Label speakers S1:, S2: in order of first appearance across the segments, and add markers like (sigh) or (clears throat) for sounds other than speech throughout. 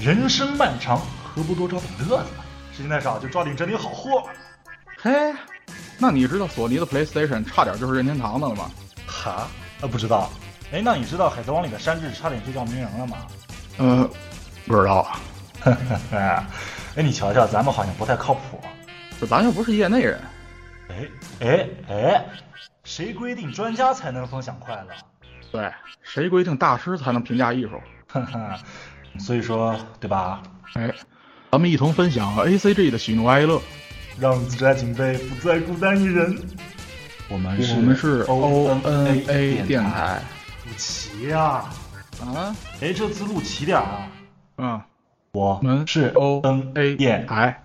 S1: 人生漫长，何不多找点乐子嘛？时间太少，就抓紧整理好货吧。
S2: 嘿，那你知道索尼的 PlayStation 差点就是任天堂的了吗？
S1: 哈？啊，不知道。哎，那你知道《海贼王》里的山治差点就叫鸣人了吗？ (laughs)
S2: 呃，不知道，啊，
S1: 哎，你瞧瞧，咱们好像不太靠谱。
S2: 这咱又不是业内人。
S1: 哎哎哎，谁规定专家才能分享快乐？
S2: 对，谁规定大师才能评价艺术？
S1: 哈哈， (laughs) 所以说，对吧？
S2: 哎，咱们一同分享 ACG 的喜怒哀乐。
S1: 让自家警备不再孤单一人。我们
S2: 我们是
S1: ONA
S2: ONA 电台。
S1: 不齐呀、
S2: 啊，
S1: 哎，这字录齐点儿啊！
S2: 嗯，
S1: 我
S2: 我们是 ONA 电台。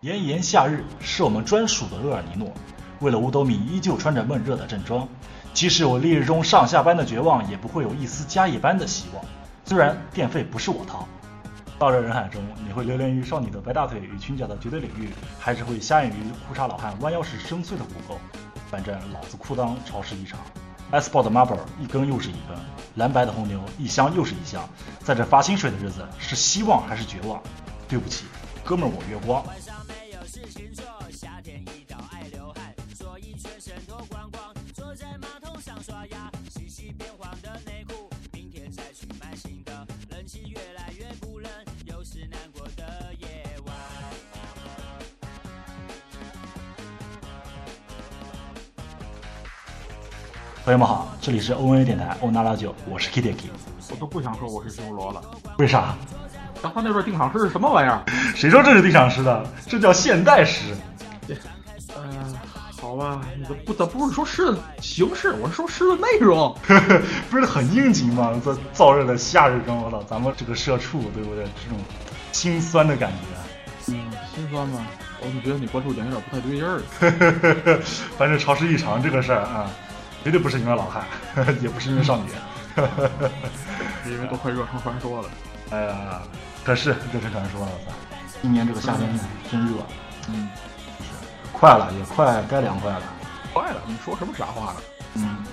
S1: 炎炎夏日是我们专属的厄尔尼诺。为了五斗米依旧穿着闷热的正装，即使我烈日中上下班的绝望，也不会有一丝加夜班的希望。虽然电费不是我掏。到这人海中，你会流连于少女的白大腿与裙角的绝对领域，还是会瞎眼于胡茬老汉弯腰时深邃的骨沟？反正老子裤裆潮湿异常。Sport Marble 一根又是一根，蓝白的红牛一箱又是一箱。在这发薪水的日子，是希望还是绝望？对不起，哥们儿，我月光。朋友们好，这里是 ONA 电台欧娜拉九，我是 Kitty，
S2: 我都不想说我是修罗了。
S1: 为啥？
S2: 刚才那段定场诗是什么玩意儿？
S1: 谁说这是地上诗的？这叫现代诗。
S2: 呃，好吧，你这不，咱不是说诗的形式，我是说诗的内容。
S1: 不是很应景吗？在燥热的夏日中，我操，咱们这个社畜，对不对？这种心酸的感觉，
S2: 嗯，心酸吗？我怎么觉得你关注点有点不太对劲
S1: (laughs)
S2: 儿？
S1: 啊反正潮湿异常这个事儿啊，绝对不是因为老汉， (laughs) 也不是因为少女，
S2: 因为都快热成传说了。
S1: (laughs) 哎呀，可是这是传说了，我操！今年这个夏天真热，
S2: 嗯，
S1: 快了，也快该凉快了，
S2: 快了，你说什么傻话呢？
S1: 嗯，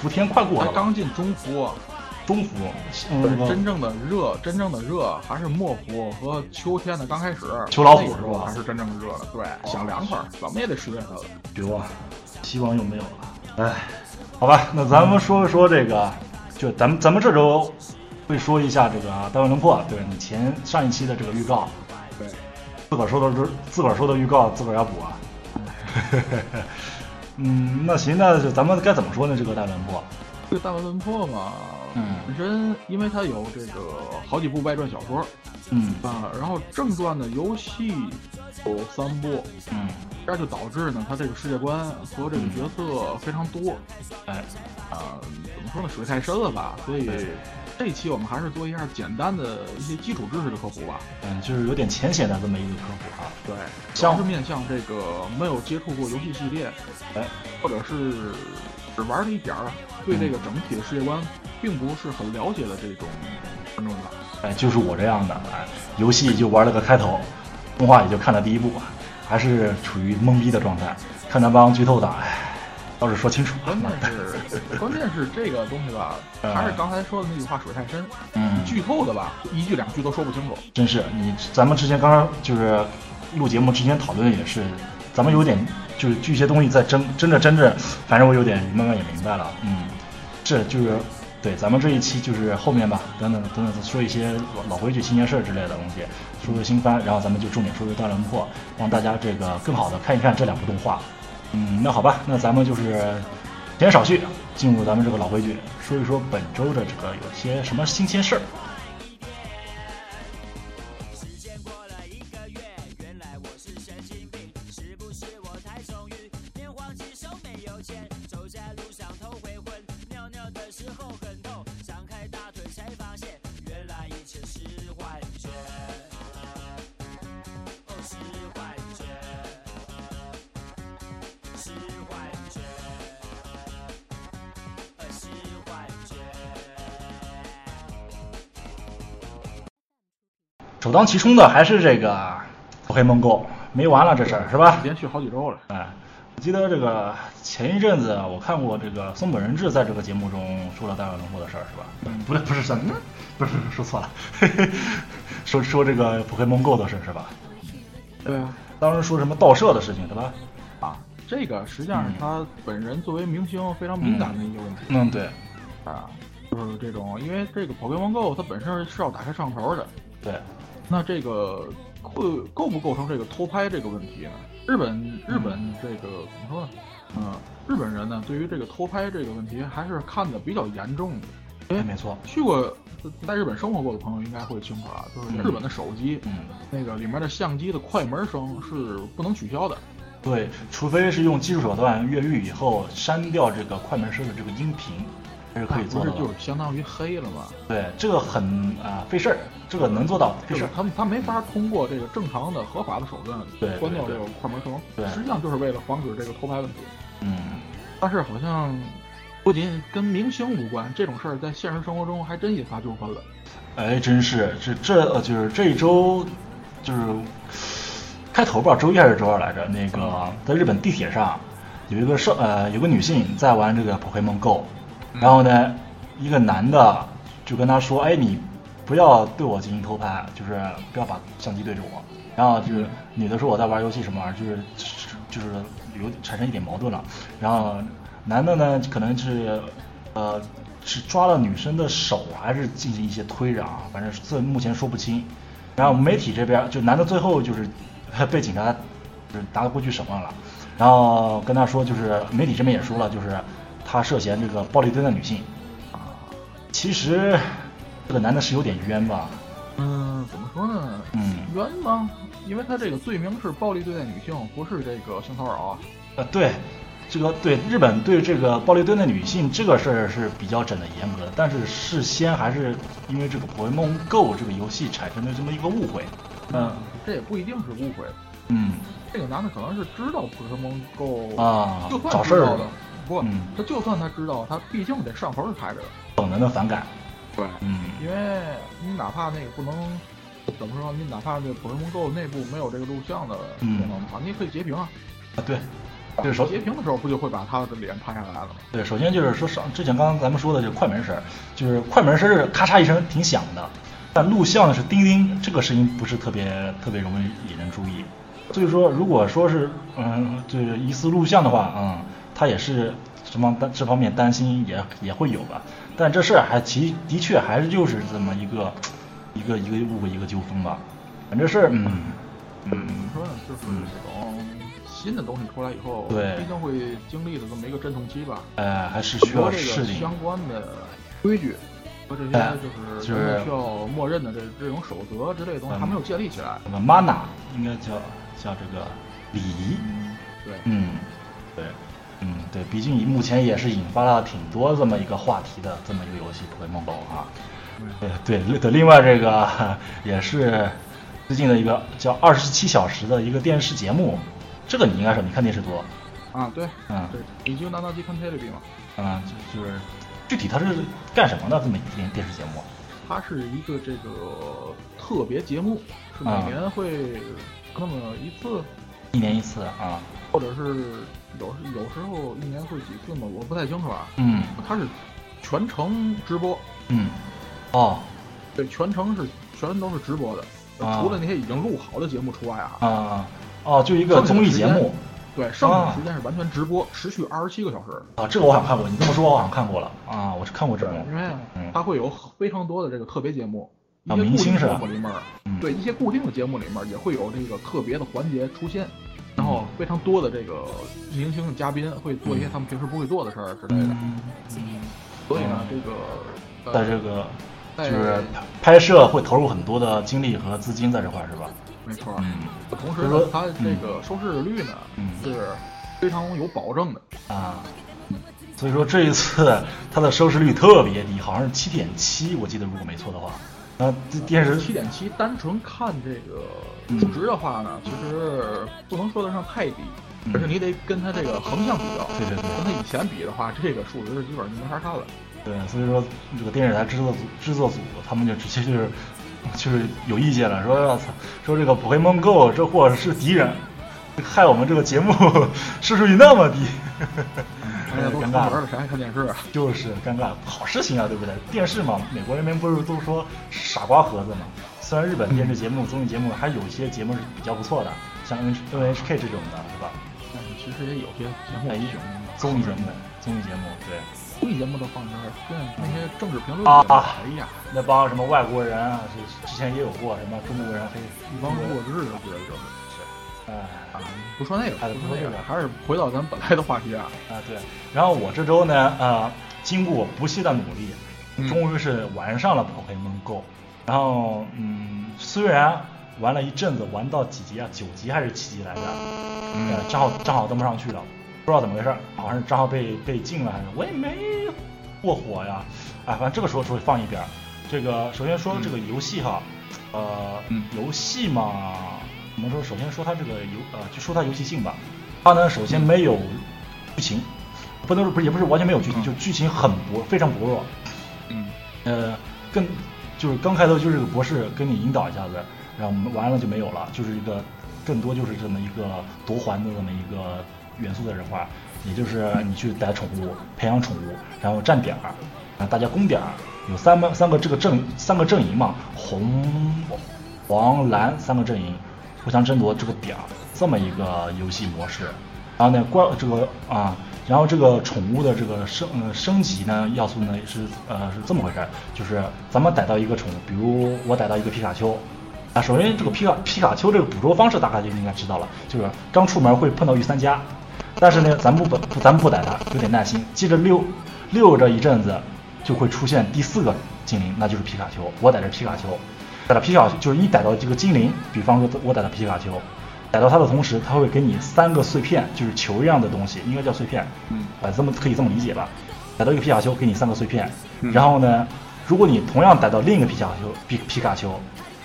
S1: 伏天快过
S2: 才
S1: 了，
S2: 刚进中伏，
S1: 中伏，
S2: 对
S1: 嗯，那个
S2: 真正的热，
S1: 嗯
S2: 真正的热还是末伏和秋天的刚开始，
S1: 秋老虎
S2: 那个时
S1: 是
S2: 候
S1: 吧
S2: 还是真正的热了。对，想凉快儿，怎么也得十月份了。
S1: 绝望，啊希望又没有了。哎，好吧，那咱们说一说这个，就咱们咱们这周会说一下这个《大卫轮破》，对你前上一期的这个预告，
S2: 对，
S1: 自个儿说的这自个儿说的预告，自个儿要补啊。嗯，那行，那就咱们该怎么说呢？这个《大卫轮破》，
S2: 这个《大文论破》嘛，
S1: 嗯
S2: 本身因为它有这个好几部外传小说
S1: 嗯
S2: 啊，然后正传的游戏有三部，
S1: 嗯，
S2: 这就导致呢，它这个世界观和这个角色非常多
S1: 哎，
S2: 啊、怎么说呢，水太深了吧？所以这一期我们还是做一下简单的一些基础知识的科普吧。
S1: 嗯，就是有点浅显的这么一个科普啊。
S2: 对，主
S1: 像
S2: 要是面向这个没有接触过游戏系列，
S1: 哎，
S2: 或者是只玩了一点儿，啊对这个整体的世界观并不是很了解的这种观众吧。
S1: 哎，就是我这样的，哎，游戏就玩了个开头，动画也就看了第一部，还是处于懵逼的状态。看那帮剧透党，哎，倒是说清楚吧
S2: 关。键是，关键是这个东西吧，
S1: 嗯
S2: 还是刚才说的那句话，水太深，
S1: 嗯，
S2: 剧透的吧，一句两句都说不清楚。
S1: 真是你，咱们之前刚刚就是录节目之前讨论也是，咱们有点就是这些东西在争争着争着，反正我有点慢慢也明白了。嗯，这就是对咱们这一期就是后面吧，等等等等说一些老老规矩、新鲜事儿之类的东西，说说新番，然后咱们就重点说说《大轮破》，让大家这个更好的看一看这两部动画。嗯，那好吧，那咱们就是闲言少叙，进入咱们这个老规矩，说一说本周的这个有些什么新鲜事儿。首当其冲的还是这个黑梦购，没完了这事儿是吧？
S2: 连续好几周了，
S1: 哎，我记得这个前一阵子我看过这个松本人志在这个节目中说了大小龙货的事儿，是吧？
S2: 嗯
S1: 不对，不是什么，不是说错了， (laughs) 说说这个 Pokemon Go 的事是吧？
S2: 对啊，
S1: 当时说什么盗摄的事情是吧？
S2: 啊，这个实际上是他本人作为明星非常敏感的一个问题、
S1: 嗯，对，
S2: 啊，就是这种，因为这个 Pokemon Go 它本身是要打开摄像头的，
S1: 对，
S2: 那这个会构不构成这个偷拍这个问题呢？日本日本这个怎么说呢？嗯，日本人呢对于这个偷拍这个问题还是看得比较严重的。
S1: 哎没错，
S2: 去过在日本生活过的朋友应该会清楚啊，就是日本的手机，
S1: 嗯，
S2: 那个里面的相机的快门声是不能取消的。
S1: 对，除非是用技术手段越狱以后删掉这个快门声的这个音频，这是可以做
S2: 啊不
S1: 到
S2: 是
S1: 的。
S2: 就是相当于黑了嘛？
S1: 对，这个很啊、费事儿，这个能做到费
S2: 就
S1: 事
S2: 是
S1: 儿。
S2: 他们他没法通过这个正常的合法的手段
S1: 对
S2: 关掉
S1: 对
S2: 这个快门声，
S1: 对
S2: 实际上就是为了防止这个偷拍问题。
S1: 嗯，
S2: 但是好像不仅跟明星无关，这种事儿在现实生活中还真引发纠纷了。
S1: 哎，真是这这呃就是这一周，就是开头吧，周一还是周二来着？那个在日本地铁上有一个少呃有个女性在玩这个 Pokemon Go，然后呢，一个男的就跟她说：“哎，你不要对我进行偷拍，就是不要把相机对着我。”然后就是女的说我在玩游戏什么玩意儿，就是就是有产生一点矛盾了。然后男的呢，可能是呃是抓了女生的手，啊还是进行一些推攘，反正这目前说不清。然后媒体这边就男的最后就是被警察就是拿过去审问了，然后跟他说就是媒体这边也说了，就是他涉嫌这个暴力对待女性。其实这个男的是有点冤吧，
S2: 嗯，怎么说呢？
S1: 嗯
S2: 冤吗？因为他这个罪名是暴力对待女性，不是这个性骚扰啊。
S1: 呃，对，这个对日本对这个暴力对待女性这个事儿是比较整的严格的，但是事先还是因为这个《Pokemon Go》这个游戏产生的这么一个误会。嗯
S2: 这也不一定是误会，
S1: 嗯
S2: 这个男的可能是知道普什蒙够
S1: 啊
S2: 就算
S1: 找
S2: 知
S1: 事儿
S2: 道
S1: 了
S2: 的，不，
S1: 嗯
S2: 他就算他知道，他毕竟得摄像头是开着的。
S1: 本能的反感。
S2: 对，
S1: 嗯
S2: 因为你哪怕那个不能。怎么说？你哪怕这普什蒙 Go 内部没有这个录像的
S1: 嗯
S2: 功能的话，你也可以截屏啊。
S1: 啊，对，就是首
S2: 截屏的时候不就会把他的脸拍下来了吗？
S1: 对，首先就是说上之前刚刚咱们说的这个快门声儿，就是快门声儿是咔嚓一声挺响的，但录像是叮叮，这个声音不是特别特别容易引人注意。所以说，如果说是嗯，就是疑似录像的话，嗯，他也是这方担这方面担心也也会有吧。但这事儿还其的确还是就是这么一个一个一个误会一个纠纷吧。反正事儿，嗯嗯，
S2: 怎么说呢？就是这种新的东西出来以后，
S1: 对
S2: 毕竟会经历的这么一个阵痛期吧。
S1: 呃，还是
S2: 很
S1: 需要
S2: 多这
S1: 适
S2: 个
S1: 应。
S2: 相关的规矩和这些
S1: 哎
S2: 就是
S1: 就
S2: 咱们
S1: 是
S2: 需要默认的这这种守则之类的东西
S1: 嗯
S2: 还没有建立起来。
S1: 那么 mana 应该叫叫这个礼仪，
S2: 嗯，对，
S1: 嗯，对，嗯对，毕竟目前也是引发了挺多这么一个话题的这么一个游戏《Pokemon Go》啊。对对对，另外这个也是最近的一个叫《二十七小时》的一个电视节目，这个你应该是你看电视多，
S2: 啊对，
S1: 嗯
S2: 对，你就拿到去看 t e l e 嘛，
S1: 嗯，就就是具体它是干什么的这么一个电电视节目？
S2: 它是一个这个特别节目，是每
S1: 啊
S2: 年会那么一次，
S1: 一年一次啊，
S2: 或者是有时有时候一年会几次嘛，我不太清楚啊。
S1: 嗯
S2: 它是全程直播，
S1: 嗯，哦
S2: 对，全程是全都是直播的，
S1: 啊
S2: 除了那些已经录好的节目除外啊。
S1: 啊哦，就一个综艺节目。
S2: 对，剩
S1: 啊
S2: 下的时间是完全直播，持续二十七个小时。
S1: 啊，这个我好像看过，你这么说我好像看过了啊，我是看过这种
S2: 因，为
S1: 嗯
S2: 它会有非常多的这个特别节目，一
S1: 啊
S2: 些固
S1: 明星
S2: 定
S1: 是
S2: 节
S1: 吧
S2: 目里面，
S1: 嗯
S2: 对一些固定的节目里面也会有这个特别的环节出现，
S1: 嗯
S2: 然后非常多的这个明星的嘉宾会做一些他们平时不会做的事儿之类的。
S1: 嗯
S2: 所以
S1: 哦
S2: 呢，这个呃
S1: 在这个就
S2: 在
S1: 是拍摄会投入很多的精力和资金在这块儿是吧？
S2: 没错，
S1: 嗯
S2: 同时
S1: 就是说，
S2: 呢它这个收视率呢、
S1: 嗯
S2: 是非常有保证的。
S1: 啊，所以说这一次它的收视率特别低，好像是七点七，我记得如果没错的话，那这电视
S2: 七点七，单纯看这个数值的话呢，其实不能说得上太低，
S1: 嗯
S2: 而是你得跟它这个横向比较。
S1: 对对对
S2: 跟它以前比的话，这个数值基本上就没法看了。
S1: 对，所以说这个电视台制作组制作组他们就直接就是就是有意见了，说要说这个 Pokemon Go 这货是敌人，害我们这个节目 (laughs) 收视率那么低，
S3: 大家都出
S1: 尴
S3: 门
S1: 尬。
S3: 了，谁还看电视啊？
S1: 就是尴尬，好事情啊，对不对？电视嘛，美国人民不是都说傻瓜盒子嘛？虽然日本电视节目、综艺节目还有一些节目是比较不错的，像 N N H K 这种的，是吧？
S3: 但是其实也有些节目
S2: 嗯
S1: 哎
S3: 英雄
S1: 综艺节目，综艺节目，对，
S3: 啊综艺节目都放这儿，现在那些政治评论
S1: 啊
S3: 节目哎呀，
S1: 那帮什么外国人啊，是之前也有过什么中国人黑，
S3: 一帮弱智的，我觉得就是。
S1: 哎
S3: 啊，不说那个，
S1: 哎
S3: 不说
S1: 不说
S3: 那
S1: 这
S3: 个
S1: 个，
S3: 还是回到咱本来的话题啊。
S1: 啊对。然后我这周呢，呃，经过我不懈的努力，
S3: 嗯
S1: 终于是玩上了 Pokemon Go。然后，嗯，虽然玩了一阵子，玩到几级啊？九级还是七级来着？呃，账号账号登不上去了，不知道怎么回事儿，好像是账号被被禁了还是我也没过火呀。哎，反正这个时候就会放一边儿。这个首先说这个游戏哈，呃，
S3: 嗯
S1: 游戏嘛，我们说首先说它这个游呃，就说它游戏性吧。它呢，首先没有剧情，不能说不是也不是完全没有剧情，
S3: 嗯
S1: 就剧情很薄，非常薄弱。
S3: 嗯，
S1: 呃，更就是刚开头就是个博士跟你引导一下子，然后我们完了就没有了，就是一个更多就是这么一个夺环的这么一个元素在这块儿，也就是你去逮宠物、培养宠物，然后站点儿，然后大家攻点儿，有三个三个这个阵三个阵营嘛，红、黄、蓝三个阵营互相争夺这个点儿，这么一个游戏模式。然后呢，怪这个啊，然后这个宠物的这个升呃升级呢要素呢是呃是这么回事儿，就是咱们逮到一个宠物，比如我逮到一个皮卡丘，啊，首先这个皮卡皮卡丘这个捕捉方式大概就应该知道了，就是刚出门会碰到御三家，但是呢，咱们不不咱们不逮它，有点耐心，接着溜溜着一阵子，就会出现第四个精灵，那就是皮卡丘。我逮着皮卡丘，逮到皮卡丘就是你逮到这个精灵，比方说我逮到皮卡丘，逮到它的同时，它会给你三个碎片，就是球一样的东西，应该叫碎片，
S3: 嗯
S1: 呃，这么可以这么理解吧？逮到一个皮卡丘，给你三个碎片，
S3: 嗯
S1: 然后呢，如果你同样逮到另一个皮卡丘，皮皮卡丘，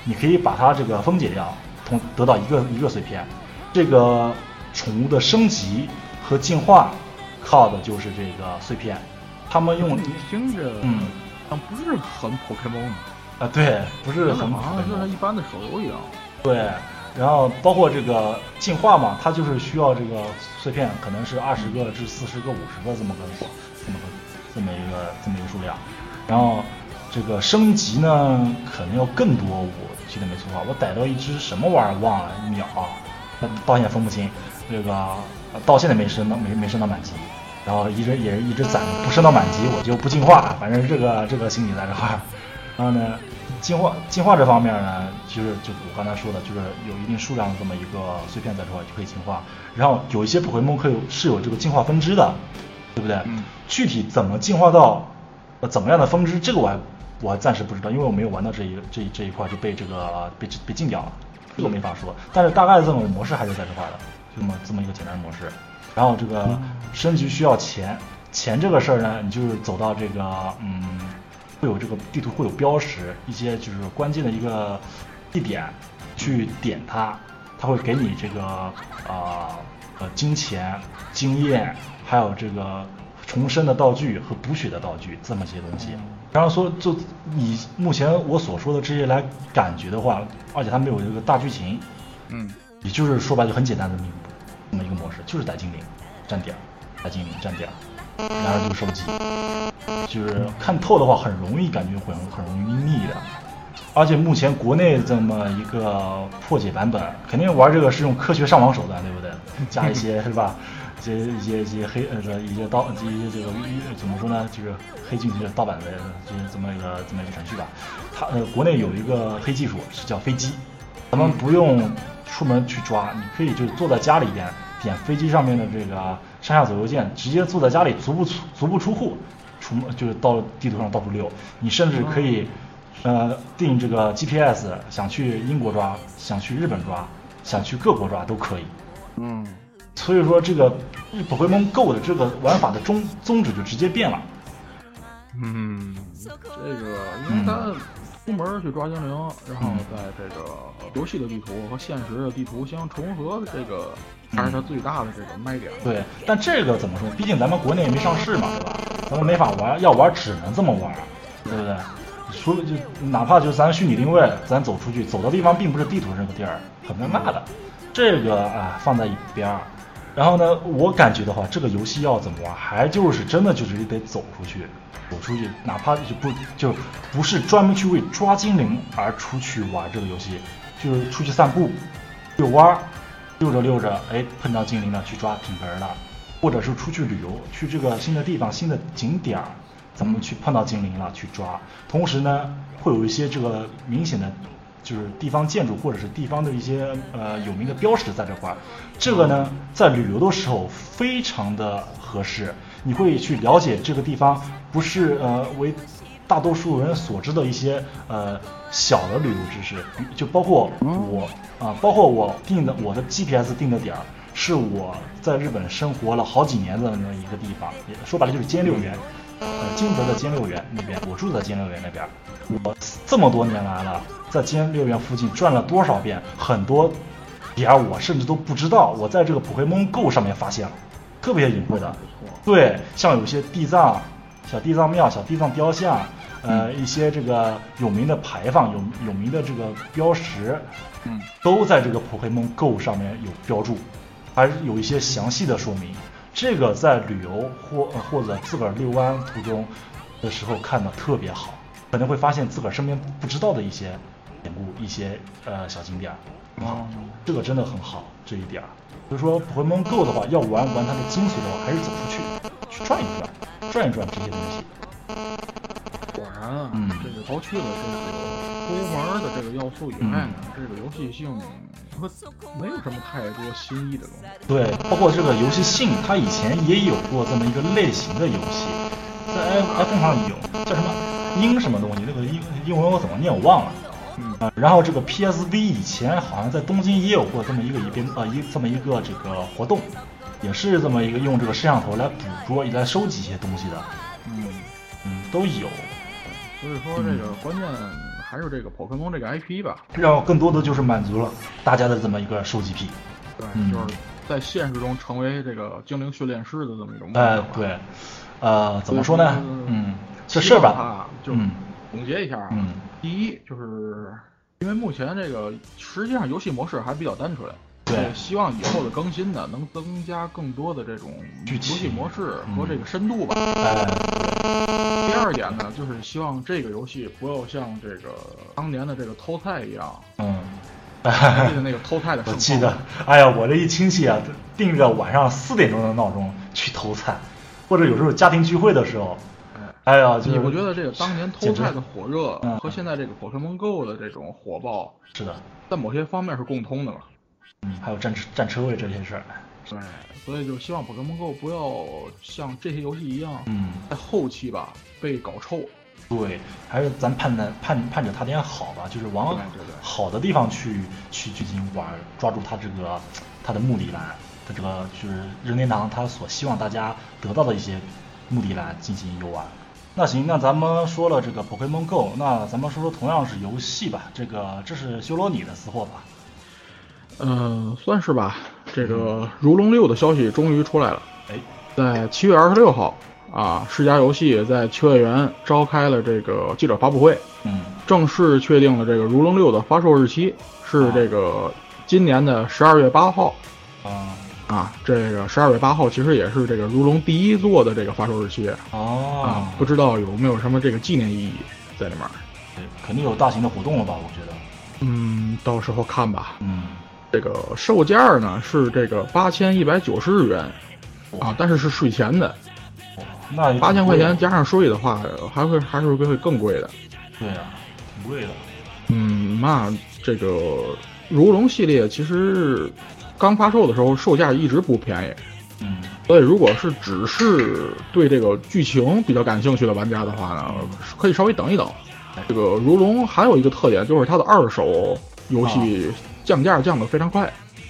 S1: 你可以把它这个分解掉，同得到一个一个碎片。这个宠物的升级和进化靠的就是这个碎片，他们用
S3: 你听着，
S1: 嗯，
S3: 像不是很 Pokemon，
S1: 啊，对，不是很
S3: 好像就是一般的手游一样。
S1: 对，然后包括这个进化嘛，它就是需要这个碎片，可能是二十个至四十个、五十个这么个这么个这么一个这么一个数量。然后这个升级呢，可能要更多。我记得没错的话，我逮到一只什么玩意儿忘了，鸟，啊到现在分不清。这个呃到现在没升到没没升到满级，然后一直也是一直攒，不升到满级我就不进化，反正这个这个心理在这块儿。 (laughs) 然后呢，进化进化这方面呢，就是就我刚才说的，就是有一定数量的这么一个碎片在这块就可以进化。然后有一些普 o 梦可以有是有这个进化分支的，对不对？
S3: 嗯
S1: 具体怎么进化到呃怎么样的分支，这个我还我还暂时不知道，因为我没有玩到这一这一这一块就被这个呃被被禁掉了，这个没法说。但是大概这种模式还是在这块的，就这么这么一个简单的模式。然后这个升级需要钱，钱这个事儿呢，你就是走到这个嗯，会有这个地图会有标识，一些就是关键的一个地点去点它，它会给你这个呃呃金钱、经验，还有这个重生的道具和补血的道具这么些东西。然后说，就以目前我所说的这些来感觉的话，而且它没有这个大剧情，
S3: 嗯，
S1: 也就是说白了就很简单的这么一个这么一个模式，就是逮精灵，站点儿，逮精灵，站点儿，然后就收集，就是看透的话很容易感觉很很容易腻的。而且目前国内这么一个破解版本，肯定玩这个是用科学上网手段，对不对？加一些是吧？一些一些一些黑呃一些盗一些这个怎么说呢？就是黑进去的盗版的这这么一个这么一个程序吧。它呃国内有一个黑技术是叫飞机，咱们不用出门去抓，你可以就是坐在家里边点飞机上面的这个上下左右键，直接坐在家里足不出足不出户，出门就是到地图上到处溜。你甚至可以呃定这个 GPS，想去英国抓，想去日本抓，想去各国抓都可以。
S3: 嗯，
S1: 所以说这个日宝可梦 Go 的这个玩法的宗宗旨就直接变了。
S3: 嗯，这个因为他
S1: 嗯
S3: 出门去抓精灵，然后在这个游戏的地图和现实的地图相重合的这个，
S1: 嗯
S3: 还是他最大的这个卖点。
S1: 对，但这个怎么说？毕竟咱们国内也没上市嘛，对吧？咱们没法玩，要玩只能这么玩，对不对？除就哪怕就咱虚拟定位，咱走出去，走的地方并不是地图上的地儿，很尴尬的。这个啊放在一边儿。然后呢，我感觉的话，这个游戏要怎么玩，还就是真的就是得走出去，走出去，哪怕就不就不是专门去为抓精灵而出去玩这个游戏，就是出去散步，遛弯儿，溜着溜着，哎，碰到精灵了，去抓品牌了，或者是出去旅游，去这个新的地方、新的景点儿，咱们去碰到精灵了，去抓。同时呢，会有一些这个明显的就是地方建筑或者是地方的一些呃有名的标识在这块儿。这个呢，在旅游的时候非常的合适，你会去了解这个地方，不是呃为大多数人所知的一些呃小的旅游知识，就包括我啊、包括我定的我的 GPS 定的点儿。是我在日本生活了好几年的那么一个地方，也说白了就是兼六园，呃，金泽的兼六园那边，我住在兼六园那边，我这么多年来了，在兼六园附近转了多少遍，很多点儿我甚至都不知道，我在这个 Pokemon Go 上面发现了，特别隐晦的，对，像有些地藏、小地藏庙、小地藏雕像，呃，一些这个有名的牌坊、有有名的这个标识，
S2: 嗯，
S1: 都在这个 Pokemon Go 上面有标注，还有一些详细的说明。这个在旅游或呃或者自个儿遛弯途中的时候看的特别好，可能会发现自个儿身边不知道的一些典故、一些呃小景点儿。
S2: 哦，
S1: 这个真的很好，这一点儿。所以说，p o k e m o n Go 的话，要玩玩它的精髓的话，还是走出去，去转一转，转一转这些东西。
S2: 果然啊，
S1: 嗯
S2: 这个刨去了这个多玩的这个要素以外呢，
S1: 嗯
S2: 这个游戏性和没有什么太多新意的东西。
S1: 对，包括这个游戏性，它以前也有过这么一个类型的游戏，在 i- iPhone 上有，叫什么英什么东西，那个英英文我怎么念我忘了。
S2: 嗯
S1: 啊，然后这个 PSV 以前好像在东京也有过这么一个一边呃一这么一个这个活动，也是这么一个用这个摄像头来捕捉来收集一些东西的，
S2: 嗯，
S1: 嗯，都有。
S2: 所以说这个关键还是这个 Pokemon 这个 IP 吧。
S1: 让更多的就是满足了大家的这么一个收集癖。
S2: 对，
S1: 嗯
S2: 就是在现实中成为这个精灵训练师的这么一种梦
S1: 呃
S2: 想，。
S1: 对，呃，怎么说呢？嗯，这
S2: 希
S1: 事儿吧，
S2: 望它就
S1: 嗯
S2: 总结一下啊，
S1: 嗯
S2: 第一就是因为目前这个实际上游戏模式还比较单纯，
S1: 对
S2: 也希望以后的更新呢能增加更多的这种
S1: 剧
S2: 游
S1: 情嗯
S2: 戏模式和这个深度吧。
S1: 呃，
S2: 第二点呢，就是希望这个游戏不要像这个当年的这个偷菜一
S1: (laughs)
S2: 样，
S1: 嗯，
S2: 还记得那个偷菜的
S1: 我
S2: 盛况
S1: 记得，哎呀，我这一亲戚啊，定着晚上四点钟的闹钟去偷菜，或者有时候家庭聚会的时候，
S2: 哎
S1: 哎呀，就是
S2: 你不觉得这个当年偷菜的火热
S1: 简直嗯
S2: 和现在这个 Pokemon Go 的这种火爆，
S1: 是的，
S2: 在某些方面是共通的嘛？
S1: 嗯，还有占占车位这些事儿，
S2: 对，所以就希望 Pokemon Go 不要像这些游戏一样，
S1: 嗯，
S2: 在后期吧被搞臭。
S1: 对，还是咱盼着盼盼着它点好吧，就是往
S2: 对对对
S1: 好的地方去去去进行玩，抓住它这个它的目的来，它这个就是任天堂它所希望大家得到的一些目的来进行游玩。那行，那咱们说了这个 Pokemon Go，那咱们说说同样是游戏吧，这个这是修罗你的私货吧？
S2: 嗯，算是吧。这个《如龙六》的消息终于出来了，
S1: 哎，
S2: 在七月二十六号啊，世嘉游戏在秋叶原召开了这个记者发布会，
S1: 嗯，
S2: 正式确定了这个《如龙六》的发售日期是这个今年的十二月八号。
S1: 啊、
S2: 啊，这个十二月八号其实也是这个《如龙》第一座的这个发售日期
S1: 哦
S2: 啊，，不知道有没有什么这个纪念意义在里面儿？
S1: 对肯定有大型的活动了吧？我觉得，
S2: 嗯，到时候看吧。
S1: 嗯，
S2: 这个售价呢是这个八千一百九十日元啊，但是是税前的，
S1: 哇那也挺
S2: 八千块
S1: 贵的
S2: 钱，加上税的话，呃还会还是会更贵的。
S1: 对啊，挺贵的，
S2: 嗯，那这个如龙系列其实刚发售的时候售价一直不便宜，
S1: 嗯。
S2: 所以，如果是只是对这个剧情比较感兴趣的玩家的话呢，可以稍微等一等。这个《如龙》还有一个特点就是它的二手游戏降价降得非常快，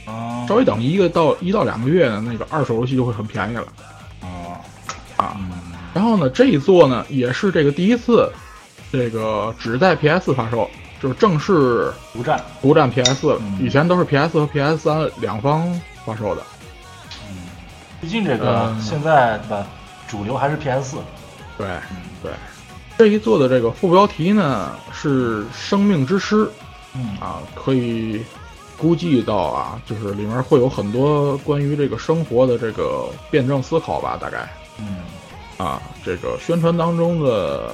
S1: 啊，
S2: 稍微等一个到一到两个月呢，那个二手游戏就会很便宜了。
S1: 啊，嗯
S2: 然后呢，这一座呢也是这个第一次，这个只在 PS 发售，就是正式
S1: 独占，
S2: 独占 PS 了
S1: 嗯
S2: 以前都是 PS 和 PS 三两方发售的。
S1: 嗯，毕竟这个
S2: 嗯
S1: 现在对吧，主流还是 PS 四，
S2: 对，对，这一座的这个副标题呢是“生命之诗”，
S1: 嗯
S2: 啊，可以估计到啊，就是里面会有很多关于这个生活的这个辩证思考吧，大概
S1: 嗯
S2: 啊，这个宣传当中的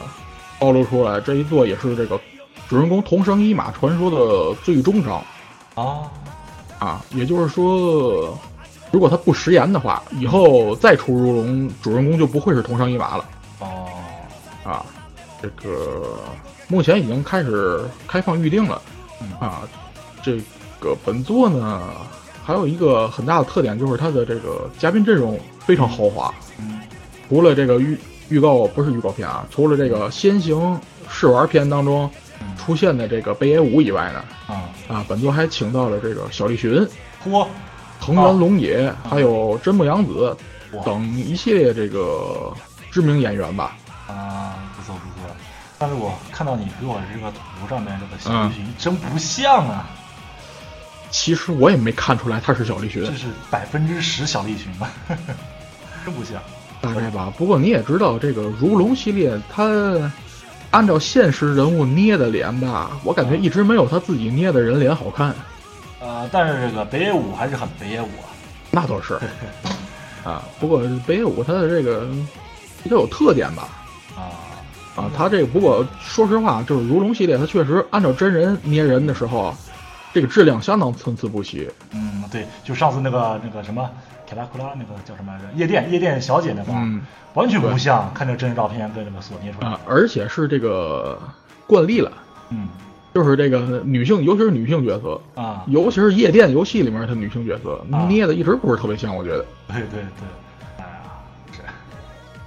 S2: 暴露出来，这一座也是这个主人公同生一马传说的最终章
S1: 啊，
S2: 啊，也就是说，如果他不食言的话，以后再出如龙，主人公就不会是同生一马了。
S1: 哦，
S2: 啊，这个目前已经开始开放预定了
S1: 嗯
S2: 啊。这个本作呢，还有一个很大的特点就是它的这个嘉宾阵容非常豪华，
S1: 嗯
S2: 除了这个预预告不是预告片啊，除了这个先行试玩片当中啊
S1: 嗯
S2: 出现的这个北野武以外呢，
S1: 啊，
S2: 啊，本作还请到了这个小栗旬、啊
S1: 嚯，
S2: 藤原龙也，还有真木阳子
S1: 哇
S2: 等一系列这个知名演员吧。
S1: 啊，不错不错。但是我看到你给我这个图上面这个小
S2: 嗯
S1: 鱼真不像啊，
S2: 其实我也没看出来他是小栗旬
S1: 这，是百分之十小栗旬吧， (laughs) 真不像。
S2: 大概吧。不过你也知道，这个如龙系列，它按照现实人物捏的脸吧，我感觉一直没有他自己捏的人脸好看。
S1: 呃，但是这个北野武还是很北野武啊。
S2: 那倒
S1: (laughs)
S2: 是啊。不过北野武他的这个比较有特点吧。
S1: 啊，
S2: 啊，他这个不过说实话，就是如龙系列，它确实按照真人捏人的时候，啊这个质量相当参差不齐。
S1: 嗯，对，就上次那个那个什么凯拉库拉那个叫什么来着？夜店夜店小姐那个，啊
S2: 嗯
S1: 完全不像，看这真人照片跟那个所捏出来的
S2: 啊，而且是这个惯例了，
S1: 嗯
S2: 就是这个女性，尤其是女性角色，
S1: 啊，
S2: 尤其是夜店游戏里面的女性角色
S1: 啊
S2: 捏的一直不是特别像，我觉得。
S1: 对对对，哎呀，是，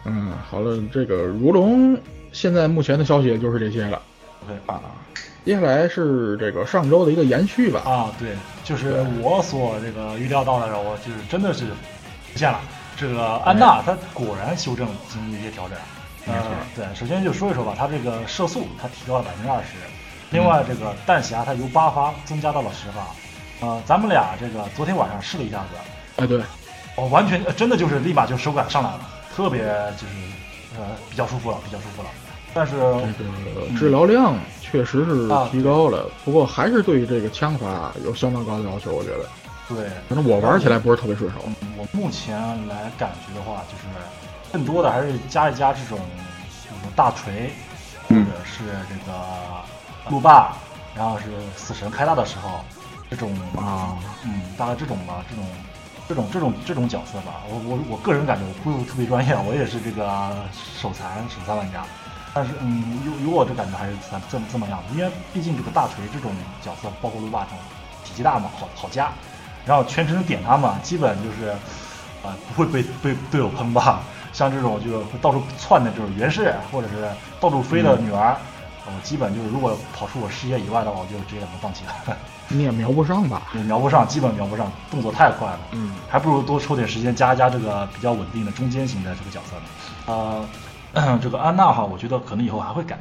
S2: 嗯，好了，这个如龙现在目前的消息也就是这些了
S1: OK
S2: 啊。接下来是这个上周的一个延续吧。
S1: 啊，对，就是我所这个预料到的，我就是真的是实现了。这个安娜她果然修正经历了一些调整。呃
S2: 没错，
S1: 对，首先就说一说吧，她这个射速她提高了百分之二十，另外这个弹匣它由八发增加到了十发。呃，咱们俩这个昨天晚上试了一下子，
S2: 哎，对，
S1: 我完全、呃真的就是立马就手感上来了，特别就是呃比较舒服了，比较舒服了。但是
S2: 这个治疗量确实是
S1: 啊
S2: 提高了，不过还是对于这个枪法有相当高的要求，我觉得。
S1: 对，
S2: 反正我玩起来不是特别顺手。
S1: 我目前来感觉的话，就是更多的还是加一加这种，比如说大锤，或
S2: 嗯
S1: 者是这个路霸，然后是死神开大的时候，这种
S2: 啊，
S1: 嗯，大概这种吧，这种这种这种这种角色吧。我我我个人感觉我不是特别专业，我也是这个手残手残玩家，但是嗯，有有我这感觉还是这这么这么样子，因为毕竟这个大锤这种角色，包括路霸这种体积大嘛，好好加，然后全程点他嘛，基本就是啊、不会被被队友喷吧。像这种就是会到处窜的这种袁氏，或者是到处飞的女儿，我基本就是如果跑出我视野以外的话，我就直接给他放弃了。 (laughs)
S2: 你也瞄不上吧？
S1: 也瞄不上，基本瞄不上，动作太快了。
S2: 嗯
S1: 还不如多抽点时间加一加这个比较稳定的中间型的这个角色呢。呃， (clears throat) 这个安娜哈，我觉得可能以后还会改。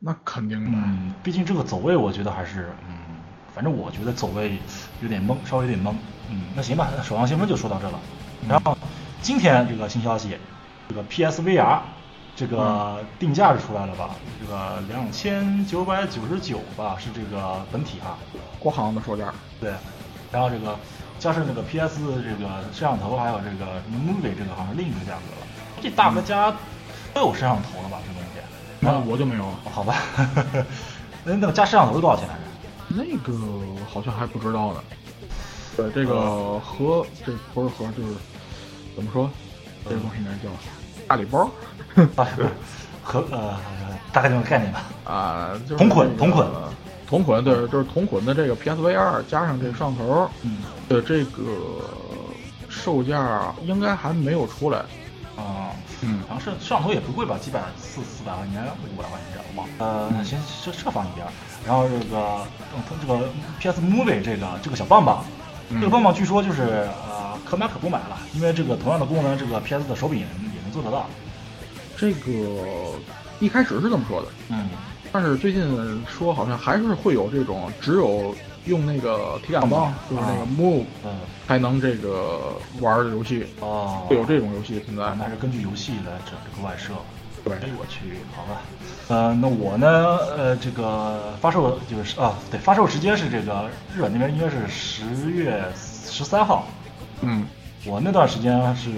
S2: 那肯定的。
S1: 嗯，毕竟这个走位，我觉得还是嗯，反正我觉得走位有点懵，稍微有点懵。嗯，那行吧，那守望先锋就说到这了。然后今天这个新消息，这个 PSVR 这个定价是出来了吧？这个两千九百九十九吧，是这个本体哈。
S2: 国行的售价，
S1: 对，然后这个加上这个 PS 这个摄像头，还有这个 Movie 这个好像是另一个价格了。这大哥家都有摄像头了吧？这东西？
S2: 那我就没有。
S1: 哦好吧， (laughs) 那那个加摄像头多少钱来着？
S2: (laughs) 那个好像还不知道呢。对，这
S1: 啊
S2: 个盒，这不是盒，就是怎么说？这个东西应该叫大礼包
S1: 啊，不是和呃大概这种概念吧。
S2: 啊，就是
S1: 同捆
S2: 这个
S1: 同捆
S2: 同捆，对，就是同捆的这个 PSVR 加上这个摄像头
S1: 嗯
S2: 的这个售价应该还没有出来。
S1: 啊，
S2: 嗯
S1: 好像摄摄像头也不贵吧，几百四四百块钱，五百块钱这样忘了。呃，
S2: 嗯
S1: 先这这放一边儿，然后这个嗯它这个 PS Movie 这个这个小棒棒，
S2: 嗯
S1: 这个棒棒据说就是呃可买可不买了，因为这个同样的功能，这个 PS 的手柄也能也能做得到。
S2: 这个一开始是这么说的，
S1: 嗯，
S2: 但是最近说好像还是会有这种只有用那个体感棒，就是那个
S1: 啊
S2: Move
S1: 嗯，
S2: 才能这个玩儿的游戏，
S1: 哦，
S2: 会有这种游戏存在
S1: 啊。那是根据游戏来整这个外设。
S4: 对
S1: 哎，我去，好吧，呃，那我呢，呃，这个发售就是啊，对，发售时间是这个日本那边应该是十月十三号，
S2: 嗯，
S1: 我那段时间是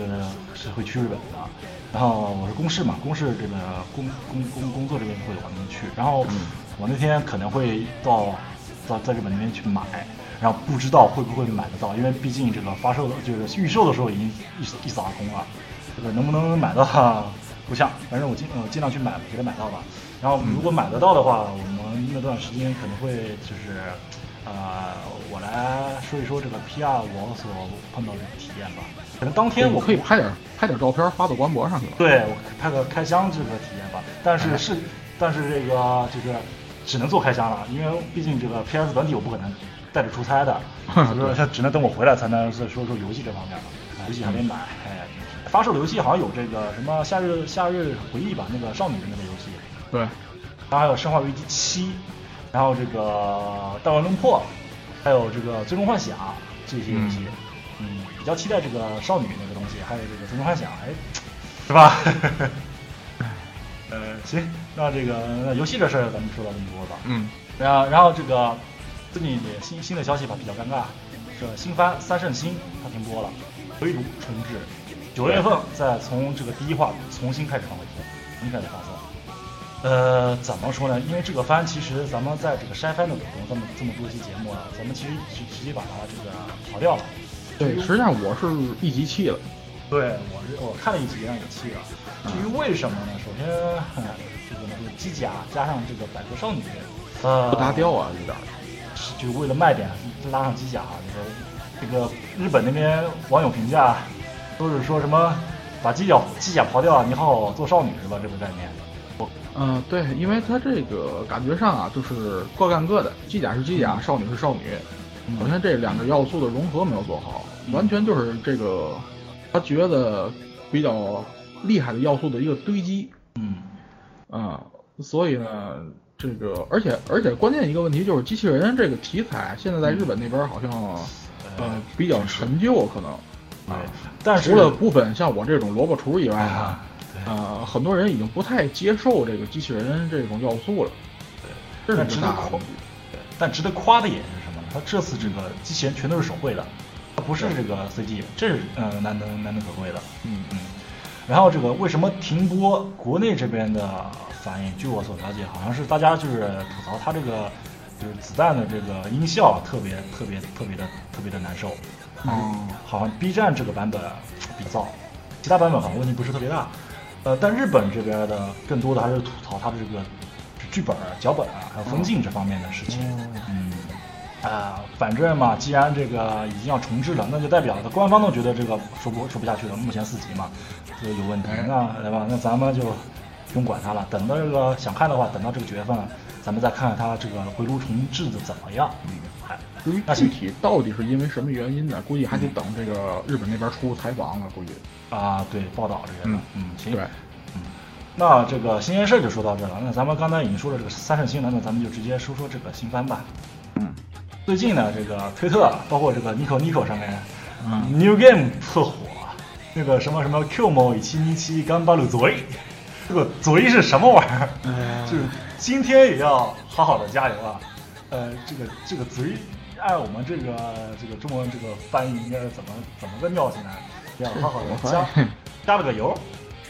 S1: 是会去日本的，然后我是公事嘛，公事这边工工工工作这边会往那边去，然后我那天可能会到到在日本那边去买，然后不知道会不会买得到，因为毕竟这个发售的就是预售的时候已经一一扫而空了，这个能不能买到不像，反正我尽呃尽量去买给它买到吧。然后如果买得到的话，我们那段时间可能会就是。呃，我来说一说这个 PR 我所碰到的体验吧。可能当天我
S2: 我可以拍点拍点照片发到官博上去吧。
S1: 对我拍个开箱这个体验吧，但是是，但是这个就是只能做开箱了，因为毕竟这个 PS 本体我不可能带着出差的，所以说他只能等我回来才能再说说游戏这方面了。游戏还没买，哎，发售的游戏好像有这个什么《夏日夏日回忆》吧，那个少女的那个游戏，
S2: 对，
S1: 然后还有《生化危机七》，然后这个《大乱论破》，还有这个《最终幻想》这些游戏，嗯比较期待这个少女那个东西，还有这个《最终幻想》，哎，是吧？ (laughs) 呃，行，那这个那游戏这事儿咱们说到这么多吧。
S2: 嗯，
S1: 然后然后这个最近也新新的消息吧，比较尴尬，这新番《三圣星》它停播了，回炉重置，九月份再从这个第一话重新开始放回去，重新开始放送。呃，怎么说呢？因为这个番其实咱们在这个筛番的过程中，这么这么多期节目啊，咱们其实直直接把它这个刨掉了。
S2: 对，实际上我是一集气了。
S1: 对我是我看了一集让也气了。至于为什么呢？首先， (laughs) 哎这个这个机甲加上这个百合少女，呃，
S2: 不搭调啊，有点儿。
S1: 是就为了卖点拉上机甲，这个这个日本那边网友评价都是说什么把机甲机甲刨掉，你好好做少女是吧？这个概念，我
S2: 嗯、对，因为他这个感觉上啊，就是各干各的，机甲是机甲，少女是少女。
S1: 嗯
S2: 首先这两个要素的融合没有做好，
S1: 嗯
S2: 完全就是这个他觉得比较厉害的要素的一个堆积
S1: 嗯
S2: 啊、所以呢，这个而且而且关键一个问题就是机器人这个题材现在在日本那边好像呃比较陈旧，可能
S1: 对
S2: 啊，，
S1: 但是
S2: (laughs) 除了部分像我这种萝卜厨以外啊。
S1: 哎对
S2: 呃，很多人已经不太接受这个机器人这种要素了，这是
S1: 但
S2: 一
S1: 值
S2: 个
S1: 得
S2: 大
S1: 夸
S2: 问题。，
S1: 对但值得夸的也是什么呢？它这次这个机器人全都是手绘的，它不是这个 CG，这是呃难能难能可贵的。
S2: 嗯
S1: 嗯。然后这个为什么停播？国内这边的反应，据我所了解，好像是大家就是吐槽它这个就是子弹的这个音效特别特别特别的特别的难受。
S2: 哦，
S1: 好像 B 站这个版本比较燥，其他版本好像问题不是特别大。呃，但日本这边的更多的还是吐槽它的这个剧本、脚本啊，还有分镜这方面的事情。嗯，啊、反正嘛，既然这个已经要重置了，那就代表的官方都觉得这个说不说不下去了，目前四级嘛，这个有问题
S2: 哎，
S1: 那对吧？那咱们就不用管它了，等到这个想看的话，等到这个九月份，咱们再看看它这个回炉重置的怎么样。哎
S2: 至于
S1: 那
S2: 具
S1: 行嗯
S2: 体到底是因为什么原因呢？估计还得等这个日本那边出采访了，估计。
S1: 啊，对，报道这些的，嗯，行，
S2: 对，
S1: 嗯，那这个新鲜事儿就说到这了。那咱们刚才已经说了这个三圣新闻，那咱们就直接说说这个新番吧。
S2: 嗯，
S1: 最近呢，这个推特包括这个 Nico Nico 上面、
S2: 嗯
S1: New Game 特火，那个什么什么 Q 某一七一七干巴鲁嘴，这个嘴是什么玩意儿？
S2: 哎
S1: 就是今天也要好好的加油啊！呃，这个这个嘴，按我们这个这个中文这个翻译应该是怎么怎么个尿性呢？啊要好好的
S2: (laughs) 我
S1: 加 (laughs)
S2: 翻译
S1: 加了个油，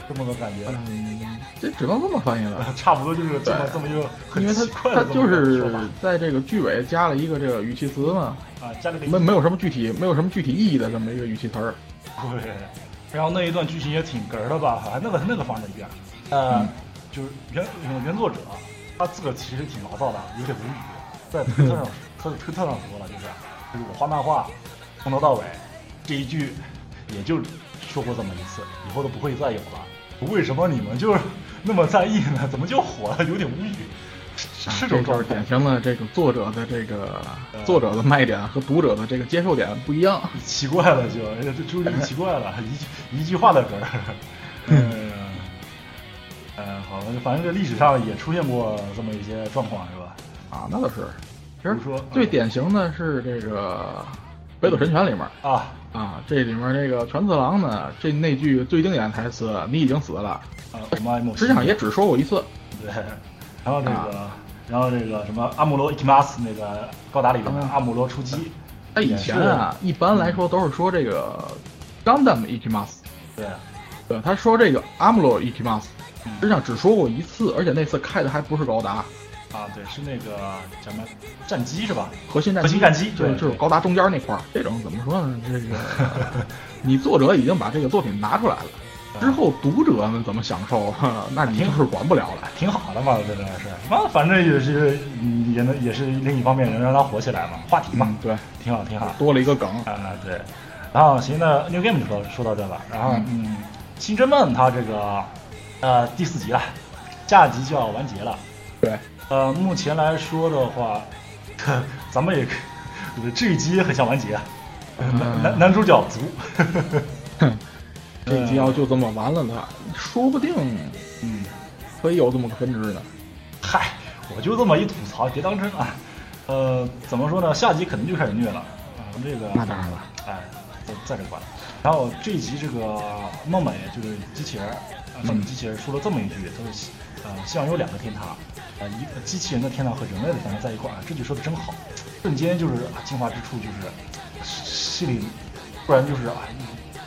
S1: 这么个感觉。
S2: 嗯，这只能这么翻译
S1: (laughs)
S2: 了，
S1: 差不多就是这么这么一个很
S2: 因为他
S1: 奇怪
S2: 他
S1: 的这么
S2: 就
S1: 一个
S2: 是
S1: 说法
S2: 在这个句尾加了一个这个语气词嘛，
S1: 啊，加了个
S2: 没没有什么具体没有什么具体意义的这么一个语气词儿。
S1: 对，然后那一段剧情也挺哏儿的吧，好像那个那个放在一边儿，呃，
S2: 嗯
S1: 就是原原作者他自个儿其实挺牢骚的，有点无语，在推特
S2: (laughs)
S1: 上他在推特上说了，就是就是我画漫画从头到尾这一句也就说过这么一次，以后都不会再有了。为什么你们就是那么在意呢？怎么就火了？有点无语，是是这种
S2: 啊这就
S1: 状
S2: 是
S1: 态。
S2: 典型的这个作者的这个
S1: 呃
S2: 作者的卖点和读者的这个接受点不一样。
S1: 奇怪了就，哎呀这朱莉奇怪了，一句一句话的梗儿。嗯，呃，好吧，反正这历史上也出现过这么一些状况，是吧？
S2: 啊，那倒是。其实
S1: 比如说
S2: 最
S1: 嗯
S2: 典型的是这个《北斗神拳》里面，
S1: 啊，
S2: 啊，这里面那个权次郎呢，这那句最经典的台词“你已经死了
S1: 啊，我们爱慕”，
S2: 实际上也只说过一次。
S1: 对，然后那个，然后这个什么阿姆罗伊基马斯那个高达里边的
S2: 嗯
S1: 阿姆罗出击，
S2: 在以前啊，一般来说都是说这个 Gundam Ikimas，
S1: 对，啊
S2: 对，他说这个 Amuro Ikimas，
S1: 嗯
S2: 实际上只说过一次，而且那次开的还不是高达，
S1: 啊对，是那个叫什么战机是吧？
S2: 核心战
S1: 核心战机
S2: 就
S1: 对
S2: 是就是高达中间那块儿，这种怎么说
S1: (laughs)
S2: 呢？这个你作者已经把这个作品拿出来了，
S1: 啊
S2: 之后读者们怎么享受， (laughs) 那你就是管不了了。
S1: 挺好的嘛，这个是，那反正也是嗯也能也是另一方面能让它火起来嘛，话题嘛
S2: 嗯，，对，
S1: 挺好挺好。
S2: 多了一个梗。
S1: 啊，对。然后行，那 New Game 就说说到这吧。然后嗯，新之梦它这个呃第四集了，下集就要完结了。
S2: 对， (laughs)
S1: 呃，目前来说的话，呵咱们也可以这一集也很想完结啊。男男男主角足，
S2: 哼这一集要就这么完了的话，说不定
S1: 嗯，
S2: 可以有这么个分支呢。
S1: 啊嗨，我就这么一吐槽，别当真啊。呃，怎么说呢？下集肯定就开始虐了。啊、这个
S2: 那当然了，
S1: 哎，在在这关。然后这一集这个梦美就是机器人儿，啊，梦美机器人儿说了这么一句，他说，呃，希望有两个天堂，呃，一个机器人的天堂和人类的天堂在一块儿，啊这句说的真好，瞬间就是啊，精华之处就是心里突然就是啊，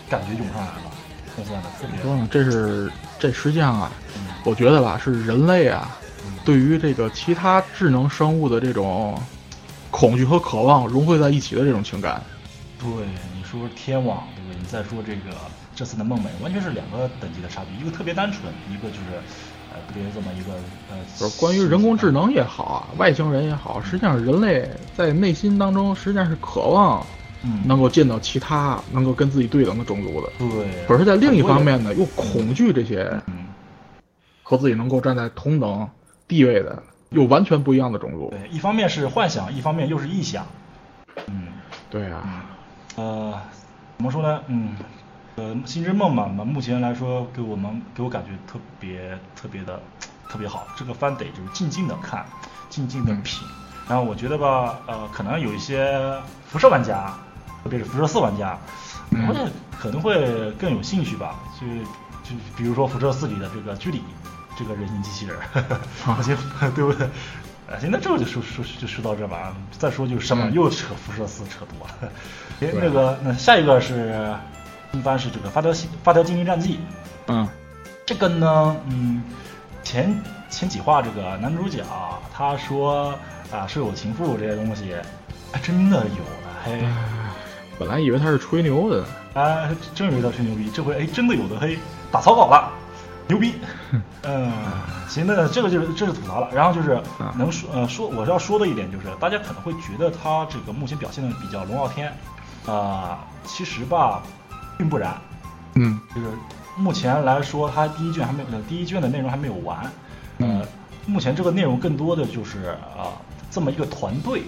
S1: 感觉涌上来了，现在的特别
S2: 怎么说呢？这是这实际上啊，
S1: 嗯
S2: 我觉得吧，是人类啊
S1: 嗯，
S2: 对于这个其他智能生物的这种恐惧和渴望融汇在一起的这种情感。
S1: 对，你说天网，对不对？你再说这个这次的梦美，完全是两个等级的差别，一个特别单纯，一个就是呃特别这么一个呃，
S2: 就是关于人工智能也好啊，外星人也好，实际上人类在内心当中实际上是渴望
S1: 嗯，
S2: 能够见到其他能够跟自己对等的种族的，
S1: 对，
S2: 可是，在另一方面呢，又恐惧这些
S1: 嗯，
S2: 和自己能够站在同等地位的又完全不一样的种族。
S1: 对，一方面是幻想，一方面又是臆想，嗯
S2: 对
S1: 嗯
S2: 啊，，
S1: 呃，怎么说呢？嗯，呃，星之梦嘛，目前来说给我们给我感觉特别特别的特别好，这个番得就是静静的看，静静的品。
S2: 嗯
S1: 然后我觉得吧，呃，可能有一些辐射玩家，特别是辐射四玩家，
S2: 嗯
S1: 我觉得可能会更有兴趣吧，就就比如说辐射四里的这个居里，这个人形机器人， (laughs)
S2: 啊
S1: 我觉得 (laughs) 对不对？啊，行，那这就说说就说到这吧。再说就是什么
S2: 嗯
S1: 又扯辐射四扯多了。哎，
S2: 对啊
S1: 那个那下一个是，一般是这个发条系发条精灵战记，
S2: 嗯
S1: 这个呢，嗯，前前几话这个男主角他说啊是有情妇这些东西，还真的有了，嘿，
S2: 嗯本来以为他是吹牛的呢，
S1: 啊，真有一道吹牛逼，这回哎真的有的嘿，打草稿了，牛逼，嗯，行，那这个就是这是吐槽了，然后就是
S2: 嗯
S1: 能说呃说我要说的一点就是，大家可能会觉得他这个目前表现的比较龙傲天，啊、其实吧，并不然，
S2: 嗯
S1: 就是目前来说，它第一卷还没有，呃第一卷的内容还没有完。呃
S2: 嗯，
S1: 目前这个内容更多的就是啊、这么一个团队，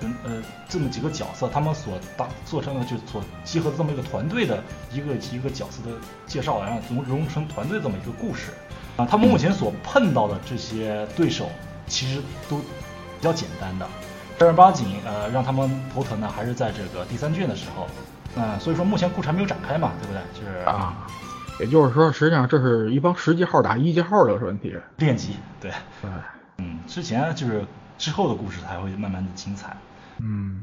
S1: 就呃，这么几个角色，他们所搭做成的，就所集合的这么一个团队的一个一个角色的介绍，然后融融成团队这么一个故事。啊、他们目前所碰到的这些对手，其实都比较简单的。正儿八经，呃，让他们头疼的还是在这个第三卷的时候，啊、所以说目前故事还没有展开嘛，对不对？就是
S2: 啊，也就是说，实际上这是一帮十级号打一级号的问题。
S1: 练级，对，
S2: 对，
S1: 嗯，之前就是之后的故事才会慢慢的精彩。
S2: 嗯，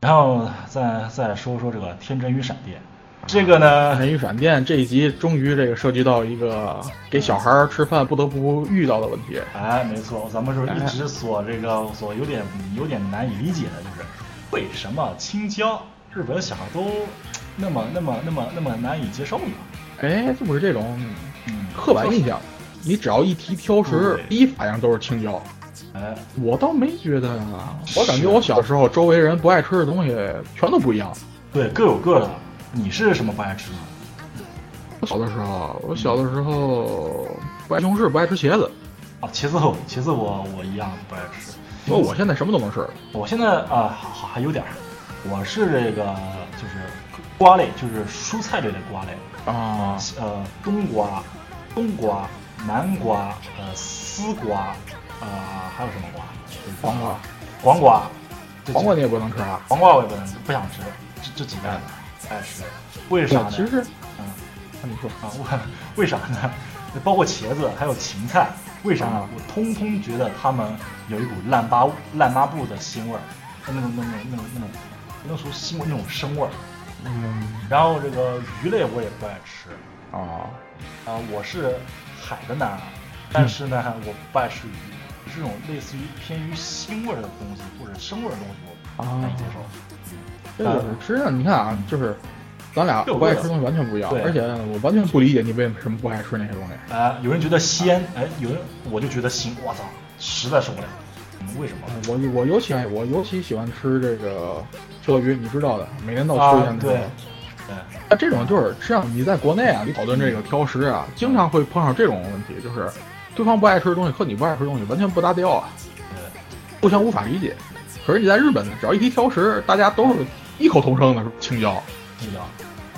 S1: 然后再再说说这个天真与闪电，这个呢，
S2: 人与闪电这一集终于这个涉及到一个给小孩儿吃饭不得不遇到的问题。
S1: 哎，没错，咱们是一直所这个所有点有点难以理解的就是，为什么青椒日本小孩都那么那么那么那么难以接受呢？
S2: 哎，这不是这种
S1: 嗯，
S2: 刻板印象，你只要一提挑食
S1: 对，
S2: 第一反应都是青椒。
S1: 哎，
S2: 我倒没觉得啊，我感
S1: 是
S2: 觉我小时候周围人不爱吃的东西全都不一样。
S1: 对，各有各的。你是什么不爱吃呢？
S2: 我小的时候，我小的时候不爱西红柿，不爱吃茄子，
S1: 啊，茄子我茄子我我一样不爱吃。
S2: 不过我现在什么都能吃。
S1: 我现在啊、好还有点儿，我是这个就是瓜类，就是蔬菜类的瓜类，
S2: 啊，
S1: 呃，冬瓜、冬瓜、南瓜、呃，丝瓜，呃，还有什么瓜？就是
S2: 黄瓜，
S1: 黄瓜，这几
S2: 黄瓜你也不能吃啊？
S1: 黄瓜我也不能不想吃，这这几个，哎是，为啥呢？
S2: 其实，
S1: 嗯
S2: 啊你说，
S1: 啊，为为啥呢？包括茄子还有芹菜，为啥呢
S2: 啊？
S1: 我通通觉得他们有一股烂巴烂抹布的腥味儿，那种那种那种那种不能说腥味，那种生味儿。
S2: 嗯
S1: 然后这个鱼类我也不爱吃，
S2: 啊，
S1: 啊、我是海的男孩，但是呢，我不爱吃鱼，这种类似于偏于腥味儿的东西或者生味儿的东西，
S2: 啊
S1: 我不
S2: 哎
S1: 太接受。
S2: 这个吃上你看啊，就是咱俩
S1: 就
S2: 不爱
S1: 味儿
S2: 吃的东西完全不一样
S1: 对，
S2: 而且我完全不理解你为什么不爱吃那些东西。
S1: 哎、有人觉得鲜，哎、有人我就觉得腥，我操，实在受不了。嗯为什么？
S2: 我我尤其爱我尤其喜欢吃这个车鱼，你知道的，每年都吃一
S1: 啊
S2: 下，
S1: 对，对，
S2: 那这种就是实际上你在国内啊，你讨论这个挑食啊，经常会碰上这种问题，就是对方不爱吃的东西和你不爱吃的东西完全不搭调啊，互相无法理解。可是你在日本，只要一提挑食，大家都是异口同声的说青椒，
S1: 青椒，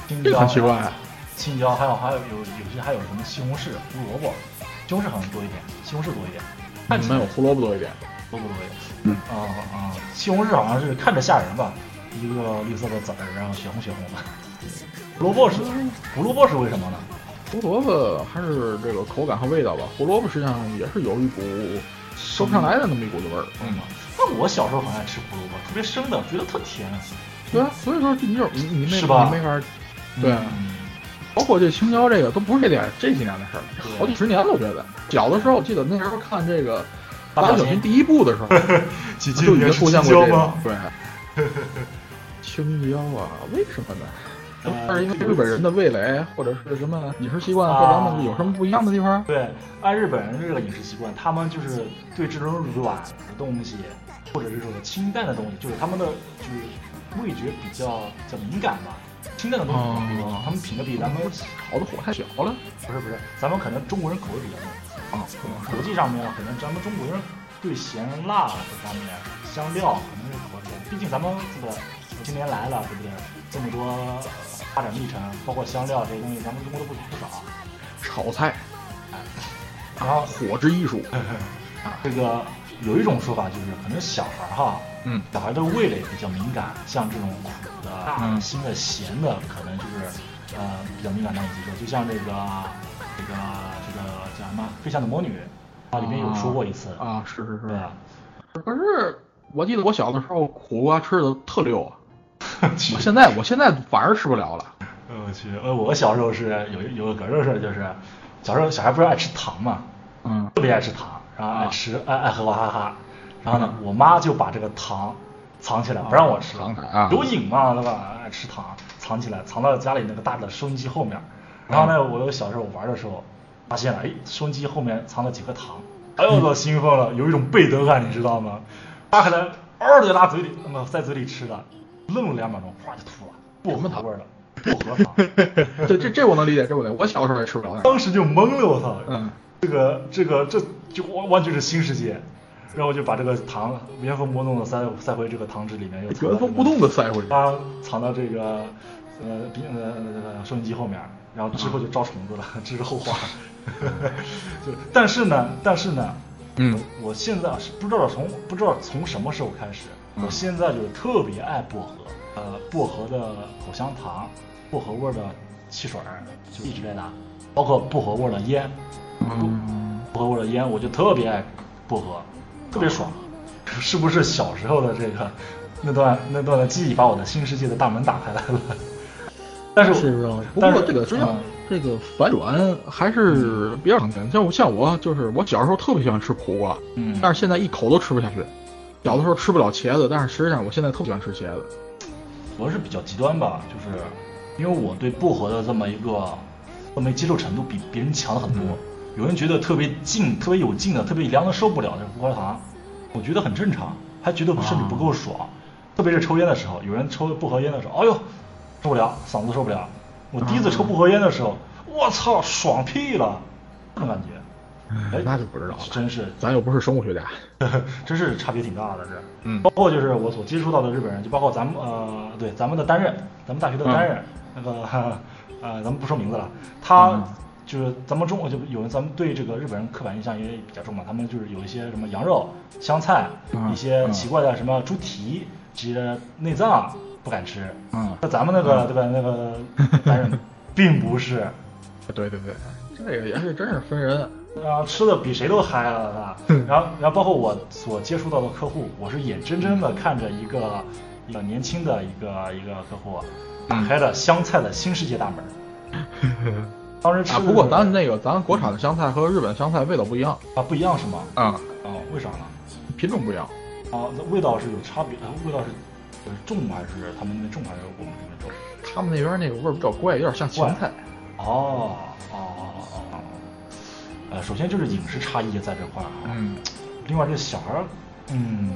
S1: 青
S2: 这
S1: 椒
S2: 个很奇怪啊。
S1: 青椒还有还有有有些还有什么西红柿、胡萝卜，西红柿好像多一点，西红柿多一点，看
S2: 你
S1: 起来
S2: 们有胡萝卜多一点，
S1: 多不多一点？
S2: 嗯
S1: 啊啊，西红柿好像是看着吓人吧，一个绿色的籽儿，然后血红血红的。胡萝卜是胡萝卜是为什么呢？
S2: 胡萝卜还是这个口感和味道吧。胡萝卜实际上也是有一股说不上来的那么一股子味儿，
S1: 嗯，那我小时候很爱吃胡萝卜，特别生的，觉得特甜。
S2: 对啊，所以说你就是你你没
S1: 是吧
S2: 你没法，对啊。
S1: 嗯
S2: 包括这青椒这个都不是这点这几年的事儿
S1: 对，
S2: 好几十年了。我觉得小的时候，我记得那时候看这个《
S1: 大表
S2: 大表
S1: 姐
S2: 小新》第一部
S1: (laughs)
S2: 的时候，
S1: 几
S2: 啊就已经出现过这个
S1: 吗？。
S2: 对，啊
S1: (laughs)
S2: 青椒啊，为什么呢？
S1: 呃
S2: 是因为日本人的味蕾或者是什么饮食习
S1: 啊
S2: 惯和咱们有什么不一样的地方？
S1: 对，按日本人这个饮食习惯，他们就是对这种软的东西，或者是说清淡的东西，就是他们的就是味觉比较比较敏感吧。清淡的东西比较多，
S2: 哦
S1: 他们品的比咱们
S2: 炒的火太小了
S1: 不是不是，咱们可能中国人口味比较重，
S2: 啊！
S1: 国际上面可能咱们中国人对咸辣这方面香料可能是口味比较重，毕竟咱们这个今年来了，对不对？这么多呃发展历程，包括香料这些东西，咱们中国都不不少。
S2: 炒菜，
S1: 然后
S2: 火之艺术。
S1: 这个有一种说法就是，可能小孩儿哈，
S2: 嗯，
S1: 小孩对味蕾比较敏感，像这种苦的、大的、
S2: 嗯
S1: 腥的、咸的，可能就是呃比较敏感难以接受。就像这个啊这个这个叫什么《飞翔的魔女》啊，里面有说过一次，
S2: 啊，是是
S1: 对啊
S2: 是。，可是我记得我小的时候苦瓜吃的特
S1: (laughs)
S2: 溜啊，我现在我现在反而吃不了了。
S1: 我去，呃，我小时候是有一有个格儿的事儿，就是小时候小孩不是爱吃糖嘛， (laughs)
S2: 嗯
S1: 特别爱吃糖，然后爱
S2: 啊嗯
S1: 吃、爱爱喝娃哈哈，然后呢，我妈就把这个糖藏起来，不让我吃，
S2: 藏起来啊
S1: 有瘾嘛，对吧？爱吃糖，藏起来，藏到家里那个大的收音机后面。然后呢，
S2: 嗯
S1: 我有小时候玩的时候，发现了，哎，收音机后面藏了几颗糖，哎
S2: (laughs)
S1: 呦，我兴奋了，有一种背德感，你知道吗？拉开来，嗷就拉嘴里，那么在嘴里吃的，愣了两秒钟，哗就吐了，薄
S2: 什么
S1: 荷
S2: 糖
S1: 味儿的，薄
S2: (laughs)
S1: 荷糖。
S2: 这这这我能理解，这我能理解。我小时候也吃不了那个。
S1: 当时就懵了，我操！
S2: 嗯，
S1: 这个这个这就完完全是新世界，然后我就把这个糖原封不动的塞塞回这个糖纸里面，又藏到
S2: 原封不动的塞回去
S1: 这个，它藏到这个呃冰呃呃收音机后面，然后之后就招虫子了， (laughs) 这是后话。就但是呢，但是呢，
S2: 嗯
S1: 我现在是不知道从不知道从什么时候开始，
S2: 嗯
S1: 我现在就是特别爱薄荷，呃，薄荷的口香糖，薄荷味儿的汽水儿，就一直在打，包括薄荷味儿的烟，
S2: 嗯，
S1: 薄荷味儿的烟，我就特别爱薄荷，特别爽。 (laughs) 是不是小时候的这个那段那段的记忆，把我的新世界的大门打开来了？ (laughs) 但是我
S2: 是不是？不
S1: 但
S2: 过
S1: 是
S2: 这个实际上
S1: 嗯
S2: 这个反转还是比较常见。像我像我就是我小时候特别喜欢吃苦瓜，
S1: 嗯
S2: 但是现在一口都吃不下去。小的时候吃不了茄子，但是实际上我现在特别喜欢吃茄子。
S1: 我是比较极端吧，就是因为我对薄荷的这么一个这么一接受程度比别人强了很多。
S2: 嗯
S1: 有人觉得特别劲、特别有劲的、特别凉的受不了的薄荷糖，我觉得很正常，还觉得甚至不够爽。
S2: 啊
S1: 特别是抽烟的时候，有人抽薄荷烟的时候，哎呦，受不了，嗓子受不了。我第一次抽薄荷烟的时
S2: 啊
S1: 候，我操，爽屁了，这种感觉。哎，
S2: 嗯那就不知道了
S1: 真是
S2: 咱又不是生物学家，
S1: (laughs) 真是差别挺大的，这。
S2: 嗯
S1: 包括就是我所接触到的日本人，就包括咱们呃，对咱们的担任，咱们大学的担任，那个 (laughs) 呃，咱们不说名字了，他。
S2: 嗯
S1: 就是咱们中国就有人，咱们对这个日本人刻板印象也比较重嘛。他们就是有一些什么羊肉、香菜，
S2: 嗯
S1: 一些
S2: 嗯
S1: 奇怪的什么猪蹄、这些内脏，不敢吃。
S2: 嗯，
S1: 那咱们那个对吧？那个男人并不是
S2: 对对对，这个也是真是分人，
S1: 啊，吃的比谁都嗨了
S2: (laughs)
S1: 是吧？然后，然后包括我所接触到的客户，我是眼睁睁的看着一个一个年轻的一个一个客户打开了湘菜的新世界大门。
S2: (laughs)
S1: 当时吃
S2: 啊，
S1: 的
S2: 不过
S1: 是
S2: 咱那个咱国产的香菜和日本香菜味道不一样
S1: 啊不一样是吗？
S2: 啊，
S1: 哦，为啥呢？
S2: 品种不一样。
S1: 啊，那味道是有差别，啊味道是呃重还是他们那边重还是我们这边重？
S2: 他们那边那个味儿比较怪，有点像芹菜。
S1: 哦哦哦哦哦，呃，首先就是饮食差异在这块儿啊，
S2: 嗯，
S1: 另外这小孩儿，嗯，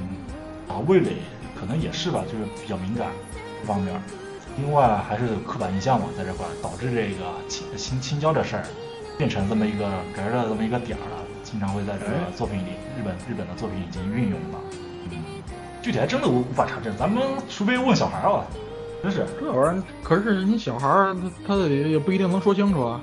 S1: 啊，味蕾可能也是吧，就是比较敏感这方面儿。另外还是有刻板印象嘛，在这块儿导致这个青青青椒这事儿变成这么一个人儿的这么一个点儿了，经常会在这个
S2: 哎
S1: 作品里，日本日本的作品已经运用了。嗯，具体还真的无无法查证，咱们除非问小孩儿啊，真是。
S2: 这玩意儿可是你小孩儿他他也也不一定能说清楚啊。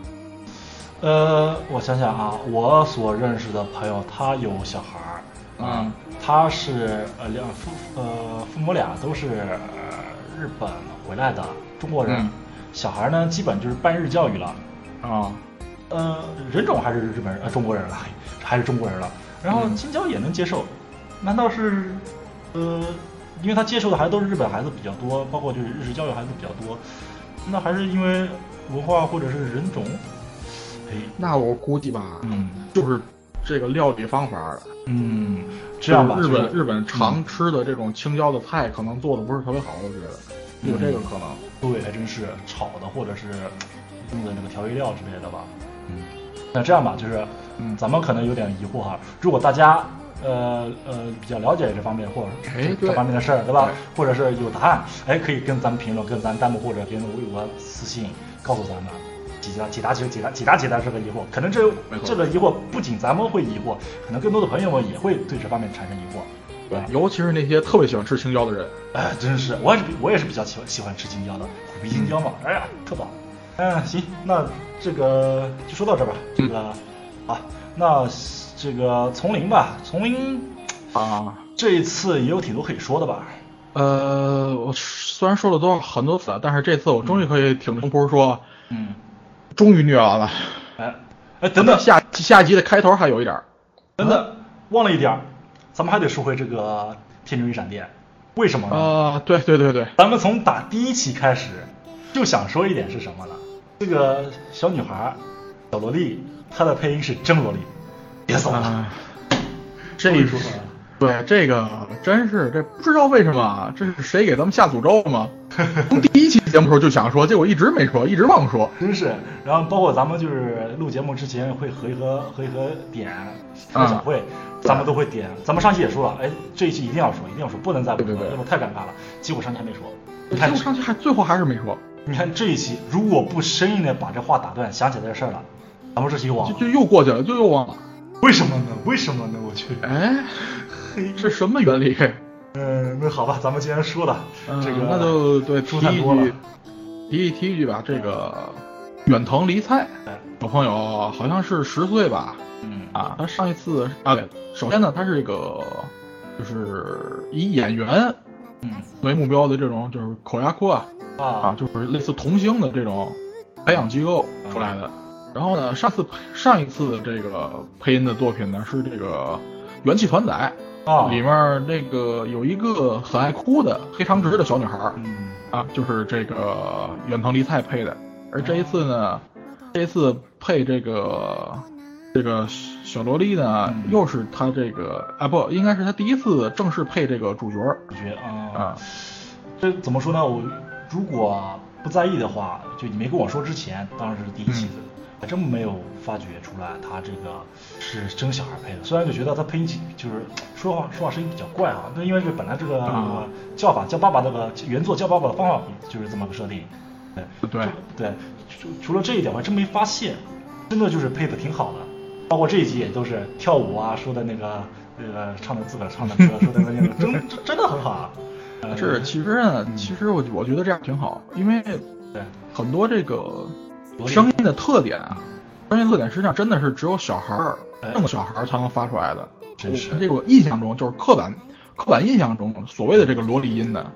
S1: 呃，我想想啊，我所认识的朋友，他有小孩儿，
S2: 嗯
S1: 他是呃两父呃父母俩都是、呃日本回来的中国人，
S2: 嗯
S1: 小孩呢基本就是半日教育了，
S2: 啊，
S1: 呃人种还是日本人呃中国人了，还是中国人了，然后
S2: 嗯
S1: 青椒也能接受，难道是呃因为他接受的孩子都是日本孩子比较多，包括就是日式教育孩子比较多，那还是因为文化或者是人种，哎，
S2: 那我估计吧，
S1: 嗯
S2: 就是这个料理方法，
S1: 嗯，这样吧，
S2: 就是日
S1: 就
S2: 本
S1: 是
S2: 日本常吃的这种青椒的菜，可能做的不是特别好，我觉得嗯有这个可能。
S1: 对，还真是炒的或者是用的那个调味料之类的吧。嗯，那这样吧，就是
S2: 嗯
S1: 咱们可能有点疑惑哈。如果大家呃呃比较了解这方面或者
S2: 哎
S1: 这
S2: 对
S1: 这方面的事儿，对吧
S2: 对？
S1: 或者是有答案，哎，可以跟咱们评论，跟咱弹幕或者跟微博私信告诉咱们。解答解答解答解答解答这个疑惑，可能这
S2: 没错
S1: 这个疑惑不仅咱们会疑惑，可能更多的朋友们也会对这方面产生疑惑。
S2: 对
S1: 啊，
S2: 尤其是那些特别喜欢吃青椒的人，
S1: 哎，真是，我也是比我也是比较喜欢喜欢吃青椒的，虎皮青椒嘛，哎呀，特棒。嗯，行，那这个就说到这儿吧。这
S2: 嗯
S1: 个、啊，那这个丛林吧，丛林
S2: 啊，
S1: 这一次也有挺多可以说的吧？
S2: 呃，我虽然说了多很多次，啊但是这次我终于可以挺胸脯说，
S1: 嗯，
S2: 终于虐完了。
S1: 哎哎，等等
S2: 下下集的开头还有一点儿，
S1: 等等，忘了一点儿，咱们还得说回这个天之与闪电，为什么呢？
S2: 啊，对对对对，
S1: 咱们从打第一期开始，就想说一点是什么呢？这个小女孩儿，小萝莉，她的配音是真萝莉，别走了。
S2: 啊，
S1: 终
S2: 这
S1: 于
S2: 一
S1: 说出来了。
S2: 对这个真是这不知道为什么啊，这是谁给咱们下诅咒吗？从第一期节目时候就想说，结果一直没说，一直忘说。
S1: 真是，然后包括咱们就是录节目之前会合一合合一合点
S2: 嗯
S1: 分享会，咱们都会点。咱们上期也说了，哎，这一期一定要说，一定要说，不能再不说
S2: 对对对
S1: 要不太尴尬了。结果上期还没说，你
S2: 结
S1: 看
S2: 果，上期还最后还是没说，
S1: 你看这一期如果不生硬的把这话打断，想起来这事儿了，咱们这期就忘
S2: 就
S1: 了。
S2: 就又过去了，就又忘了。
S1: 为什么呢？为什么呢？我去，
S2: 哎，
S1: 嘿，
S2: 是什么原理？
S1: 嗯，那好吧，咱们既然说了
S2: 嗯
S1: 这个，
S2: 那就对提
S1: 说
S2: 一
S1: 太多了
S2: 句，提一提一句吧，这个远藤梨菜
S1: 哎
S2: 小朋友好像是十岁吧，
S1: 嗯
S2: 啊，他上一次啊，对，首先呢，他是这个就是以演员
S1: 嗯
S2: 为目标的这种就是口牙科啊啊
S1: 啊，
S2: 就是类似童星的这种培养机构出来的。
S1: 嗯
S2: 然后呢，上次上一次这个配音的作品呢是这个《元气团仔》
S1: 啊，
S2: 里面那个有一个很爱哭的黑长直的小女孩儿
S1: 嗯
S2: 啊，就是这个远藤梨菜配的。而这一次呢，这一次配这个这个小萝莉呢，
S1: 嗯
S2: 又是她这个啊不，应该是她第一次正式配这个主角儿
S1: 主角啊
S2: 啊，
S1: 这怎么说呢？我如果不在意的话，就你没跟我说之前，当时是第一期的，还真没有发觉出来他这个是真小孩配的。虽然就觉得他配音就是说话说话声音比较怪啊，那因为这本来这个、
S2: 啊
S1: 叫法叫爸爸那个原作叫爸爸的方法就是这么个设定，对
S2: 对
S1: 对，除除了这一点我还真没发现，真的就是配的挺好的，包括这一集也都是跳舞啊，说的那个那个唱的自个儿唱的歌，说的那个真真真的很好啊。呃
S2: 是，其实呢
S1: 嗯，
S2: 其实我我觉得这样挺好，因为
S1: 对，
S2: 很多这个
S1: 萝莉
S2: 声音的特点啊，声音特点实际上真的是只有小孩儿
S1: 哎，
S2: 正的小孩儿才能发出来的。
S1: 真是
S2: 我这个印象中，就是刻板刻板印象中所谓的这个萝莉音呢，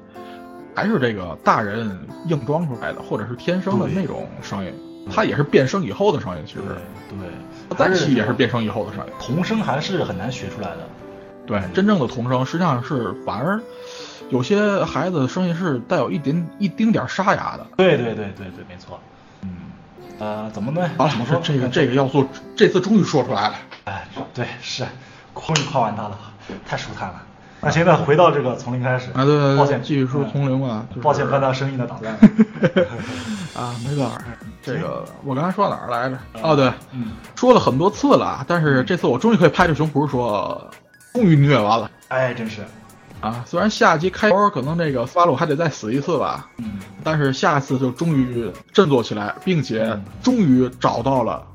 S2: 还是这个大人硬装出来的，或者是天生的
S1: 对嗯
S2: 那种声音，它也是变声以后的声音，其
S1: 对哦
S2: 实
S1: 对，
S2: 单
S1: 还
S2: 期也是变声以后的声音。
S1: 童声还是很难学出来的。
S2: 对，真正的童声实际上是反而有些孩子的声音是带有一点一丁点儿沙哑的。
S1: 对对对对对，没错。嗯，呃，怎么呢？
S2: 好了
S1: 怎么说，
S2: 啊这个这个要素这次终于说出来了。
S1: 哎，对，是，终于夸完他了，太舒坦了。那现在回到这个从零开始
S2: 啊，对对对，
S1: 抱歉，
S2: 继续说
S1: 嗯
S2: 从零吧。就是
S1: 抱
S2: (laughs)
S1: 歉，刚才声音的打断。
S2: 啊，没办法，这个我刚才说到哪儿来着？哦，对，
S1: 嗯，
S2: 说了很多次了啊，但是这次我终于可以拍着胸脯说，终于虐完了
S1: 哎，真是，
S2: 啊！虽然下集开头可能这个斯巴鲁还得再死一次吧，
S1: 嗯，
S2: 但是下次就终于振作起来，并且终于找到了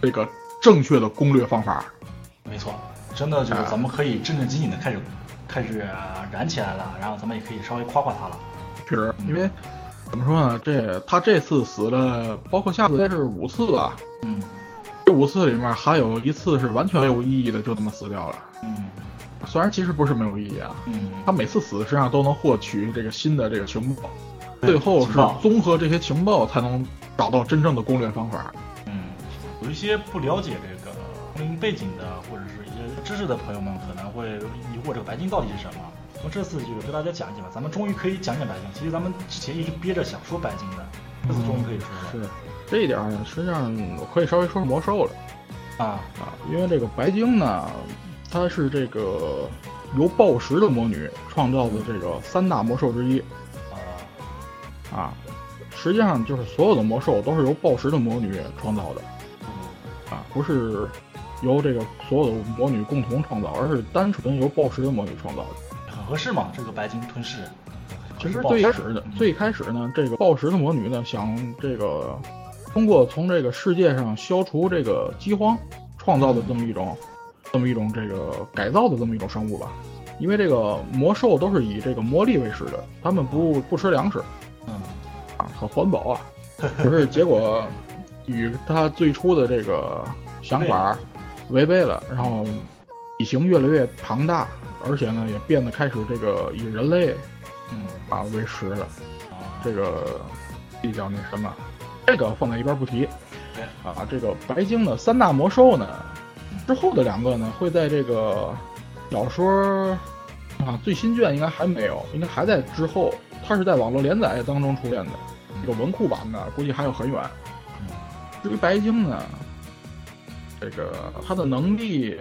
S2: 这个正确的攻略方法。
S1: 没错，真的就是
S2: 啊
S1: 咱们可以正正经经的开始，开始呃燃起来了，然后咱们也可以稍微夸夸他了。
S2: 确实，因为怎么说呢，这他这次死了，包括下次应该是五次吧，
S1: 嗯
S2: 这五次里面还有一次是完全没有意义的，就这么死掉了。
S1: 嗯
S2: 虽然其实不是没有意义啊，他
S1: 嗯，
S2: 每次死实际上都能获取这个新的这个情报，
S1: 对
S2: 最后
S1: 情
S2: 是
S1: 报
S2: 综合这些情报才能找到真正的攻略方法。
S1: 嗯，有一些不了解这个丛林背景的或者是一些知识的朋友们可能会疑惑这个白金到底是什么。我这次就是跟大家讲一讲吧，咱们终于可以讲讲白金。其实咱们之前一直憋着想说白金的，这次终于可以说了、
S2: 是这一点儿呢，实际上我可以稍微说说魔兽了
S1: 啊。
S2: 啊，因为这个白鲸呢，它是这个由暴食的魔女创造的这个三大魔兽之一
S1: 啊，
S2: 啊。实际上就是所有的魔兽都是由暴食的魔女创造的
S1: 呃
S2: 啊，不是由这个所有的魔女共同创造，而是单纯由暴食的魔女创造的。
S1: 很合适嘛，这个白金吞噬。
S2: 其实
S1: 很
S2: 最
S1: 合
S2: 开
S1: 适
S2: 始的
S1: 嗯
S2: 最开始呢，这个暴食的魔女呢，想这个通过从这个世界上消除这个饥荒，创造的这么一种，这么一种这个改造的这么一种生物吧。因为这个魔兽都是以这个魔力为食的，他们不不吃粮食
S1: 嗯
S2: 啊，很环保啊。可是结果与他最初的这个想法违背了，然后体型越来越庞大，而且呢也变得开始这个以人类
S1: 嗯
S2: 啊为食了。
S1: 啊，
S2: 这个比较那什么，这个放在一边不提。
S1: 对
S2: 啊，这个白鲸的三大魔兽呢，之后的两个呢会在这个小说啊最新卷应该还没有，应该还在之后，它是在网络连载当中出现的
S1: 嗯
S2: 这个文库版的，估计还有很远。至于白鲸呢，这个它的能力，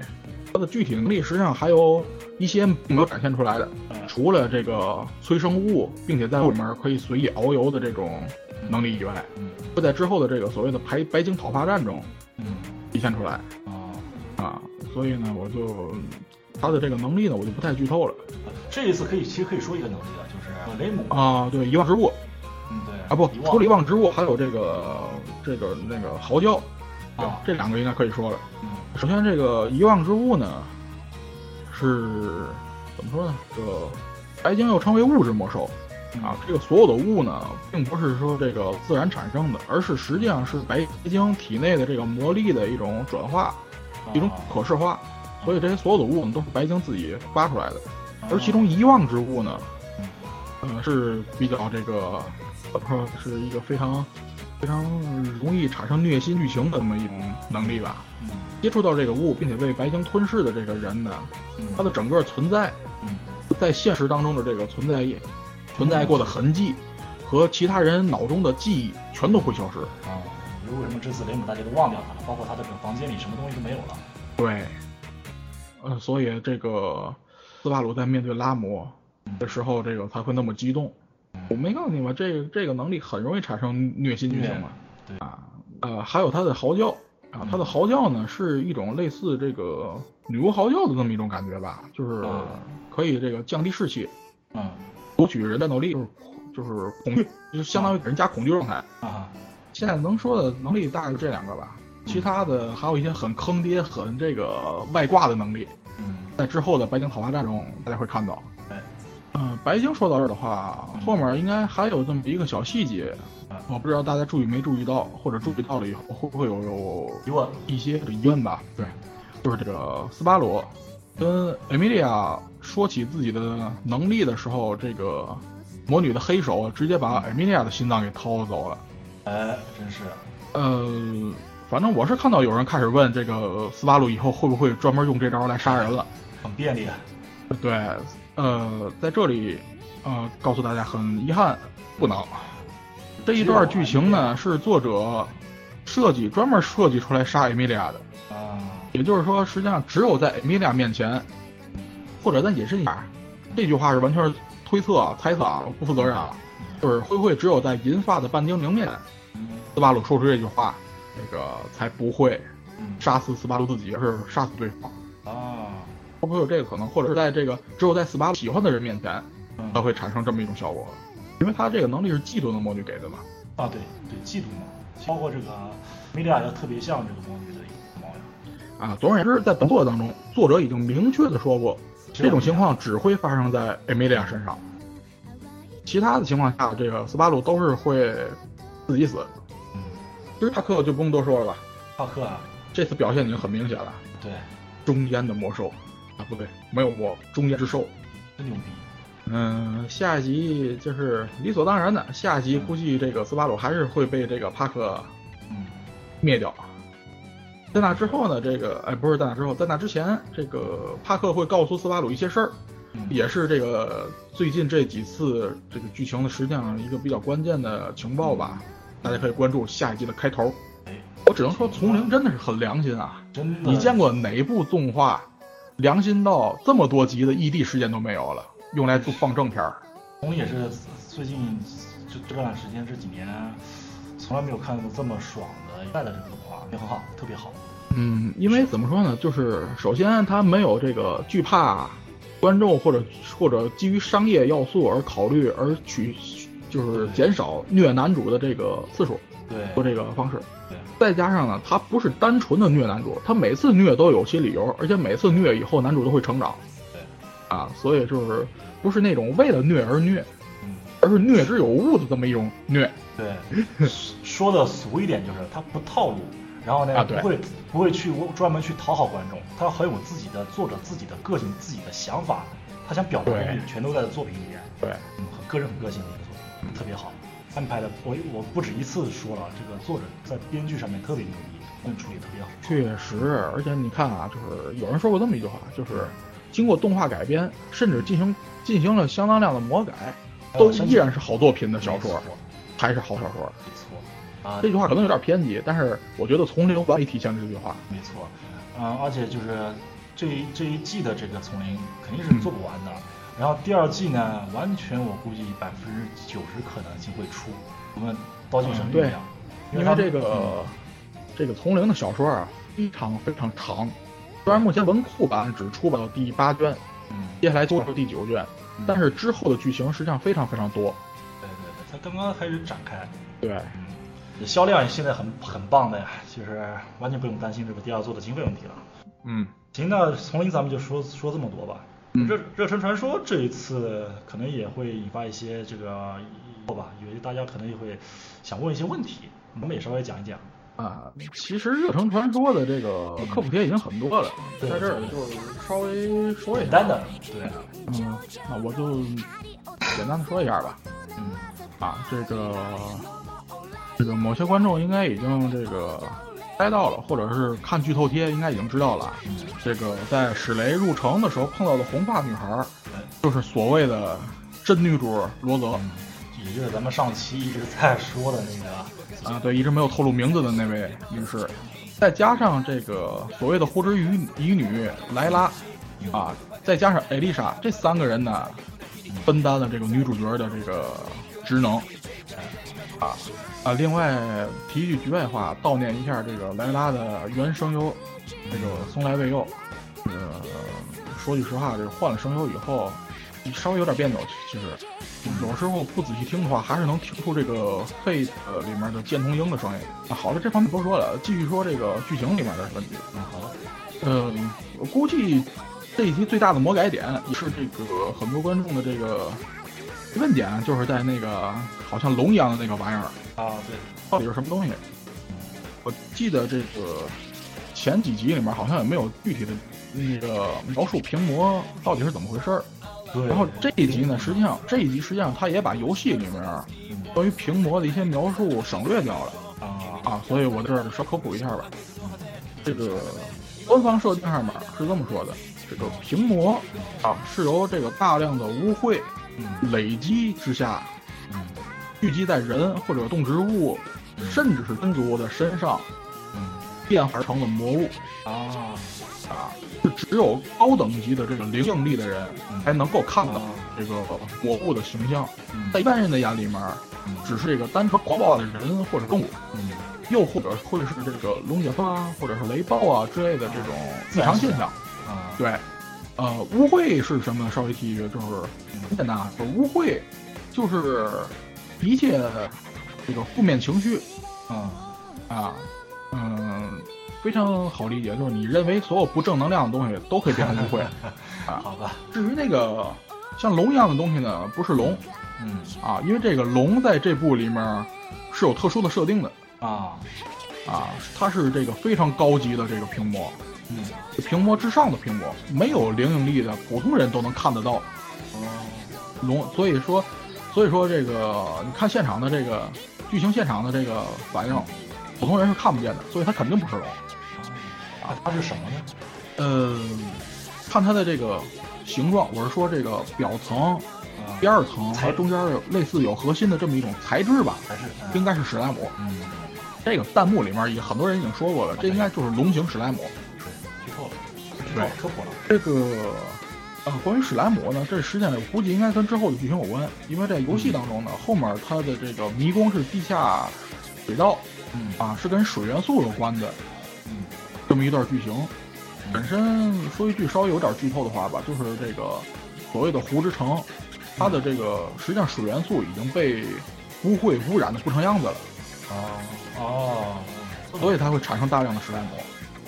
S2: 它的具体能力实际上还有一些没有展现出来的。
S1: 嗯
S2: 除了这个催生物，并且在里面可以随意遨游的这种能力以外，
S1: 嗯
S2: 会在之后的这个所谓的白白鲸讨伐战中
S1: 嗯
S2: 体现出来
S1: 啊，
S2: 啊。所以呢，我就他的这个能力呢，我就不太剧透了
S1: 这一次可以其实可以说一个能力了，就是雷姆，
S2: 啊。对，遗忘之物
S1: 嗯对
S2: 啊，不
S1: 遗，忘
S2: 除了遗忘之物，还有这个这个那个嚎叫，
S1: 啊
S2: 这两个应该可以说了。
S1: 嗯
S2: 首先，这个遗忘之物呢，是怎么说呢？这个白鲸又称为物质魔兽。
S1: 嗯
S2: 啊，这个所有的物呢，并不是说这个自然产生的，而是实际上是白鲸体内的这个魔力的一种转化，
S1: 哦啊
S2: 一种可视化。所以这些所有的物呢，都是白鲸自己发出来的。
S1: 啊
S2: 而其中遗忘之物呢，
S1: 嗯
S2: 呃，是比较这个怎么说，是一个非常非常容易产生虐心剧情的这么一种能力吧。
S1: 嗯
S2: 接触到这个物，并且被白鲸吞噬的这个人呢，
S1: 嗯
S2: 他的整个存在
S1: 嗯
S2: 在现实当中的这个存在意存在过的痕迹和其他人脑中的记忆全都会消失。
S1: 啊，比如为什么这次雷姆大家都忘掉他了，包括他这个房间里什么东西都没有了，
S2: 对，呃，所以这个斯巴鲁在面对拉姆的时候，这个才会那么激动。我没告诉你吗？这个这个能力很容易产生虐心剧情嘛。
S1: 对嗯
S2: 啊，呃，还有他的嚎叫啊，他的嚎叫呢是一种类似这个女巫嚎叫的这么一种感觉吧，就是
S1: 啊
S2: 可以这个降低士气，
S1: 嗯
S2: 夺取人战斗力，就是就是恐惧，就是相当于给人加恐惧状态。
S1: 啊
S2: 现在能说的能力大概就这两个吧，其他的还有一些很坑爹、很这个外挂的能力，
S1: 嗯
S2: 在之后的白鲸讨伐战中大家会看到。
S1: 对
S2: 嗯、白鲸说到这儿的话，后面应该还有这么一个小细节呃
S1: 啊，
S2: 我不知道大家注意没注意到，或者注意到了以后会不会有有
S1: 疑问
S2: 一些疑问吧？对，就是这个斯巴鲁跟艾米莉亚说起自己的能力的时候，这个魔女的黑手直接把艾米莉亚的心脏给掏走了。
S1: 哎，真是，
S2: 呃，反正我是看到有人开始问这个斯巴鲁以后会不会专门用这招来杀人了。
S1: 很便利啊。
S2: 对，呃，在这里，呃，告诉大家很遗憾，不能。这一段剧情呢是作者设计专门设计出来杀艾米莉亚的，
S1: 啊，
S2: 也就是说，实际上只有在艾米莉亚面前，或者在隐身下，这句话是完全是推测啊、猜测啊，我不负责任啊。就是灰灰只有在银发的半精灵面前，
S1: 嗯
S2: 斯巴鲁说出这句话，那个才不会
S1: 嗯
S2: 杀死斯巴鲁自己，而是杀死对方。
S1: 啊，
S2: 会不会有这个可能？或者是在这个只有在斯巴鲁喜欢的人面前，
S1: 嗯
S2: 它会产生这么一种效果？因为它这个能力是嫉妒的魔女给的嘛。
S1: 啊，对对，嫉妒嘛，包括这个米利亚要特别像这个魔女的一个模样，
S2: 啊，总而言之，在本作当中，作者已经明确的说过，这种情况只会发生在艾米莉亚身上，其他的情况下，这个斯巴鲁都是会自己死。
S1: 嗯，
S2: 其实塔克就不用多说了吧，
S1: 帕克啊，
S2: 这次表现已经很明显了，
S1: 对，
S2: 中间的魔兽啊，不对，没有魔，中间之兽。
S1: 真牛逼，
S2: 嗯，下一集就是理所当然的，下一集估计这个斯巴鲁还是会被这个帕克
S1: 嗯
S2: 灭掉。在那之后呢，这个哎不是在那之后，在那之前，这个帕克会告诉斯巴鲁一些事儿，
S1: 嗯，
S2: 也是这个最近这几次这个剧情的实际上一个比较关键的情报吧，大家可以关注下一集的开头。
S1: 哎，
S2: 我只能说，丛林真的是很良心啊！
S1: 真的，
S2: 你见过哪一部动画良心到这么多集的异地时间都没有了，用来做放正片儿？
S1: 红也是最近这这段时间这几年从来没有看过这么爽的一代的这个动画，也很好，特别好，
S2: 嗯，因为怎么说呢，就是首先它没有这个惧怕观众或者或者基于商业要素而考虑而取，就是减少虐男主的这个次数
S1: 对，
S2: 做这个方式。
S1: 对，
S2: 再加上呢，它不是单纯的虐男主，它每次虐都有其理由，而且每次虐以后男主都会成长。
S1: 对，
S2: 啊，所以就是不是那种为了虐而虐，
S1: 嗯。
S2: 而是虐之有物的这么一种虐。
S1: 对，说 (laughs) 的俗一点就是他不套路，然后呢、
S2: 啊
S1: 不
S2: 对
S1: 会不会去专门去讨好观众，他很有自己的作者自己的个性、自己的想法，他想表达的
S2: 对
S1: 东西全都在作品里面，
S2: 对，
S1: 嗯，很个人很个性的一个作品，特别好，安排的我我不止一次说了，这个作者在编剧上面特别牛逼，嗯，处理特别好，
S2: 确实，而且你看啊，就是有人说过这么一句话，就是经过动画改编，甚至进行进行了相当量的魔改，都依然是好作品的小说，还是好小说。
S1: 没错，啊，
S2: 这句话可能有点偏激，但是我觉得丛林完美体现了这句话。
S1: 没错，嗯，而且就是这一这一季的这个丛林肯定
S2: 嗯
S1: 是做不完的，然后第二季呢，完全我估计百分之九十可能性会出，我们刀剑神域一样，
S2: 因
S1: 他呃
S2: 为这个这个丛林的小说啊，非常非常长，虽然目前文库版只出版到第八卷，
S1: 嗯，
S2: 接下来就出第九卷，
S1: 嗯
S2: 但是之后的剧情实际上非常非常多。
S1: 对对对，它刚刚开始展开，
S2: 对，
S1: 嗯，销量现在很很棒的呀，就是完全不用担心这个第二座的经费问题了。
S2: 嗯，
S1: 行，那丛林咱们就说说这么多吧。热热忱传说这一次可能也会引发一些这个疑惑吧，有些大家可能也会想问一些问题，我们也稍微讲一讲。
S2: 啊，其实《热成传说》的这个科普贴已经很多了，
S1: 嗯对
S2: 在这儿就是稍微说一
S1: 简
S2: 下。
S1: 单的，对，啊
S2: 嗯，那我就简单的说一下吧。
S1: 嗯，
S2: 啊，这个这个某些观众应该已经这个猜到了，或者是看剧透贴应该已经知道了。这个在史雷入城的时候碰到的红发女孩儿，就是所谓的真女主罗泽
S1: 也就是咱们上期一直在说的那个，
S2: 啊，对，一直没有透露名字的那位女士，再加上这个所谓的呼之欲疑女莱拉啊，再加上艾丽莎这三个人呢，分担了这个女主角的这个职能。啊啊！另外提一句局外话，悼念一下这个莱拉的原声优，这个松来未佑。呃，说句实话，这个换了声优以后，稍微有点别扭。其实有时候不仔细听的话，还是能听出这个肺呃里面的剑童鹰的声音。啊，好了，这方面不说了，继续说这个剧情里面的问题。
S1: 嗯，好了，
S2: 嗯、我估计这一集最大的魔改点也是这个很多观众的这个疑问点，就是在那个好像龙一样的那个玩意儿。
S1: 啊，对，
S2: 到底是什么东西？我记得这个前几集里面好像也没有具体的那个描述屏魔到底是怎么回事儿，
S1: 对，
S2: 然后这一集呢，实际上这一集实际上它也把游戏里面关于屏魔的一些描述省略掉了
S1: 啊嗯
S2: 啊，所以我在这儿稍科普一下吧。这个官方设定上面是这么说的：这个屏魔啊是由这个大量的污秽
S1: 嗯
S2: 累积之下
S1: 嗯
S2: 聚集在人或者动植物，甚至是真族的身上
S1: 嗯
S2: 变化成了魔物。
S1: 啊
S2: 啊，是只有高等级的这个灵应力的人
S1: 嗯
S2: 才能够看到
S1: 哦
S2: 这个魔物的形象，
S1: 嗯
S2: 在一般人的眼里面，
S1: 嗯
S2: 只是一个单纯狂暴的人或者动物，
S1: 嗯
S2: 又或者会是这个龙卷风啊，或者是雷暴啊之类的这种异常现象。
S1: 啊
S2: 对，呃，污秽是什么呢？稍微提一句，就是很简单啊，就是污秽就是一切这个负面情绪
S1: 啊
S2: 啊，嗯，非常好理解，就是你认为所有不正能量的东西都可以变成污秽啊。
S1: 好吧
S2: 至于那个像龙一样的东西呢，不是龙
S1: 嗯
S2: 啊，因为这个龙在这部里面是有特殊的设定的
S1: 啊
S2: 啊，它是这个非常高级的这个屏幕，
S1: 嗯
S2: 屏幕之上的屏幕，没有灵应力的普通人都能看得到
S1: 哦
S2: 龙，所以说，所以说这个你看现场的这个剧情现场的这个反应，普通人是看不见的，所以它肯定不是龙。
S1: 啊它是什么呢？
S2: 呃，看它的这个形状，我是说这个表层、
S1: 啊
S2: 第二层
S1: 材
S2: 和中间有类似有核心的这么一种材质吧，
S1: 还是
S2: 应该是史莱姆。
S1: 嗯
S2: 这个弹幕里面也很多人已经说过了，这应该就是龙形史莱姆。
S1: 对剧透了剧透了科普了
S2: 这个呃，关于史莱姆呢，这实际上我估计应该跟之后的剧情有关，因为在游戏当中呢，后面它的这个迷宫是地下水道
S1: 嗯
S2: 啊，是跟水元素有关的
S1: 嗯
S2: 这么一段剧情。本身说一句稍微有点剧透的话吧，就是这个所谓的湖之城，它的这个实际上水元素已经被污秽污染的不成样子了，
S1: 哦哦
S2: 所以它会产生大量的史莱姆。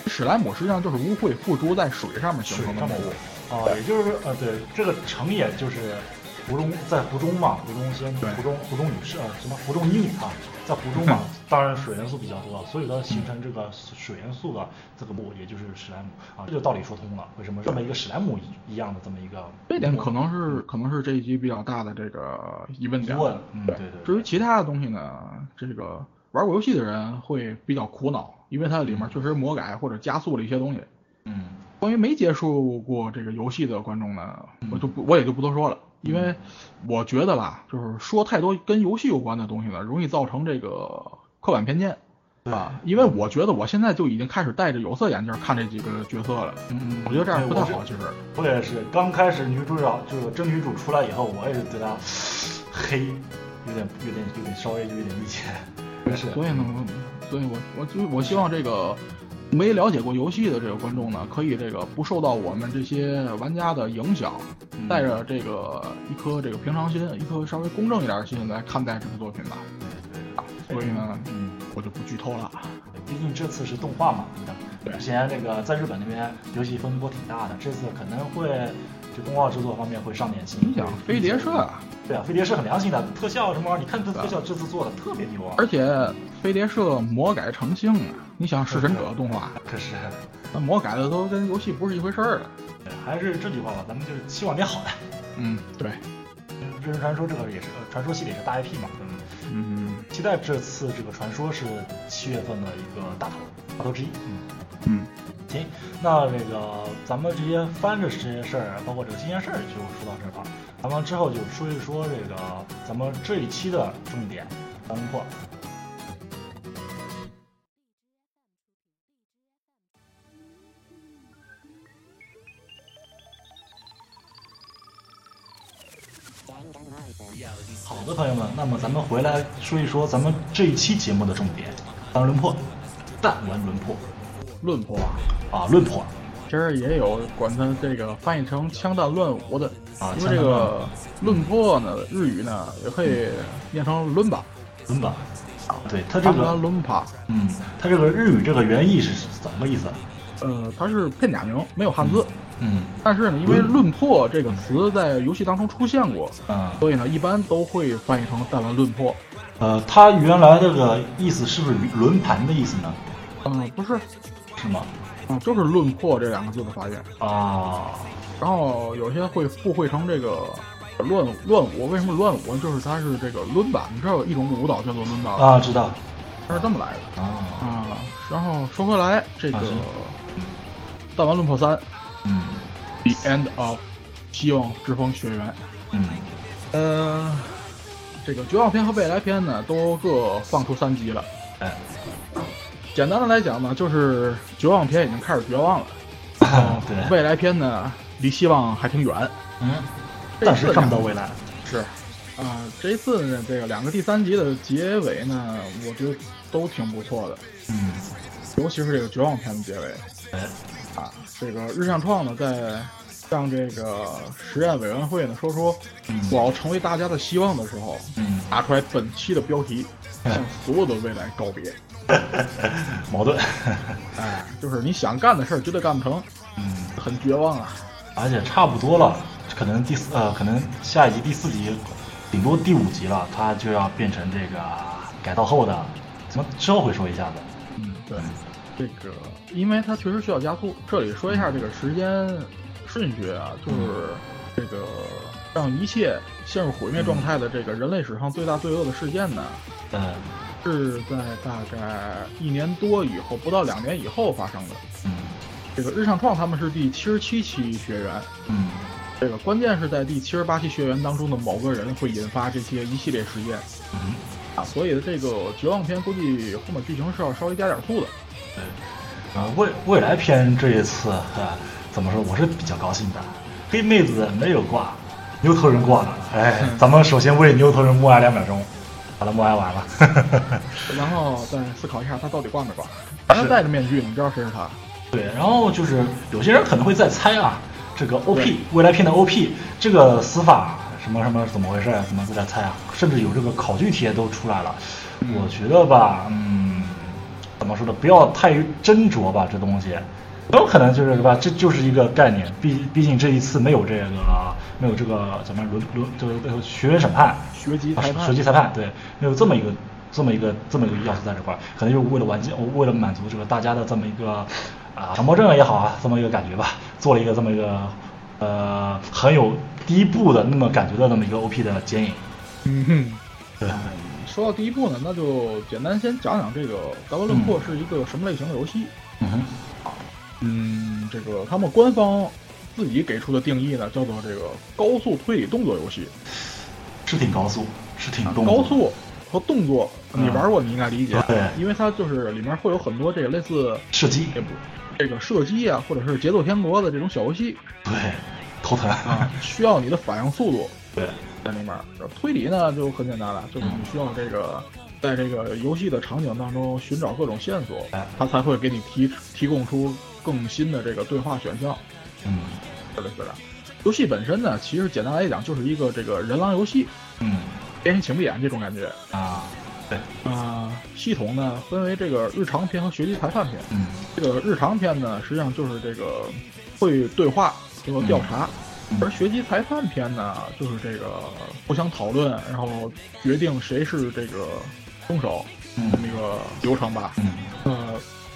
S2: 史莱姆实际上就是污秽附着在水上面形
S1: 水
S2: 成的
S1: 上
S2: 魔
S1: 面
S2: 物。
S1: 哦，也就是呃，对，这个成也就是湖中在湖中嘛，湖中仙女，
S2: 对
S1: 湖中湖中女士啊，什么湖中医女啊，在湖中
S2: (laughs)
S1: 嘛，当然水元素比较多，所以它形成这个水元素的这个物，也就是史莱姆啊，这就道理说通了，为什么这么一个史莱姆一一样的这么一个
S2: 这点可能是可能是这一集比较大的这个疑问点。
S1: 疑问嗯对对对
S2: 至于其他的东西呢，这个玩过游戏的人会比较苦恼，因为它里面确实魔改或者加速了一些东西。
S1: 嗯
S2: 关于没接触过这个游戏的观众呢，
S1: 嗯
S2: 我就不我也就不多说了，因为我觉得吧，就是说太多跟游戏有关的东西呢，容易造成这个刻板偏见啊。因为我觉得我现在就已经开始戴着有色眼镜看这几个角色了，
S1: 嗯
S2: 我觉得这样不太
S1: 对我
S2: 好，
S1: 是
S2: 其实。
S1: 我也是刚开始女主角就是真女主出来以后，我也是对她黑，有点有点有点稍微有点意见，真是
S2: 所以呢，我所以我我就我希望这个没了解过游戏的这个观众呢，可以这个不受到我们这些玩家的影响，带着这个一颗这个平常心，一颗稍微公正一点的心来看待这部作品吧。啊，所以呢，
S1: 嗯。
S2: 我就不剧透了。
S1: 毕竟这次是动画嘛，对吧
S2: 对
S1: 之前这个在日本那边游戏风波挺大的，这次可能会就动画制作方面会上点心。
S2: 你想飞碟社，啊，
S1: 对啊，飞碟社很良心的，特效什么玩意儿，你看这特效这次做的特别牛啊。
S2: 而且飞碟社魔改成性啊，你想弑神者动画，
S1: 可是，
S2: 那魔改的都跟游戏不是一回事儿了。
S1: 呃还是这句话吧，咱们就是期望点好的。
S2: 嗯，
S1: 《
S2: 对，
S1: 真人传说》这个也是，呃传说系列也是大 IP 嘛，嗯，
S2: 嗯
S1: 期待这次这个传说是七月份的一个大头，大头之一。嗯，
S2: 嗯，
S1: 行，那这个咱们这些翻着这些事儿，啊包括这个新鲜事儿，就说到这儿吧。咱们之后就说一说这个咱们这一期的重点干货。好的，朋友们，那么咱们回来说一说咱们这一期节目的重点，当轮破，弹丸轮破
S2: 论破啊。
S1: 啊，论破
S2: 其实也有管它这个翻译成枪弹乱舞的
S1: 啊
S2: 因为这个论破呢，日语呢也可以念成伦巴，
S1: 轮吧。对他这
S2: 他们
S1: 个，
S2: 伦巴，
S1: 嗯，他这个日语这个原意是怎么个意思啊？
S2: 呃，它是片假名，没有汉字。
S1: 嗯
S2: 但是呢，因为论破这个词在游戏当中出现过，
S1: 啊，
S2: 所以呢，一般都会翻译成弹丸论破。
S1: 呃，他原来这个意思是不是轮盘的意思呢？
S2: 嗯，不是，
S1: 是吗？
S2: 嗯，就是“论破”这两个字的发源。
S1: 啊，
S2: 然后有些会附会成这个乱舞乱舞，为什么乱舞？就是它是这个伦巴，你知道有一种舞蹈叫做伦巴，
S1: 啊，知道
S2: 它是这么来的
S1: 啊，
S2: 啊。然后说回来，这个
S1: 啊是
S2: 《弹丸论破三
S1: 嗯》
S2: The End of 希望之风学园，
S1: 嗯
S2: 呃，这个绝望篇和未来篇呢都各放出三集了。
S1: (coughs) 哎，
S2: 简单的来讲呢，就是绝望篇已经开始绝望了，
S1: 对，
S2: 未来篇呢离希望还挺远。
S1: 嗯，
S2: 这
S1: 暂时
S2: 次
S1: 看不
S2: 呢
S1: 到未来，
S2: 是，啊、这一次呢，这个两个第三集的结尾呢，我觉得都挺不错的，
S1: 嗯，
S2: 尤其是这个绝望篇的结尾
S1: 哎，
S2: 啊，这个日向创呢在向这个实验委员会呢说出
S1: 嗯
S2: 我要成为大家的希望的时候，
S1: 嗯，
S2: 打出来本期的标题，向所有的未来告别。
S1: (laughs) 矛盾，
S2: 哎，就是你想干的事儿绝对干不成，
S1: 嗯，
S2: 很绝望啊。
S1: 而且差不多了，可能第四呃，可能下一集第四集，顶多第五集了，它就要变成这个改造后的，咱们之后会说一下的，
S2: 嗯，对，这个因为它确实需要加速。这里说一下这个时间顺序啊，就是这个让一切陷入毁灭状态的这个人类史上最大罪恶的事件呢，
S1: 嗯
S2: 是在大概一年多以后，不到两年以后发生的。
S1: 嗯
S2: 这个日上创他们是第七十七期学员，
S1: 嗯
S2: 这个关键是在第七十八期学员当中的某个人会引发这些一系列事件
S1: 嗯，
S2: 啊，所以这个绝望篇估计后面剧情是要稍微加点速的。
S1: 对，呃，未未来篇这一次，呃，怎么说，我是比较高兴的，黑妹子没有挂，牛头人挂了，哎，咱们首先为牛头人默哀两秒钟，把他默哀完了， (laughs)
S2: 然后再思考一下他到底挂没挂。反正戴着面具，你知道谁是他？
S1: 对，然后就是有些人可能会在猜啊，这个 OP
S2: 对
S1: 未来篇的 OP 这个死法什么什么怎么回事，怎么在猜啊，甚至有这个考据题都出来了，我觉得吧，嗯，怎么说呢，不要太斟酌吧，这东西。有可能就是吧，这就是一个概念，毕毕竟这一次没有这个没有这个咱们轮轮就是学员审判，
S2: 学籍
S1: 啊
S2: 裁判
S1: 学籍裁判，对，没有这么一个这么一个这么一个要素在这块儿，可能就是为了完结，为了满足这个大家的这么一个啊强迫症也好啊，这么一个感觉吧，做了一个这么一个呃很有第一部的那么感觉的那么一个 OP 的剪影，
S2: 嗯哼。
S1: 对，
S2: 嗯说到第一部呢，那就简单先讲讲这个《达文论破》是一个什么类型的游戏。
S1: 嗯哼，
S2: 嗯，这个他们官方自己给出的定义呢，叫做这个高速推理动作游戏。
S1: 是挺高速，是挺动
S2: 啊高
S1: 作，
S2: 速和动作，
S1: 嗯
S2: 你玩过你应该理解，
S1: 对
S2: 因为它就是里面会有很多这个类似
S1: 射击，
S2: 这部这个射击啊，或者是节奏天国的这种小游戏
S1: 对，头疼， (laughs)
S2: 啊，需要你的反应速度。
S1: 对，
S2: 在里面儿。然后推理呢就很简单了，就是你需要这个在这个游戏的场景当中寻找各种线索
S1: 哎，
S2: 它才会给你提提供出更新的这个对话选项，
S1: 嗯
S2: 是的，是的。游戏本身呢，其实简单来讲就是一个这个人狼游戏，
S1: 嗯
S2: 变形请闭眼这种感觉。
S1: 啊，对，
S2: 啊、系统呢分为这个日常篇和学习裁判篇。
S1: 嗯
S2: 这个日常篇呢，实际上就是这个会对话和调查，
S1: 嗯
S2: 而学习裁判篇呢，就是这个互相讨论，然后决定谁是这个凶手这么
S1: 嗯
S2: 一个流程吧。
S1: 嗯
S2: 呃，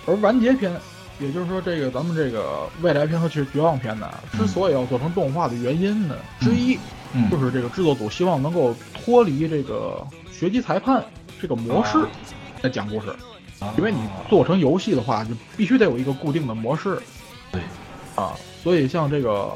S2: 而完结篇，也就是说这个咱们这个未来篇和绝绝望篇呢，
S1: 嗯
S2: 之所以要做成动画的原因呢，
S1: 嗯
S2: 之一
S1: 嗯，
S2: 就是这个制作组希望能够脱离这个学习裁判这个模式
S1: 啊
S2: 来讲故事。
S1: 啊
S2: 因为你做成游戏的话，就必须得有一个固定的模式
S1: 对，
S2: 啊，所以像这个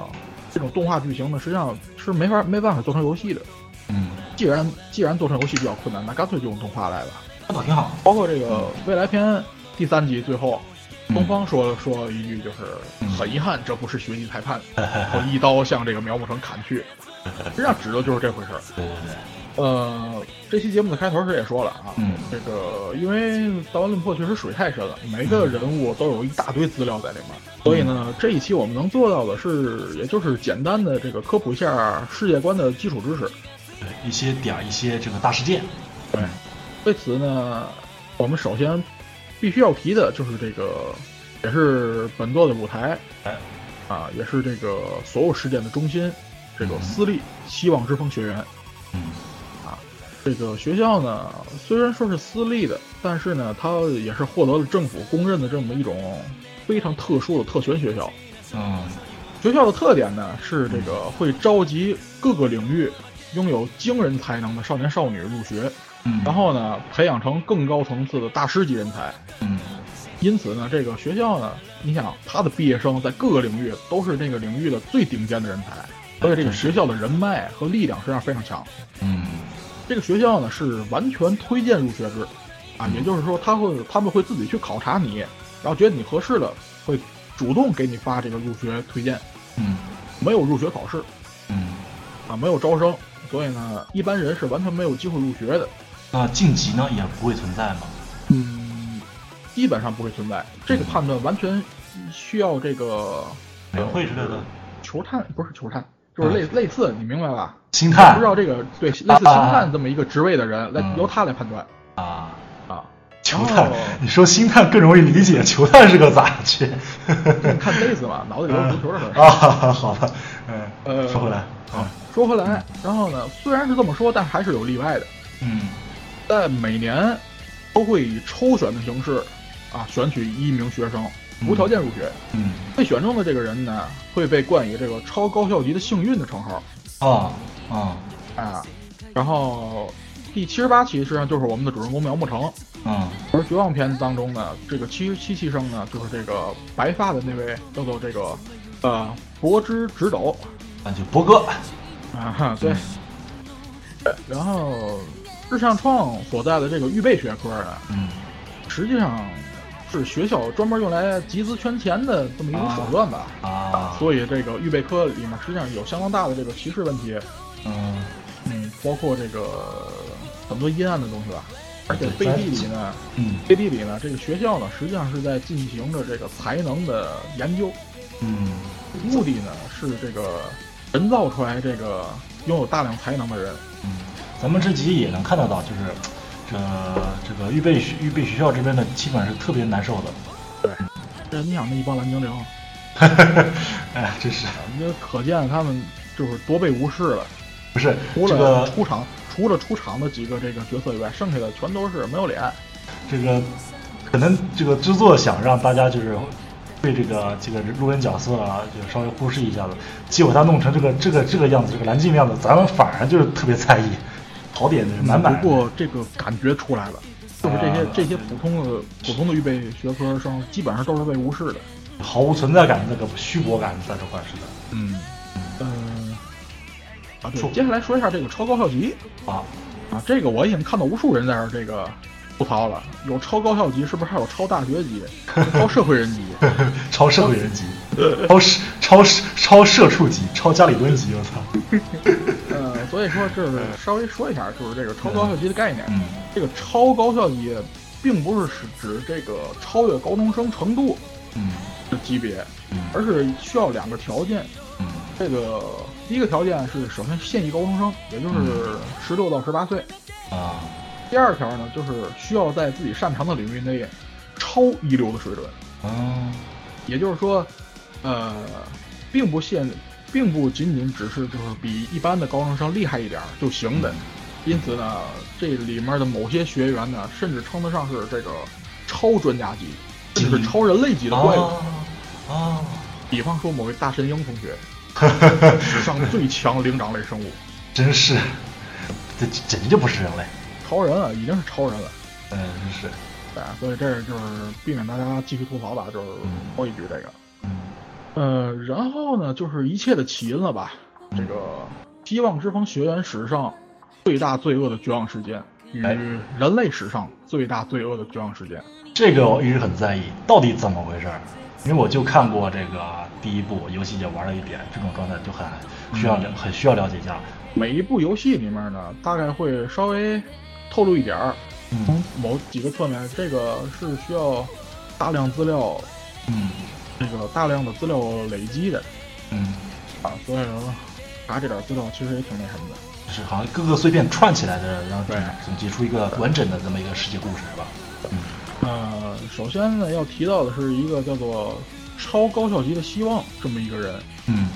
S2: 这种动画剧情呢，实际上是没法没办法做成游戏的。
S1: 嗯，
S2: 既然既然做成游戏比较困难，那干脆就用动画来吧。
S1: 那倒挺好，
S2: 包括这个未来篇第三集最后，
S1: 嗯
S2: 东方说说一句就是
S1: 嗯
S2: 很遗憾，这不是学习裁判，我一刀向这个苗木城砍去。实际上指的就是这回事儿。
S1: 对对对，
S2: 呃，这期节目的开头时也说了啊，
S1: 嗯
S2: 这个因为《达文论破》确实水太深了，每个人物都有一大堆资料在里面，
S1: 嗯
S2: 所以呢，这一期我们能做到的是，也就是简单的这个科普一下世界观的基础知识。
S1: 对呃一些点儿一些这个大事件，
S2: 对，为此呢，我们首先必须要提的就是这个，也是本作的舞台
S1: 哎，
S2: 啊，也是这个所有事件的中心，这个私立希望之风学员。
S1: 嗯
S2: 这这个学校呢，虽然说是私立的，但是呢，它也是获得了政府公认的这么一种非常特殊的特权学校。
S1: 嗯
S2: 学校的特点呢是这个会召集各个领域拥有惊人才能的少年少女入学，
S1: 嗯，
S2: 然后呢培养成更高层次的大师级人才。
S1: 嗯
S2: 因此呢，这个学校呢，你想他的毕业生在各个领域都是那个领域的最顶尖的人才，所以这个学校的人脉和力量实际上非常强。
S1: 嗯
S2: 这个学校呢是完全推荐入学制，啊，也就是说他会他们会自己去考察你，然后觉得你合适了，会主动给你发这个入学推荐，
S1: 嗯
S2: 没有入学考试
S1: 嗯，
S2: 啊，没有招生，所以呢，一般人是完全没有机会入学的。
S1: 那晋级呢也不会存在吗？
S2: 嗯，基本上不会存在。这个判断完全需要这个
S1: 委员会之类的，
S2: 球探不是球探，就是类类似，哎你啊明白吧？
S1: 星
S2: 不
S1: 探
S2: 知道这个对类似星探这么一个职位的人，来
S1: 嗯
S2: 由他来判断
S1: 啊，
S2: 啊。
S1: 球探
S2: 哦，
S1: 你说星探更容易理解，球探是个咋去？
S2: (laughs) 看 base 嘛，脑子里都是足球的事儿。
S1: 啊，好吧，嗯，
S2: 呃
S1: 说回来，
S2: 啊，说回来，然后呢，虽然是这么说，但是还是有例外的。
S1: 嗯
S2: 但每年都会以抽选的形式啊选取一名学生，无条件入学。
S1: 嗯，
S2: 被选中的这个人呢，会被冠以这个超高校级的幸运的称号
S1: 啊啊
S2: 啊。然后第七十八期实际上就是我们的主人公苗木成，
S1: 嗯
S2: 而绝望篇当中呢，这个七十七期生呢，就是这个白发的那位叫做这个呃柏之直斗
S1: 那就博哥，
S2: 啊，哈，对。然后日向创所在的这个预备学科呢，
S1: 嗯
S2: 实际上是学校专门用来集资圈钱的这么一种手段吧。
S1: 啊，
S2: 所以这个预备科里面实际上有相当大的这个歧视问题，
S1: 嗯
S2: 嗯，包括这个很多阴暗的东西吧。而且背地里呢，
S1: 嗯
S2: 背地里呢，这个学校呢，实际上是在进行着这个才能的研究，
S1: 嗯
S2: 目的呢是这个人造出来这个拥有大量才能的人。
S1: 嗯，咱们这集也能看得到，就是这这个预备学预备学校这边的气氛是特别难受的， (laughs)
S2: 这你想那一帮蓝精灵，
S1: 哎，真是
S2: 那可见他们就是多被无视了。
S1: 不是
S2: 除
S1: 这
S2: 了
S1: 个
S2: 出场，除了出场的几个这个角色以外，剩下的全都是没有脸。
S1: 这个可能这个制作想让大家就是对这个这个路人角色啊，就稍微忽视一下子，结果他弄成这个这个这个样子，这个蓝镜样子，咱们反而就是特别在意，槽点就是满满的。
S2: 嗯不过这个感觉出来了，就是这些、
S1: 啊
S2: 这些普通的普通的预备学科生，基本上都是被无视的。
S1: 毫无存在感，那个虚薄感在这块儿是的
S2: 嗯，嗯、啊
S1: 说
S2: 对，接下来说一下这个超高校级
S1: 啊，
S2: 啊，这个我已经看到无数人在这儿这个吐槽了，有超高校级，是不是还有超大
S1: (laughs)
S2: 学级、超社会人级？
S1: 超社会人级，超社超社超社畜级，超家里蹲级，我操，
S2: 呃，所以说就是稍微说一下，就是这个超高校级的概念。
S1: 嗯
S2: 这个超高校级并不是指指这个超越高中生程度
S1: 嗯
S2: 的级别，
S1: 嗯
S2: 而是需要两个条件。
S1: 嗯
S2: 这个第一个条件是，首先现役高中生，也就是十六到十八岁；
S1: 啊
S2: 第二条呢，就是需要在自己擅长的领域内超一流的水准，
S1: 嗯
S2: 也就是说，呃，并不限，并不仅仅只是就是比一般的高中生厉害一点儿就行的。因此呢，这里面的某些学员呢，甚至称得上是这个超专家级，甚至是超人类级的怪物。
S1: 啊啊，
S2: 比方说某位大神鹰同学，
S1: 哈哈哈
S2: 史上最强灵长类生物，
S1: 真是，这这简直就不是人类，
S2: 超人啊，已经是超人了。
S1: 嗯，真是，
S2: 对，所以这就是避免大家继续吐槽吧，就是说一句这个。
S1: 嗯
S2: 呃，然后呢，就是一切的起因了吧？这个希望之风学员史上最大罪恶的绝望事件，与
S1: 哎
S2: 人类史上最大罪恶的绝望事件。
S1: 这个我一直很在意，到底怎么回事儿？因为我就看过这个第一部，游戏也玩了一点，这种状态就很需要了，很需要了解一下。
S2: 每一部游戏里面呢，大概会稍微透露一点儿，
S1: 嗯
S2: 某几个侧面，这个是需要大量资料，
S1: 嗯
S2: 这个大量的资料累积的
S1: 嗯，
S2: 啊，所以说查这点资料其实也挺那什么的。
S1: 就是好像各个碎片串起来的，然后
S2: 对
S1: 总结出一个完整的这么一个世界故事，是吧？嗯
S2: 呃，首先呢，要提到的是一个叫做超高校级的希望这么一个人，
S1: 嗯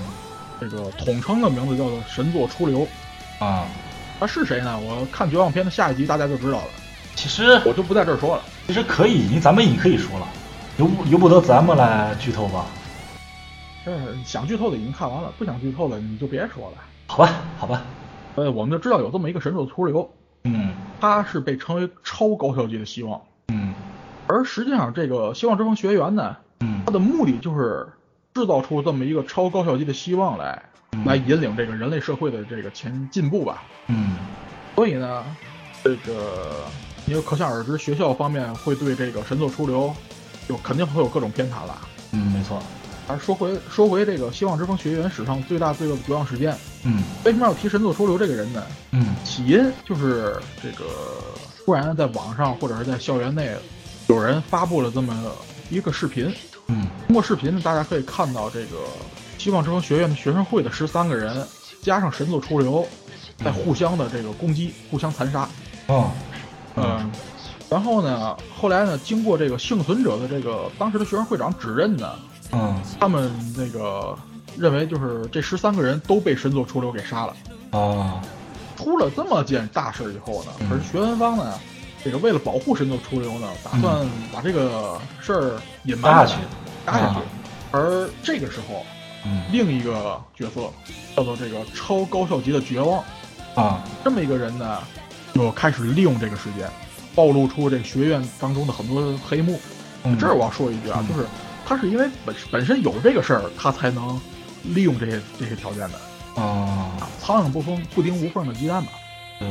S2: 这个统称的名字叫做神作出流
S1: 啊
S2: 他是谁呢？我看《绝望篇》的下一集大家就知道了，
S1: 其实
S2: 我就不在这儿说了。
S1: 其实可以，咱们也可以说了，由不由不得咱们来剧透吧？
S2: 这儿想剧透的已经看完了，不想剧透的你就别说了。
S1: 好吧，好吧，
S2: 呃，我们就知道有这么一个神手粗流，
S1: 嗯
S2: 他是被称为超高校级的希望，
S1: 嗯
S2: 而实际上这个希望之风学员呢，
S1: 嗯
S2: 他的目的就是制造出这么一个超高校级的希望来，
S1: 嗯
S2: 来引领这个人类社会的这个前进步吧。
S1: 嗯
S2: 所以呢，这个你就可想而知，学校方面会对这个神作出流有肯定会有各种偏袒啦。
S1: 嗯，没错，
S2: 而说回说回这个希望之风学员史上最大罪恶的绝望事件，
S1: 嗯
S2: 为什么要提神作出流这个人呢？
S1: 嗯
S2: 起因就是这个突然在网上或者是在校园内，有人发布了这么一个视频。
S1: 嗯
S2: 通过视频呢，大家可以看到这个希望之风学院的学生会的十三个人，加上神作出流，在互相的这个攻击、互相残杀。
S1: 哦
S2: 嗯，然后呢，后来呢，经过这个幸存者的这个当时的学生会长指认呢，
S1: 嗯
S2: 他们那个认为就是这十三个人都被神作出流给杀了。
S1: 哦
S2: 出了这么件大事以后呢
S1: 嗯，
S2: 可是学文方呢，这个为了保护神作出流呢，打算把这个事儿隐瞒起来
S1: 嗯搭下
S2: 搭
S1: 去啊
S2: 下去。而这个时候，
S1: 嗯
S2: 另一个角色叫做这个超高校级的绝望，
S1: 啊
S2: 这么一个人呢，就开始利用这个时间，暴露出这个学院当中的很多黑幕。
S1: 嗯
S2: 这儿我要说一句啊
S1: 嗯，
S2: 就是他是因为本本身有这个事儿，他才能利用这些这些条件的。
S1: 哦
S2: 苍蝇不封不叮无缝的鸡蛋吧，
S1: 对，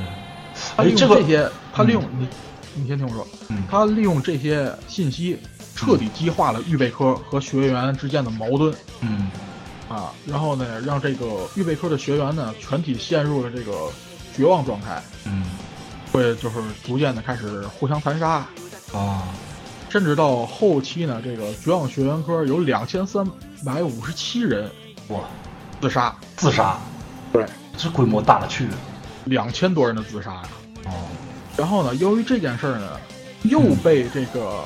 S2: 他
S1: 哎
S2: 利用
S1: 这个
S2: 这些，他利用你，你先听我说，
S1: 嗯
S2: 他利用这些信息彻底激化了预备科和学员之间的矛盾。
S1: 嗯
S2: 啊，然后呢，让这个预备科的学员呢，全体陷入了这个绝望状态，
S1: 嗯
S2: 会就是逐渐的开始互相残杀，
S1: 啊
S2: 甚至到后期呢，这个绝望学员科有两千三百五十七人
S1: 哇
S2: 自杀，
S1: 自杀，
S2: 对，
S1: 这规模大了去了
S2: 两千多人的自杀呀。
S1: 哦
S2: 然后呢，由于这件事儿呢，又被这个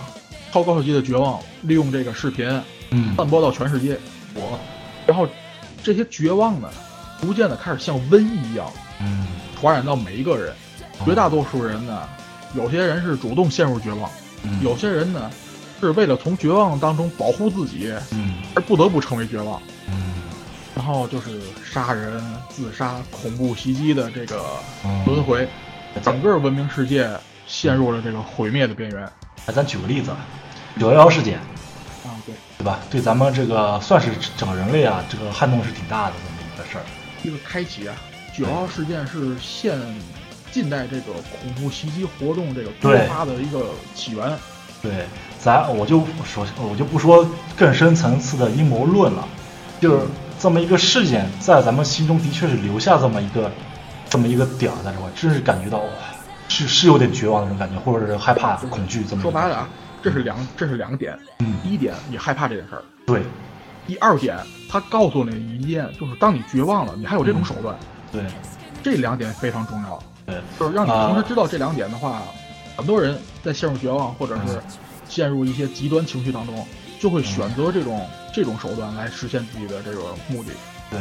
S2: 超高校级的绝望利用这个视频
S1: 嗯
S2: 散播到全世界，
S1: 我
S2: 然后这些绝望呢，逐渐的开始像瘟疫一样
S1: 嗯
S2: 传染到每一个人。绝大多数人呢，有些人是主动陷入绝望，
S1: 嗯
S2: 有些人呢是为了从绝望当中保护自己
S1: 嗯
S2: 而不得不成为绝望，
S1: 嗯
S2: 然后就是杀人、自杀、恐怖袭击的这个
S1: 嗯
S2: 轮回，整个文明世界陷入了这个毁灭的边缘。
S1: 哎，咱举个例子，九幺幺事件，
S2: 啊，对，
S1: 对吧？对咱们这个算是整个人类啊，这个撼动是挺大的这么一个事儿。
S2: 这个开启啊，九幺事件是现近代这个恐怖袭击活动这个多
S1: 对
S2: 发的一个起源。
S1: 对，咱我就不说，我就不说更深层次的阴谋论了，就是这么一个事件，在咱们心中的确是留下这么一个这么一个点儿在这块，真是感觉到哇，是是有点绝望的那种感觉，或者是害怕、恐惧这么。
S2: 说白了啊，，这是两这是两个点，
S1: 嗯，
S2: 第一点你害怕这件事儿。
S1: 对
S2: 第二点，他告诉了你一件，就是当你绝望了，你还有这
S1: 嗯
S2: 种手段，
S1: 对
S2: 这两点非常重要。
S1: 对，
S2: 就是让你
S1: 啊
S2: 同时知道这两点的话，很多人在陷入绝望或者是陷入一些极端情绪当中，就
S1: 嗯
S2: 会选择这种这种手段来实现自己的这个目的。
S1: 对，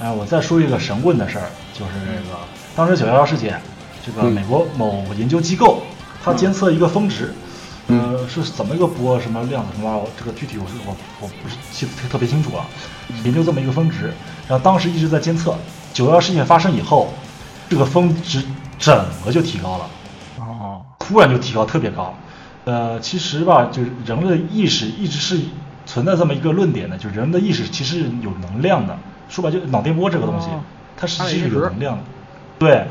S1: 哎、我再说一个神棍的事儿，就是这个当时九幺幺事件，这个
S3: 嗯
S1: 美国某研究机构，它监测一个峰值，
S3: 嗯
S1: 呃，是怎么一个波什么量什么玩意儿，我这个具体我是我我不是记得特别清楚啊，
S3: 嗯
S1: 研究这么一个峰值，然后当时一直在监测，九幺幺事件发生以后，这个峰值整个就提高了。
S2: 哦，
S1: 突然就提高特别高。呃，其实吧，就是人类的意识一直是存在这么一个论点的，就是人的意识其实是有能量的。说白就是脑电波这个东西，
S2: 哦
S1: 它实
S2: 它
S1: 际
S2: 也
S1: 是有
S2: 是
S1: 能量的。对，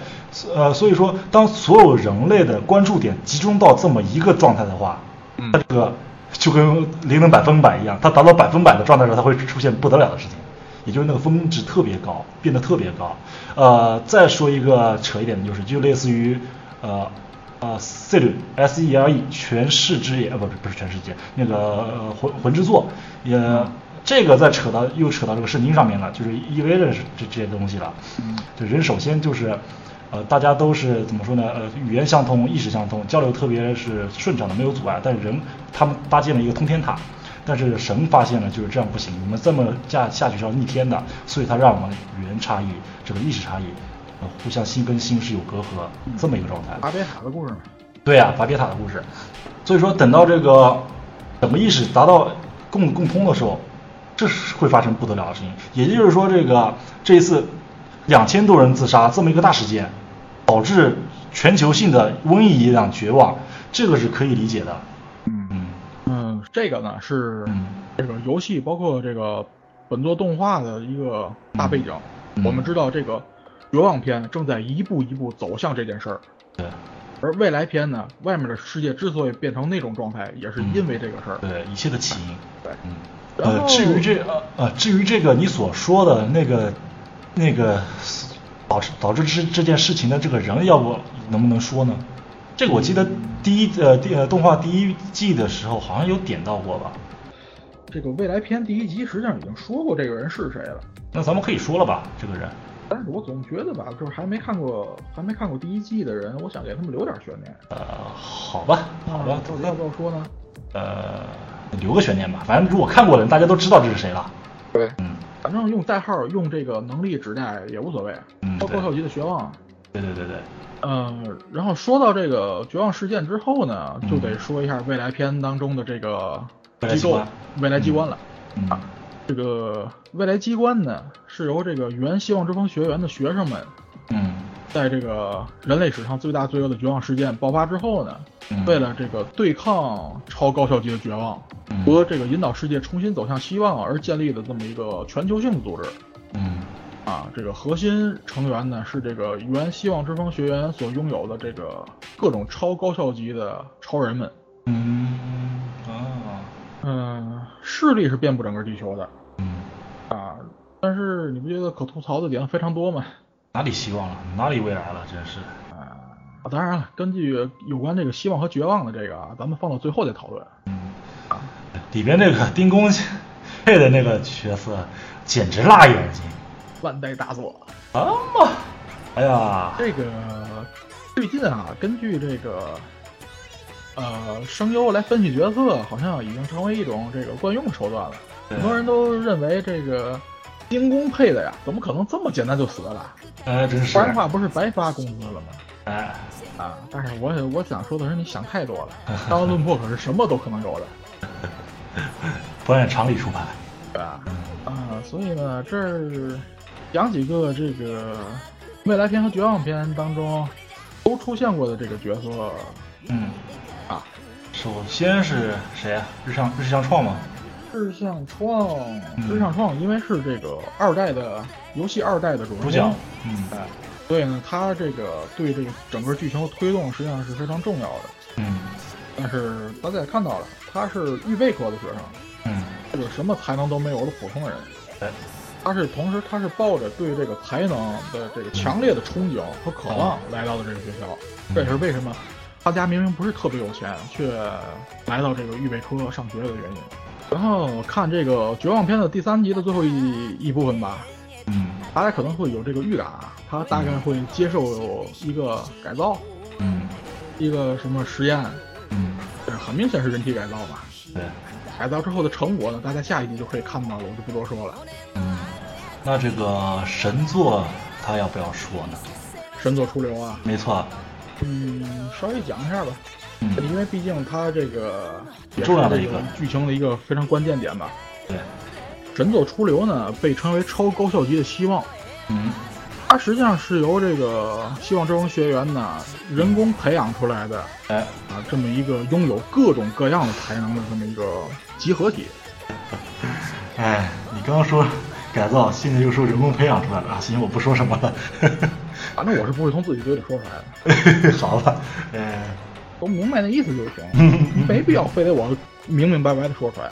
S1: 呃，所以说，当所有人类的关注点集中到这么一个状态的话，
S3: 嗯
S1: 它这个就跟灵能百分百一样，它达到百分百的状态的时候，它会出现不得了的事情，也就是那个峰值特别高，变得特别高。呃，再说一个扯一点的，就是就类似于呃呃 s e l S E L E 全视之眼，呃不是不是全世界，那个、呃魂魂之作也。这个再扯到又扯到这个圣经上面了，就是 EVA 的这这些东西了。
S2: 嗯
S1: 就人首先就是，呃，大家都是怎么说呢？呃，语言相通，意识相通，交流特别是顺畅的，没有阻碍。但人他们搭建了一个通天塔，但是神发现了就是这样不行，你们这么下下去是要逆天的，所以他让我们语言差异，这个意识差异，呃互相心跟心是有隔阂，这么一个状态。
S3: 巴别塔的故事嘛，
S1: 对呀、巴别塔的故事。所以说，等到这个整个意识达到共共通的时候，这是会发生不得了的事情。也就是说，这个这一次两千多人自杀这么一个大事件，导致全球性的瘟疫一样绝望，这个是可以理解的。
S3: 嗯，
S1: 嗯，
S2: 嗯，这个呢是
S1: 嗯
S2: 这个游戏包括这个本作动画的一个大背景。
S1: 嗯
S2: 我们知道这个绝望篇正在一步一步走向这件事儿，
S1: 对。
S2: 而未来篇呢，外面的世界之所以变成那种状态，也是因为这个事儿。
S1: 嗯对一切的起因。
S2: 对
S1: 嗯，
S2: 然
S1: 呃，
S2: 后
S1: 至于这呃呃，至于这个你所说的那个那个导致导致这这件事情的这个人，要不能不能说呢？这个我记得第一呃第呃动画第一季的时候好像有点到过吧？
S2: 这个未来篇第一集实际上已经说过这个人是谁了，
S1: 那咱们可以说了吧？这个人，
S2: 但是我总觉得吧，就是还没看过还没看过第一季的人，我想给他们留点悬念。
S1: 呃，好吧，好吧
S2: 啊，到底要不要说呢？
S1: 呃，留个悬念吧。反正如果看过的人，大家都知道这是谁了。
S3: 对，
S1: 嗯，
S2: 反正用代号、用这个能力指代也无所谓
S1: 嗯，
S2: 包括
S1: 对
S2: 后期的绝望。
S1: 对对对对，
S2: 呃，然后说到这个绝望事件之后呢，就得
S1: 嗯
S2: 说一下未来篇当中的这个
S1: 未来
S2: 机
S1: 机
S2: 构
S1: 关
S2: 未来机关了。
S1: 嗯
S2: 这个未来机关呢，是由这个原希望之风学员的学生们，
S1: 嗯
S2: 在这个人类史上最大罪恶的绝望事件爆发之后呢，
S1: 嗯，
S2: 为了这个对抗超高效级的绝望
S1: 嗯
S2: 和这个引导世界重新走向希望而建立的这么一个全球性的组织。
S1: 嗯
S2: 啊，这个核心成员呢是这个原希望之风学员所拥有的这个各种超高效级的超人们。
S1: 嗯啊
S2: 嗯、势力是遍布整个地球的
S1: 嗯。
S2: 啊，但是你不觉得可吐槽的点非常多吗？
S1: 哪里希望了？哪里未来了？真是，
S2: 啊，当然了，根据有关这个希望和绝望的这个啊，咱们放到最后再讨论。
S1: 嗯，里边这个丁公配的那个角色简直辣眼睛
S2: 万代大作，
S1: 啊嘛！哎呀，
S2: 这个最近啊，根据这个呃声优来分析角色，好像已经成为一种这个惯用手段了。
S1: 对
S2: 很多人都认为这个丁工配的呀，怎么可能这么简单就死了？
S1: 哎，真是
S2: 不，然的话不是白发工资了吗？
S1: 哎，
S2: 啊！但是我我想说的是，你想太多了。刀刀论破可是什么都可能有的，
S1: 不按常理出牌。
S2: 对吧？啊，所以呢，这儿讲几个这个未来篇和绝望篇当中都出现过的这个角色
S1: 嗯，
S2: 啊，
S1: 首先是谁啊？日向日向创吗？
S2: 日向创，日向创因为是这个二代的游戏二代的主人
S1: 主
S2: 公
S1: 角，嗯
S2: 哎，所以呢，它这个对这个整个剧情的推动实际上是非常重要的。
S1: 嗯
S2: 但是大家也看到了，他是预备科的学生，
S1: 嗯，
S2: 这个什么才能都没有的普通人。
S1: 哎，
S2: 他是同时，他是抱着对这个才能的这个强烈的憧憬和渴望来到的这个学校。这也是为什么他家明明不是特别有钱，却来到这个预备科上学的原因。然后看这个《绝望篇》的第三集的最后一一部分吧，
S1: 嗯
S2: 大家可能会有这个预感啊，他大概会接受一个改造，
S1: 嗯
S2: 一个什么实验，
S1: 嗯，
S2: 这很明显是人体改造吧。
S1: 对，
S2: 改造之后的成果呢，大家下一集就可以看到了，我就不多说了。
S1: 嗯，那这个神作他要不要说呢？
S2: 神作出流啊，
S1: 没错，
S2: 嗯，稍微讲一下吧，
S1: 嗯，
S2: 因为毕竟它这个也是
S1: 重要的
S2: 这
S1: 一个
S2: 剧情的一个非常关键点吧。
S1: 对，
S2: 神作出流呢，被称为超高效级的希望，
S1: 嗯
S2: 它实际上是由这个希望之风学员呢人工培养出来的。
S1: 哎，
S2: 啊，这么一个拥有各种各样的才能的这么一个集合体。
S1: 哎，你刚刚说改造，现在又说人工培养出来了啊！行，我不说什么了。 (laughs)
S2: 反正我是不会从自己嘴里说出来的，
S1: 好吧，哎，
S2: 都明白那意思就
S1: (laughs)
S2: 行，没必要非得我明明白白的说出来。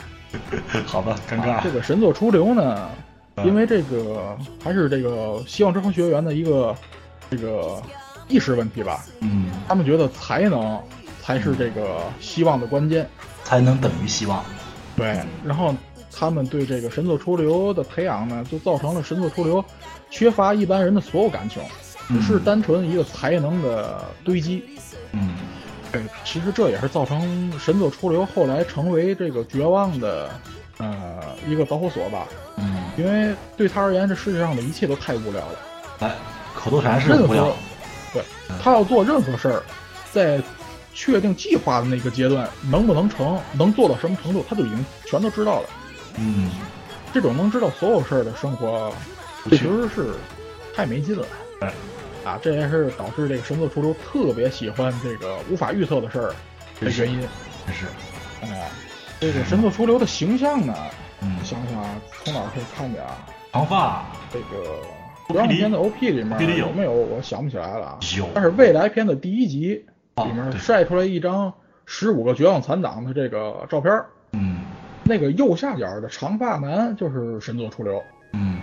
S1: 好吧，尴
S2: 啊
S1: 尬。
S2: 这个神作出流呢，
S1: 嗯
S2: 因为这个还是这个希望之风学员的一个这个意识问题吧，
S1: 嗯，
S2: 他们觉得才能才是这个希望的关键。
S1: 才能等于希望。
S2: 对，然后他们对这个神作出流的培养呢，就造成了神作出流缺乏一般人的所有感情，只是
S1: 嗯
S2: 单纯一个才能的堆积。
S1: 嗯
S2: 对，其实这也是造成神作出流后来成为这个绝望的呃一个导火索吧，
S1: 嗯，
S2: 因为对他而言，这世界上的一切都太无聊了。
S1: 哎，口头禅是
S2: 任
S1: 无聊嗯
S2: 何，对他要做任何事儿，在确定计划的那个阶段，能不能成，能做到什么程度，他就已经全都知道了。
S1: 嗯，
S2: 这种能知道所有事儿的生活，这其实是太没劲了。
S1: 哎
S2: 啊，这也是导致这个神作出流特别喜欢这个无法预测的事儿的
S1: 是
S2: 原因。
S1: 真是，
S2: 哎，这个神作出流的形象呢，
S1: 嗯，
S2: 想想啊，从哪儿可以看见啊？
S1: 长发
S2: 这个古装片的 OP 里面
S1: OP 里有
S2: 没有？我想不起来了啊。
S1: 有，
S2: 但是未来篇的第一集
S1: 啊
S2: 里面
S1: 对
S2: 晒出来一张十五个绝望残党的这个照片儿，
S1: 嗯
S2: 那个右下角的长发男就是神作出流。
S1: 嗯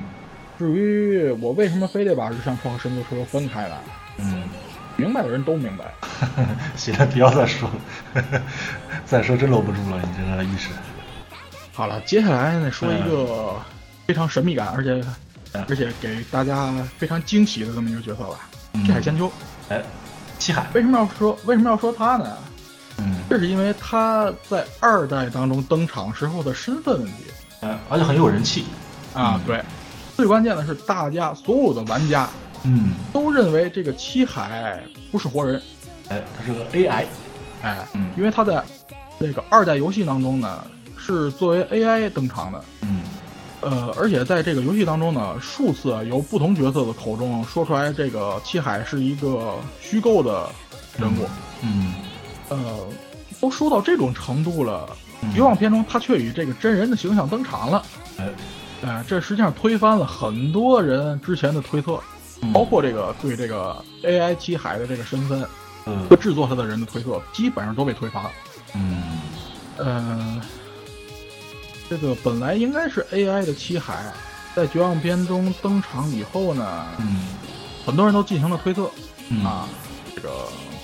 S2: 至于我为什么非得把日向川和神作出流分开呢？
S1: 嗯，
S2: 明白的人都明白。
S1: 行了，不要再说了， (laughs) 再说真搂不住了，你这个意识，
S2: 好了，接下来呢说一个非常神秘感，而且
S1: 嗯
S2: 而且给大家非常惊喜的这么一个角色吧，
S1: 嗯
S2: 这海千秋。
S1: 哎，七海，
S2: 为什么要说为什么要说他呢？
S1: 嗯，
S2: 这是因为他在二代当中登场时候的身份问题。
S1: 哎，而且很有人气，
S2: 啊
S1: 嗯，
S2: 对，最关键的是大家所有的玩家
S1: 嗯，
S2: 都认为这个七海不是活人，
S1: 哎，他是个 AI，
S2: 哎，
S1: 嗯
S2: 因为他在那个二代游戏当中呢是作为 AI 登场的，
S1: 嗯
S2: 呃，而且在这个游戏当中呢，数次由不同角色的口中说出来，这个七海是一个虚构的人物，
S1: 嗯，
S2: 呃，都说到这种程度了，
S1: 嗯
S2: 《遗忘片》中他却以这个真人的形象登场了，
S1: 哎，
S2: 呃，这实际上推翻了很多人之前的推测。
S1: 嗯
S2: 包括这个对这个 AI 七海的这个身份
S1: 呃
S2: 和制作它的人的推测，基本上都被推翻了。
S1: 嗯
S2: 呃，这个本来应该是 AI 的七海，在绝望篇中登场以后呢，
S1: 嗯
S2: 很多人都进行了推测
S1: 嗯
S2: 啊，这个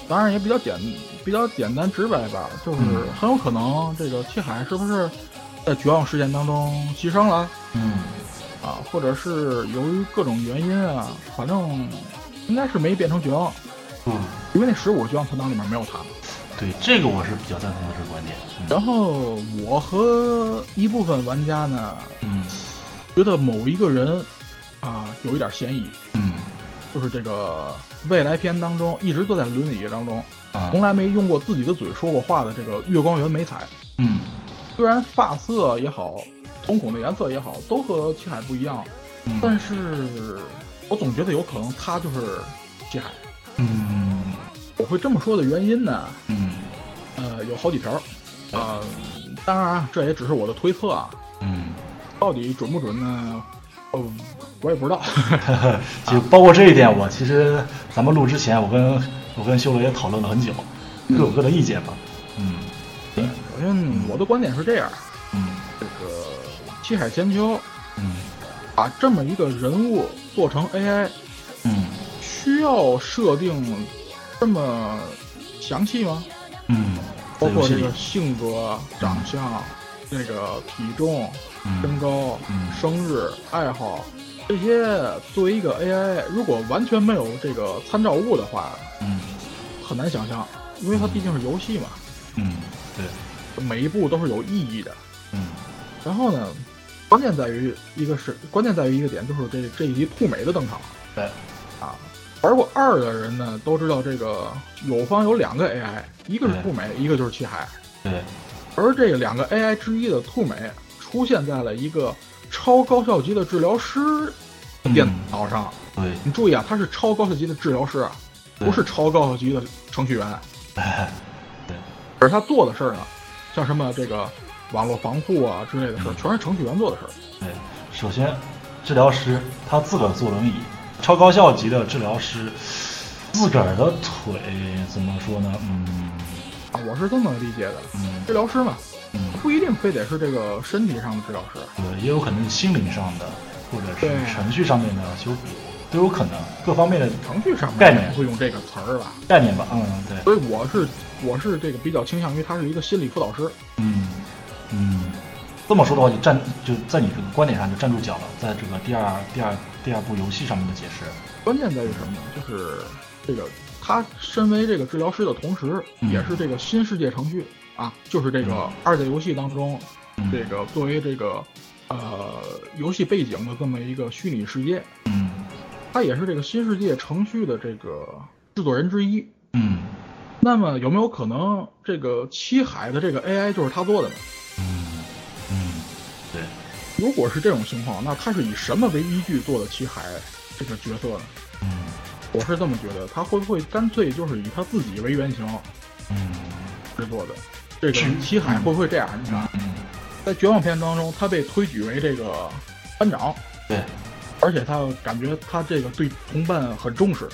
S2: 当然也比较简比较简单直白吧，就是
S1: 嗯
S2: 很有可能这个七海是不是在绝望事件当中牺牲了
S1: 嗯
S2: 啊，或者是由于各种原因啊，反正应该是没变成绝望。
S1: 嗯，
S2: 因为那十五绝望存档里面没有他嘛。
S1: 对，这个我是比较赞同的这个观点，
S2: 然后我和一部分玩家呢，
S1: 嗯
S2: 觉得某一个人啊、有一点嫌疑，
S1: 嗯
S2: 就是这个未来篇当中一直坐在轮椅当中，
S1: 啊
S2: 从来没用过自己的嘴说过话的这个月光原美彩，
S1: 嗯
S2: 虽然发色也好，瞳孔的颜色也好，都和七海不一样，
S1: 嗯，
S2: 但是我总觉得有可能他就是七海。
S1: 嗯
S2: 我会这么说的原因呢，
S1: 嗯
S2: 呃，有好几条，呃，当然啊这也只是我的推测啊，
S1: 嗯。
S2: 到底准不准呢？哦，我也不知道。
S1: 就包括这一点，我其实咱们录之前，我跟我跟修罗也讨论了很久，各有各的意见吧。嗯
S2: 首先，我的观点是这样：
S1: 嗯
S2: 这个七海千秋
S1: 嗯
S2: 把这么一个人物做成 AI，
S1: 嗯
S2: 需要设定这么详细吗？
S1: 嗯，
S2: 包括这
S1: 在游
S2: 个
S1: 戏
S2: 性格、长相、这个体重、
S1: 嗯
S2: 身高、
S1: 嗯
S2: 生日、爱好这些，作为一个 AI，如果完全没有这个参照物的话，
S1: 里嗯
S2: 很难想象，因为它毕竟是游戏嘛。
S1: 嗯对
S2: 每一步都是有意义的。
S1: 嗯
S2: 然后呢，关键在于一个是关键在于一个点，就是这这一集兔美的登场
S1: 对
S2: 啊。玩过二的人呢都知道，这个友方有两个 AI，一个是兔美，一个就是七海。
S1: 对
S2: 而这个两个 AI 之一的兔美出现在了一个超高效级的治疗师的
S1: 嗯
S2: 电脑上。
S1: 对
S2: 你注意啊，他是超高效级的治疗师啊，
S1: 对
S2: 不是超高效级的程序员。
S1: (laughs)
S2: 啊
S1: 对
S2: 而他做的事儿呢，像什么这个网络防护啊之类的事
S1: 嗯
S2: 儿，全是程序员做的事儿。
S1: 对，首先治疗师他自个儿坐轮椅，超高效级的治疗师自个儿的腿怎么说呢？嗯
S2: 啊，我是这么理解的。
S1: 嗯
S2: 治疗师嘛，
S1: 嗯，
S2: 不一定非得是这个身体上的治疗师，
S1: 对，也有可能是心灵上的，或者是
S2: 对
S1: 程序上面的修补，都有可能，各方面的
S2: 程序上
S1: 概
S2: 面
S1: 念
S2: 也会用这个词儿吧。
S1: 概念吧。嗯，对，
S2: 所以我是我是这个比较倾向于他是一个心理辅导师。
S1: 嗯嗯，这么说的话，就站就在你这个观点上就站住脚了，在这个第二第二第二部游戏上面的解释，
S2: 关键在于什么呢？就是这个他身为这个治疗师的同时，
S1: 嗯
S2: 也是这个新世界程序啊，就是这个
S1: 嗯
S2: 二代游戏当中
S1: 嗯
S2: 这个作为这个呃游戏背景的这么一个虚拟世界。
S1: 嗯
S2: 他也是这个新世界程序的这个制作人之一。
S1: 嗯
S2: 那么有没有可能这个七海的这个 AI 就是他做的呢？
S1: 嗯嗯，对，
S2: 如果是这种情况，那他是以什么为依据做的七海这个角色呢？
S1: 嗯
S2: 我是这么觉得，他会不会干脆就是以他自己为原型
S1: 嗯
S2: 制作的？这个
S1: 是
S2: 七海会不会这样？你看，
S1: 嗯，
S2: 在绝望篇当中，他被推举为这个班长，
S1: 对
S2: 而且他感觉他这个对同伴很重视，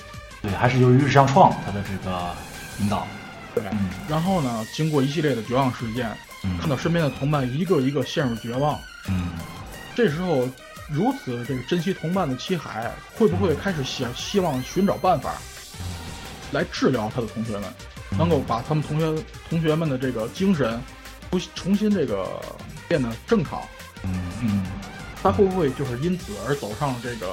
S1: 对，还是由于日上创他的这个引导，
S2: 对。
S1: 嗯
S2: 然后呢，经过一系列的绝望事件，
S1: 嗯，
S2: 看到身边的同伴一个一个陷入绝望，
S1: 嗯
S2: 这时候如此这个珍惜同伴的七海，会不
S1: 嗯
S2: 会开始想希望寻找办法来治疗他的同学们，能够把他们同学同学们的这个精神不重新这个变得正常？
S1: 嗯嗯
S2: 他会不会就是因此而走上这个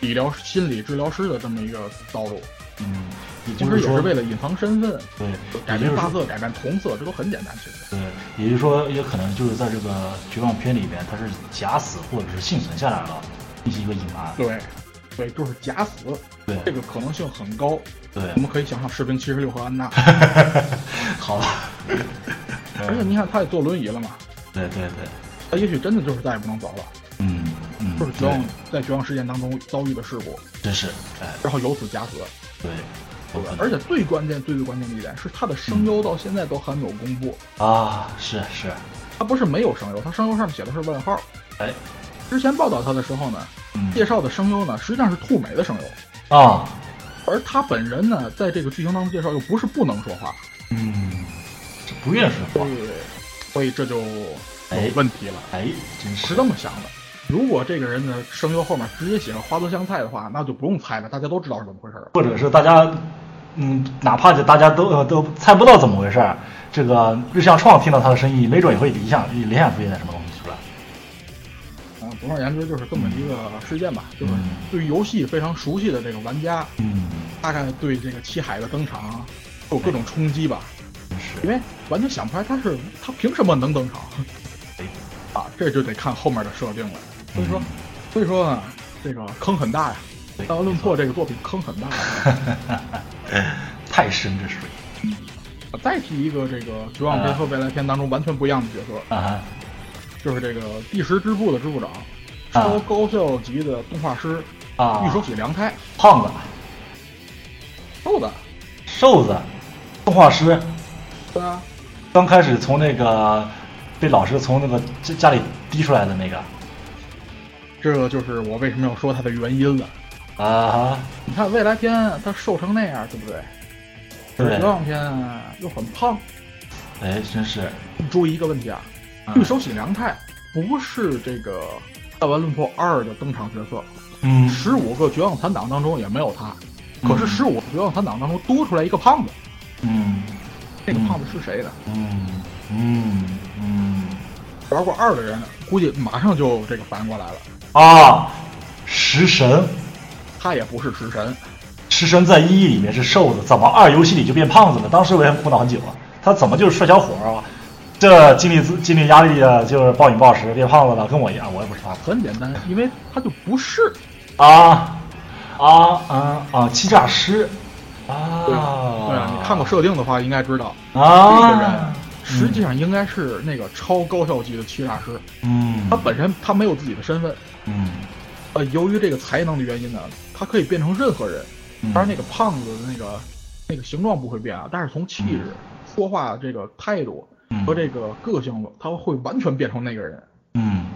S2: 理疗心理治疗师的这么一个道路？
S1: 嗯，也
S2: 其
S1: 就
S2: 实
S1: 是
S2: 也
S1: 说
S2: 是为了隐藏身份，
S1: 对，
S2: 改
S1: 也就
S2: 变
S1: 是
S2: 发
S1: 说
S2: 色、改变瞳色，这都很简单。其实，
S1: 对，也就是说，也可能就是在这个绝望篇里面，他是假死或者是幸存下来了，进行一个隐瞒。
S2: 对，对，就是假死，
S1: 对
S2: 这个可能性很高。我
S1: 对，
S2: 们可以想象士兵七十六和
S1: (laughs)
S2: 安娜。
S1: 好吧。
S2: 而哎且你看，他也坐轮椅了嘛，
S1: 对对对，
S2: 他也许真的就是再也不能走了，
S1: 嗯嗯，
S2: 就是绝望在绝望事件当中遭遇的事故，
S1: 对真是哎
S2: 然后由此假死。
S1: 对，有
S2: 对吧
S1: 可能
S2: 而且最关键、最最关键的一点是，他的
S1: 嗯
S2: 声优到现在都还没有公布。
S1: 啊是是，
S2: 他不是没有声优，他声优上面写的是问号。
S1: 哎
S2: 之前报道他的时候呢，
S1: 嗯
S2: 介绍的声优呢，实际上是兔美的声优，
S1: 啊
S2: 而他本人呢，在这个剧情当中介绍又不是不能说话，
S1: 嗯，这不愿说
S2: 所
S1: 话，
S2: 以，所以这就
S1: 哎
S2: 有问题了。
S1: 哎真
S2: 我
S1: 是
S2: 是这么想的，如果这个人的声优后面直接写个花泽香菜的话，那就不用猜了，大家都知道是怎么回事了。
S1: 或者是大家，嗯，哪怕就大家都、呃、都猜不到怎么回事儿，这个日向创听到他的声音，没准也会联想联想出一点什么东西出来。
S2: 啊，总而言之就是这么一个事件吧，就是
S1: 嗯
S2: 对于游戏非常熟悉的这个玩家，
S1: 嗯，
S2: 大概对这个七海的登场有各种冲击吧，
S1: 真是
S2: 因为完全想不出来他是他凭什么能登场
S1: 哎
S2: 啊，这就得看后面的设定了。所以说
S1: 嗯，
S2: 所以说呢，这个坑很大呀，《
S1: 对
S2: 道论破》这个作品坑很大呀。
S1: (laughs) 太深这水
S2: 我再提一个这个《绝望篇》和未来篇当中完全不一样的角色，
S1: 啊
S2: 就是这个第十支部的支部长，超
S1: 啊
S2: 高校级的动画师
S1: 啊！
S2: 玉手洗良太，
S1: 胖子、
S2: 瘦的，
S1: 瘦子、动画师，
S2: 对啊，
S1: 刚开始从那个被老师从那个家家里逼出来的那个
S2: 这个就是我为什么要说他的原因了。
S1: 啊，
S2: 你看未来篇他瘦成那样，对不对？可是
S1: 对
S2: 绝，望篇又很胖。
S1: 哎，真是
S2: 你注意一个问题啊，
S1: 啊
S2: 玉手洗良太不是这个《弹丸论破二》的登场角色，
S1: 嗯，
S2: 十五个绝望残党当中也没有他，
S1: 嗯
S2: 可是十五个绝望残党当中多出来一个胖子，
S1: 嗯
S2: 那个胖子是谁呢？
S1: 嗯嗯嗯
S2: 玩过二的人估计马上就这个反应过来了，
S1: 啊，食神。
S2: 他也不是食神，
S1: 食神在一里面是瘦子，怎么二游戏里就变胖子了？当时我也苦恼很久啊，他怎么就是帅小伙儿啊？这经历自经历压力啊，就是暴饮暴食变胖子了，跟我一样，我也不是胖子
S2: 很简单，因为他就不是。
S1: 啊啊啊啊！欺诈师啊，
S2: 对啊，你看过设定的话应该知道，这个人
S1: 啊？
S2: 实际上应该是那个超高校级的欺诈师，
S1: 嗯，
S2: 他本身他没有自己的身份，
S1: 嗯，
S2: 呃，由于这个才能的原因呢，他可以变成任何人。
S1: 嗯
S2: 当然，那个胖子的那个那个形状不会变啊，但是从气质、说话这个态度
S1: 嗯
S2: 和这个个性，他会完全变成那个人。
S1: 嗯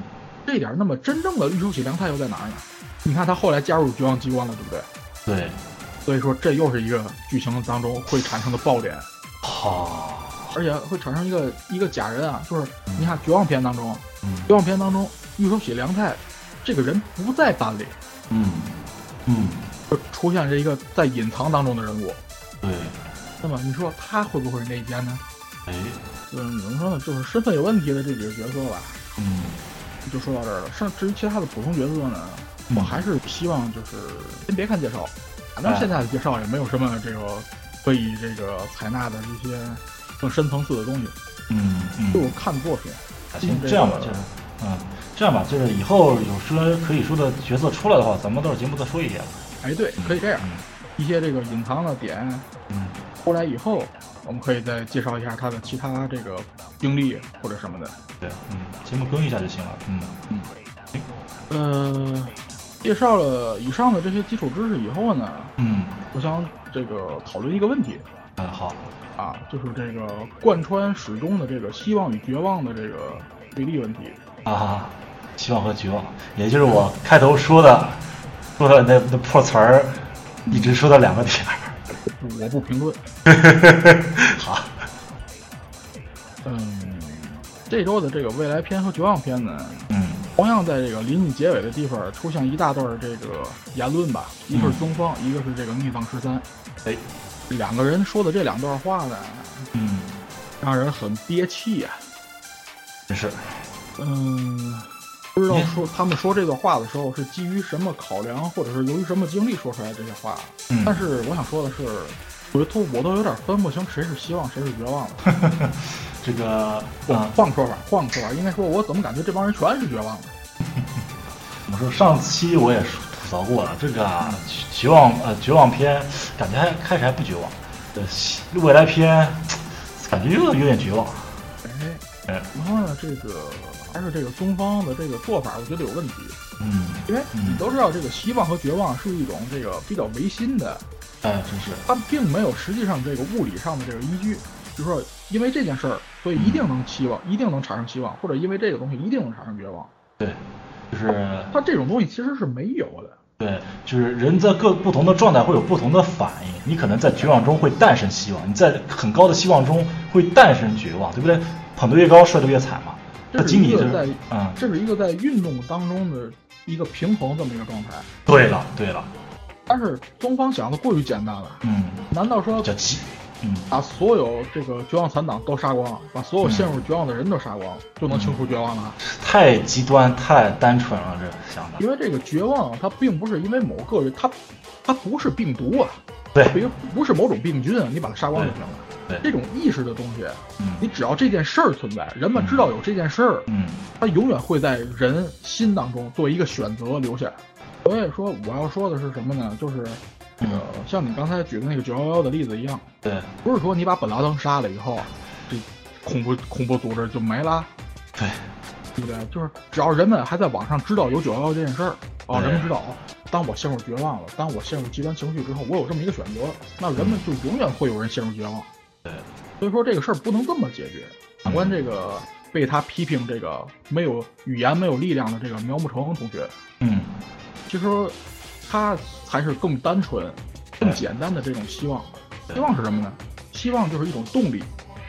S2: 这一点，那么真正的玉手洗良太又在哪儿呢？你看他后来加入绝望机关了，对不对？
S1: 对，
S2: 所以说这又是一个剧情当中会产生的爆点，
S1: 好，
S2: 而且会产生一个一个假人啊，就是你看绝望篇当中，
S1: 嗯
S2: 绝望篇当中玉手洗良太这个人不在班里，
S1: 嗯嗯，
S2: 就出现了一个在隐藏当中的人物。
S1: 对，
S2: 那么你说他会不会是内奸呢？
S1: 哎，
S2: 嗯，怎么说呢？就是身份有问题的这几个角色吧，
S1: 嗯
S2: 就说到这儿了。剩至于其他的普通角色呢，
S1: 嗯
S2: 我还是希望就是先别看介绍，反正
S1: 哎
S2: 现在的介绍也没有什么这个可以这个采纳的这些更深层次的东西，
S1: 嗯嗯，
S2: 就看作品。
S1: 行，这样吧，就是，嗯，这样吧，就是以后有说可以说的角色出来的话，咱们到时候节目再说一遍吧。
S2: 哎，对，可以这样，
S1: 嗯
S2: 一些这个隐藏的点，
S1: 嗯，
S2: 出来以后，我们可以再介绍一下他的其他这个经历或者什么的。
S1: 对，嗯，节目更一下就行了，嗯
S2: 嗯，呃，介绍了以上的这些基础知识以后呢，
S1: 嗯，
S2: 我想这个讨论一个问题
S1: 嗯，好，
S2: 啊，就是这个贯穿始终的这个希望与绝望的这个对立问题。
S1: 啊，希望和绝望，也就是我开头说的，说的那那破词儿，一直说到两个点儿， (laughs)
S2: 我不评论。
S1: 好，
S2: 嗯，这周的这个未来篇和绝望篇呢，
S1: 嗯
S2: 同样在这个临近结尾的地方出现一大段这个言论吧，一个是中方，一个是这个逆藏十三，
S1: 哎，
S2: 两个人说的这两段话呢，
S1: 嗯，
S2: 让人很憋气呀、
S1: 真是，
S2: 嗯，不知道说他们说这段话的时候是基于什么考量，或者是由于什么经历说出来这些话。啊
S1: 嗯，
S2: 但是我想说的是，我都我都有点分不清谁是希望，谁是绝望了。
S1: 这个，(laughs)
S2: 我
S1: 嗯，
S2: 换个说法，换个说法，应该说我怎么感觉这帮人全是绝望的？
S1: 我说上期我也说吐槽过了，这个啊，绝绝望呃绝望篇感觉还开始还不绝望，呃西未来篇感觉又有点绝望，
S2: 哎，
S1: (laughs) 哎，
S2: 然后呢，这个还是这个中方的这个做法，我觉得有问题，
S1: 嗯，
S2: 因为
S1: 嗯
S2: 你都知道，这个希望和绝望是一种这个比较唯心的，
S1: 哎，真是，
S2: 它并没有实际上这个物理上的这个依据，就是说因为这件事儿，所以一定能期望，一定能产生希望，或者因为这个东西一定能产生绝望，
S1: 对，就是
S2: 它这种东西其实是没有的。
S1: 对，就是人在各不同的状态会有不同的反应。你可能在绝望中会诞生希望，你在很高的希望中会诞生绝望，对不对？捧得越高，摔得越惨嘛。那
S2: 这是
S1: 经理
S2: 一
S1: 就
S2: 个
S1: 是
S2: 在，，
S1: 嗯，
S2: 这是一个在运动当中的一个平衡这么一个状态，
S1: 对了，对了，
S2: 但是中方想的过于简单了，
S1: 嗯，
S2: 难道说
S1: 叫急，嗯，
S2: 把所有这个绝望残党都杀光了，把所有陷入绝望的人都杀光了，就能清除绝望了。
S1: 嗯太极端，太单纯了，这个想法。
S2: 因为这个绝望，它并不是因为某个人，它它不是病毒啊，
S1: 对
S2: 它，并不是某种病菌啊，你把它杀光就行了。
S1: 对，
S2: 这种意识的东西，你
S1: 嗯
S2: 只要这件事儿存在，人们知道有这件事儿，
S1: 嗯，
S2: 它永远会在人心当中作为一个选择留下来。所以说，我要说的是什么呢？就是这个
S1: 嗯
S2: 像你刚才举的那个九幺幺的例子一样，
S1: 对
S2: 不是说你把本拉登杀了以后，这恐怖恐怖组织就没了，
S1: 对，
S2: 对不对？就是只要人们还在网上知道有九幺幺这件事儿，
S1: 对
S2: 啊，人们知道，哦当我陷入绝望了，当我陷入极端情绪之后，我有这么一个选择，那人们就永远会有人陷入绝望。
S1: 对，
S2: 所以说这个事儿不能这么解决。反观这个被他批评这个没有语言没有力量的这个苗木成同学，
S1: 嗯，
S2: 其实他才是更单纯、更简单的这种希望。希望是什么呢？希望就是一种动力，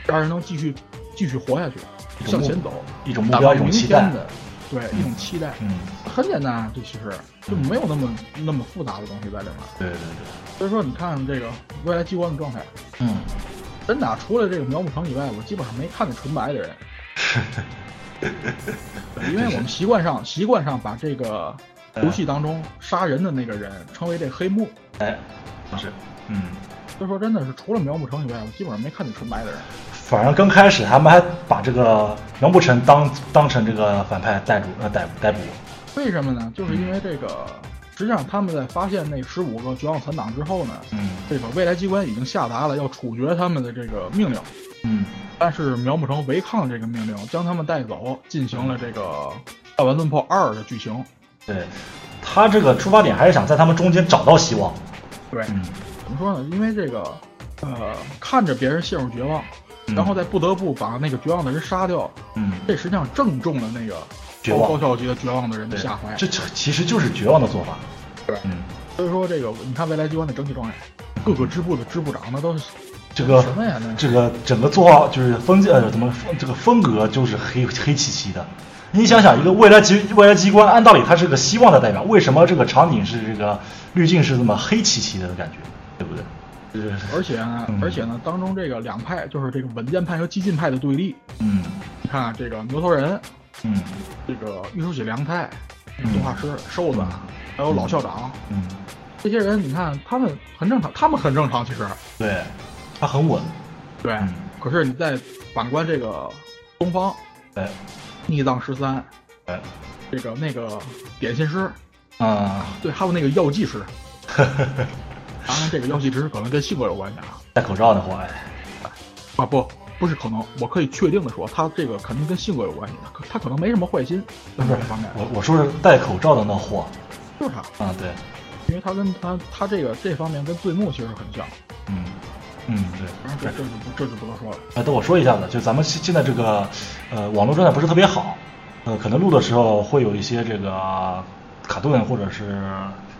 S2: 让人能继续继续活下去，
S1: 一种
S2: 向
S1: 目
S2: 前走，
S1: 一种目
S2: 哪
S1: 标，
S2: 怕
S1: 一
S2: 明
S1: 种期
S2: 天
S1: 待，
S2: 的，对，一种期待。
S1: 嗯，
S2: 很简单啊，这其实就没有那么那么复杂的东西在里面。
S1: 对对对，
S2: 所以说，你看这个未来机关的状态，
S1: 嗯，
S2: 真的啊除了这个苗木成以外，我基本上没看见纯白的人，
S1: 是，
S2: 因为我们习惯上习惯上把这个游戏当中杀人的那个人称为这黑幕。
S1: 哎，是，嗯。
S2: 所以说，真的是除了苗木成以外，我基本上没看见纯白的人。
S1: 反而刚开始他们还把这个杨步成当当成这个反派逮住呃逮捕逮捕，
S2: 为什么呢？就是因为这个，实际上他们在发现那十五个绝望残党之后呢，
S1: 嗯
S2: 这个未来机关已经下达了要处决他们的这个命令。
S1: 嗯
S2: 但是苗木成违抗这个命令，将他们带走，进行了这个《弹丸论破二》的剧情。
S1: 对，他这个出发点还是想在他们中间找到希望，
S2: 对，
S1: 嗯
S2: 怎么说呢？因为这个，呃，看着别人陷入绝望，
S1: 嗯
S2: 然后再不得不把那个绝望的人杀掉，
S1: 嗯，
S2: 这实际上正中了那个
S1: 绝
S2: 高高
S1: 望，
S2: 效级的绝望的人的
S1: 对
S2: 下怀，。
S1: 这这其实就是绝望的做法，
S2: 对
S1: 嗯，
S2: 所以说，这个你看未来机关的整体状态，各个支部的支部长那都是
S1: 这个
S2: 什么呀？那
S1: 这个整个做法就是风呃怎么这个风格就是黑黑漆漆的。你想想，一个未来机未来机关，按道理它是个希望的代表，为什么这个场景是这个滤镜是这么黑漆漆的感觉，对不对？就是
S2: 而且呢，
S1: 嗯
S2: 而且呢，当中这个两派就是这个稳健派和激进派的对立。
S1: 嗯
S2: 你看啊这个牛头人，
S1: 嗯
S2: 这个玉书喜良太、
S1: 嗯
S2: 动画师、瘦子，还有老校长，
S1: 嗯，
S2: 这些人，你看他们很正常，他们很正常，其实
S1: 对，它很稳，
S2: 对。
S1: 嗯
S2: 可是你在反观这个东方
S1: 哎
S2: 逆藏十三，
S1: 哎，
S2: 这个那个点心师，
S1: 啊、 (laughs)
S2: 对，还有那个药剂师，当然，这个要挟只是可能跟性格有关系啊。
S1: 戴口罩的哎话，
S2: 啊不，不是可能，我可以确定的说，他这个肯定跟性格有关系，他可他可能没什么坏心，
S1: 不
S2: 在
S1: 是
S2: 这嗯
S1: (laughs)
S2: 方面，
S1: 我我说是戴口罩的那货
S2: 就是他，
S1: 啊，对，
S2: 因为他跟他他这个这方面跟醉木其实很像，
S1: 嗯嗯对。
S2: 当然这这就不这就不多说了。
S1: 哎，等我说一下子，就咱们现现在这个呃网络状态不是特别好，呃，可能录的时候会有一些这个卡顿或者是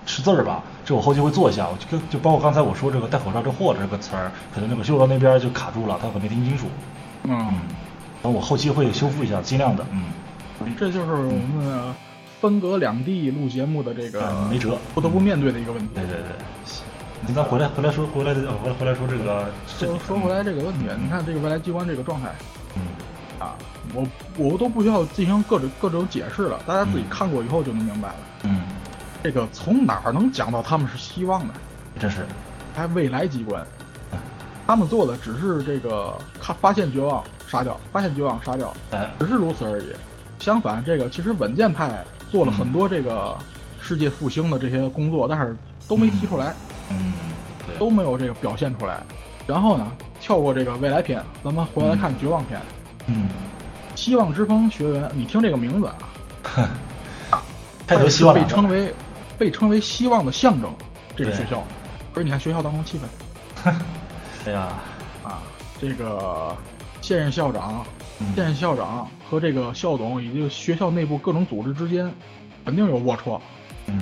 S1: 吃字儿吧，这我后期会做一下，我就跟就包括刚才我说这个戴口罩这货这个词儿，可能那个修罗那边就卡住了，他可能没听清楚，
S2: 嗯，
S1: 等我后期会修复一下，尽量的，嗯，
S2: 这就是我们分隔两地录节目的这个
S1: 嗯没辙嗯
S2: 不得不面对的一个问题。
S1: 对对对，行，你咱回来回来说回来的回来回来说这个这
S2: 说说回来这个问题，你看这个未来机关这个状态
S1: 嗯
S2: 啊，我我都不需要进行各种各种解释了，大家自己
S1: 嗯
S2: 看过以后就能明白了。
S1: 嗯，
S2: 这个从哪儿能讲到他们是希望呢？
S1: 真是，
S2: 还未来机关，
S1: 嗯
S2: 他们做的只是这个看发现绝望杀掉，发现绝望杀掉，
S1: 哎，
S2: 只是如此而已。相反，这个其实稳健派做了很多这个世界复兴的这些工作，但是都没提出来，
S1: 嗯，对，
S2: 都没有这个表现出来。然后呢，跳过这个未来篇，咱们回来看绝望篇。
S1: 嗯，
S2: 希望之风学员，你听这个名字啊，
S1: 哼，开头希望
S2: 它
S1: 哪
S2: 是
S1: 个
S2: 被称为被称为希望的象征，这个
S1: 对
S2: 学校。而你看学校当中气氛，
S1: 哎呀，
S2: 啊，这个现任校长、
S1: 嗯
S2: 现任校长和这个校董以及学校内部各种组织之间，肯定有龌龊啊，
S1: 嗯。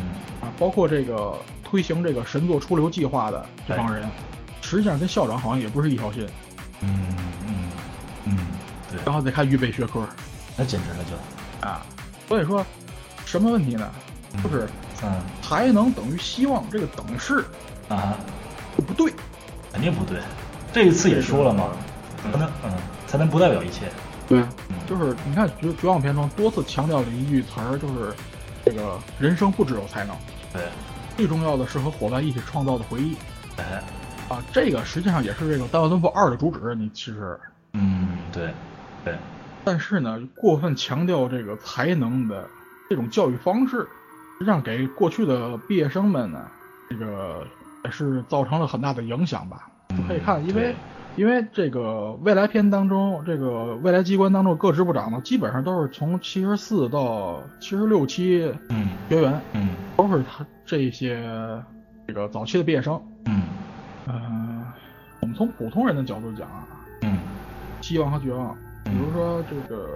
S2: 包括这个推行这个神作出流计划的这帮人，实际上跟校长好像也不是一条心。
S1: 嗯嗯嗯，对，
S2: 然后再看预备学科
S1: 那简直了就，
S2: 啊，所以说什么问题呢？就是
S1: 嗯
S2: 才能等于希望这个等式
S1: 啊，
S2: 不对，
S1: 肯定不对。这一次也说了嘛，才能嗯才能不代表一切。
S2: 对，
S1: 嗯
S2: 就是你看《绝绝望篇》中多次强调了一句词儿，就是这个人生不只有才能，
S1: 对，
S2: 最重要的是和伙伴一起创造的回忆
S1: 哎，
S2: 啊，这个实际上也是这个《丹麦敦布二》的主旨。你其实，
S1: 嗯对对，
S2: 但是呢，过分强调这个才能的这种教育方式，实际上给过去的毕业生们呢，这个也是造成了很大的影响吧。
S1: 嗯
S2: 就可以看，因为
S1: 对
S2: 因为这个未来篇当中，这个未来机关当中各支部长呢，基本上都是从七十四到七十六期
S1: 嗯
S2: 学员，
S1: 嗯
S2: 都是他这些这个早期的毕业生。
S1: 嗯
S2: 嗯，我们从普通人的角度讲啊，
S1: 嗯
S2: 希望和绝望，比如说这个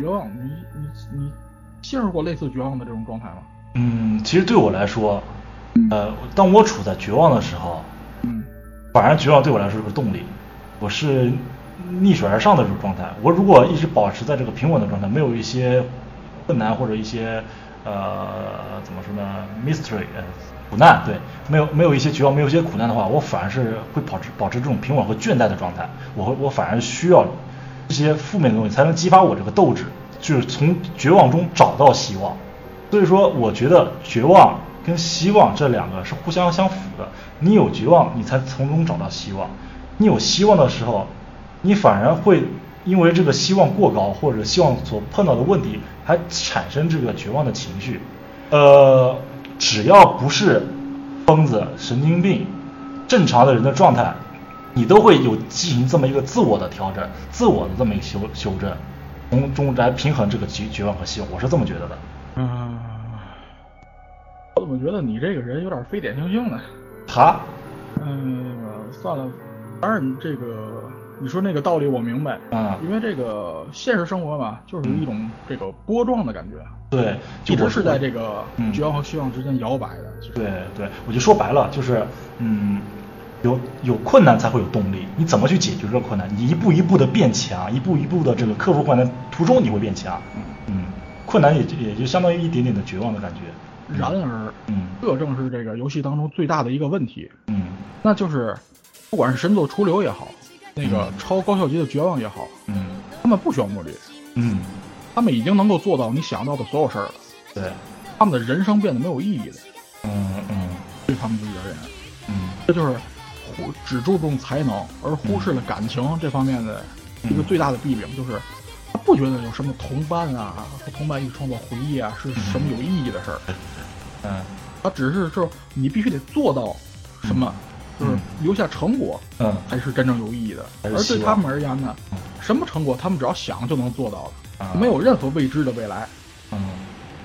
S2: 绝望，你你你陷入过类似绝望的这种状态吗？
S1: 嗯，其实对我来说，呃，当我处在绝望的时候，
S2: 嗯，
S1: 反而绝望对我来说是个动力，我是逆水而上的这种状态。我如果一直保持在这个平稳的状态，没有一些困难或者一些呃怎么说呢，mystery 呃苦难，对，没有没有一些绝望，没有一些苦难的话，我反而是会保持保持这种平稳和倦怠的状态。我会我反而需要这些负面的东西才能激发我这个斗志，就是从绝望中找到希望。所以说，我觉得绝望跟希望这两个是互相相符的。你有绝望，你才从中找到希望；你有希望的时候，你反而会因为这个希望过高，或者希望所碰到的问题，还产生这个绝望的情绪。呃，只要不是疯子、神经病，正常的人的状态，你都会有进行这么一个自我的调整、自我的这么一个修修正，从中来平衡这个绝绝望和希望。我是这么觉得的。
S2: 啊，我怎么觉得你这个人有点非典型性呢？
S1: 哈，
S2: 嗯，算了，当然这个你说那个道理我明白，
S1: 嗯
S2: 因为这个现实生活嘛，就是一种这个波状的感觉，
S1: 对，就
S2: 一
S1: 我
S2: 直是在这个
S1: 嗯
S2: 绝望和希望之间摇摆的。其实
S1: 对对，我就说白了，就是嗯，有有困难才会有动力。你怎么去解决这个困难？你一步一步的变强，一步一步的这个克服困难途中，你会变强。嗯，困难也就也就相当于一点点的绝望的感觉。
S2: 然而，
S1: 嗯
S2: 这正是这个游戏当中最大的一个问题，
S1: 嗯
S2: 那就是不管是神作出流也好，那个超高效级的绝望也好，
S1: 嗯
S2: 他们不需要目的，
S1: 嗯，
S2: 他们已经能够做到你想到的所有事儿了，
S1: 对，
S2: 他们的人生变得没有意义了，
S1: 嗯嗯
S2: 对他们自己而言，
S1: 嗯
S2: 这就是忽只注重才能而忽视了感情这方面的一个最大的弊病，就是他不觉得有什么同伴啊和同伴一起创造回忆啊是什么有意义的事儿。
S1: 嗯
S2: 它只是说你必须得做到什么，就是
S1: 嗯
S2: 留下成果
S1: 嗯
S2: 才是真正有意义的。
S1: 还是
S2: 而对
S1: 希
S2: 他
S1: 望
S2: 们而言呢
S1: 嗯，
S2: 什么成果他们只要想就能做到了，
S1: 啊
S2: 没有任何未知的未来，
S1: 嗯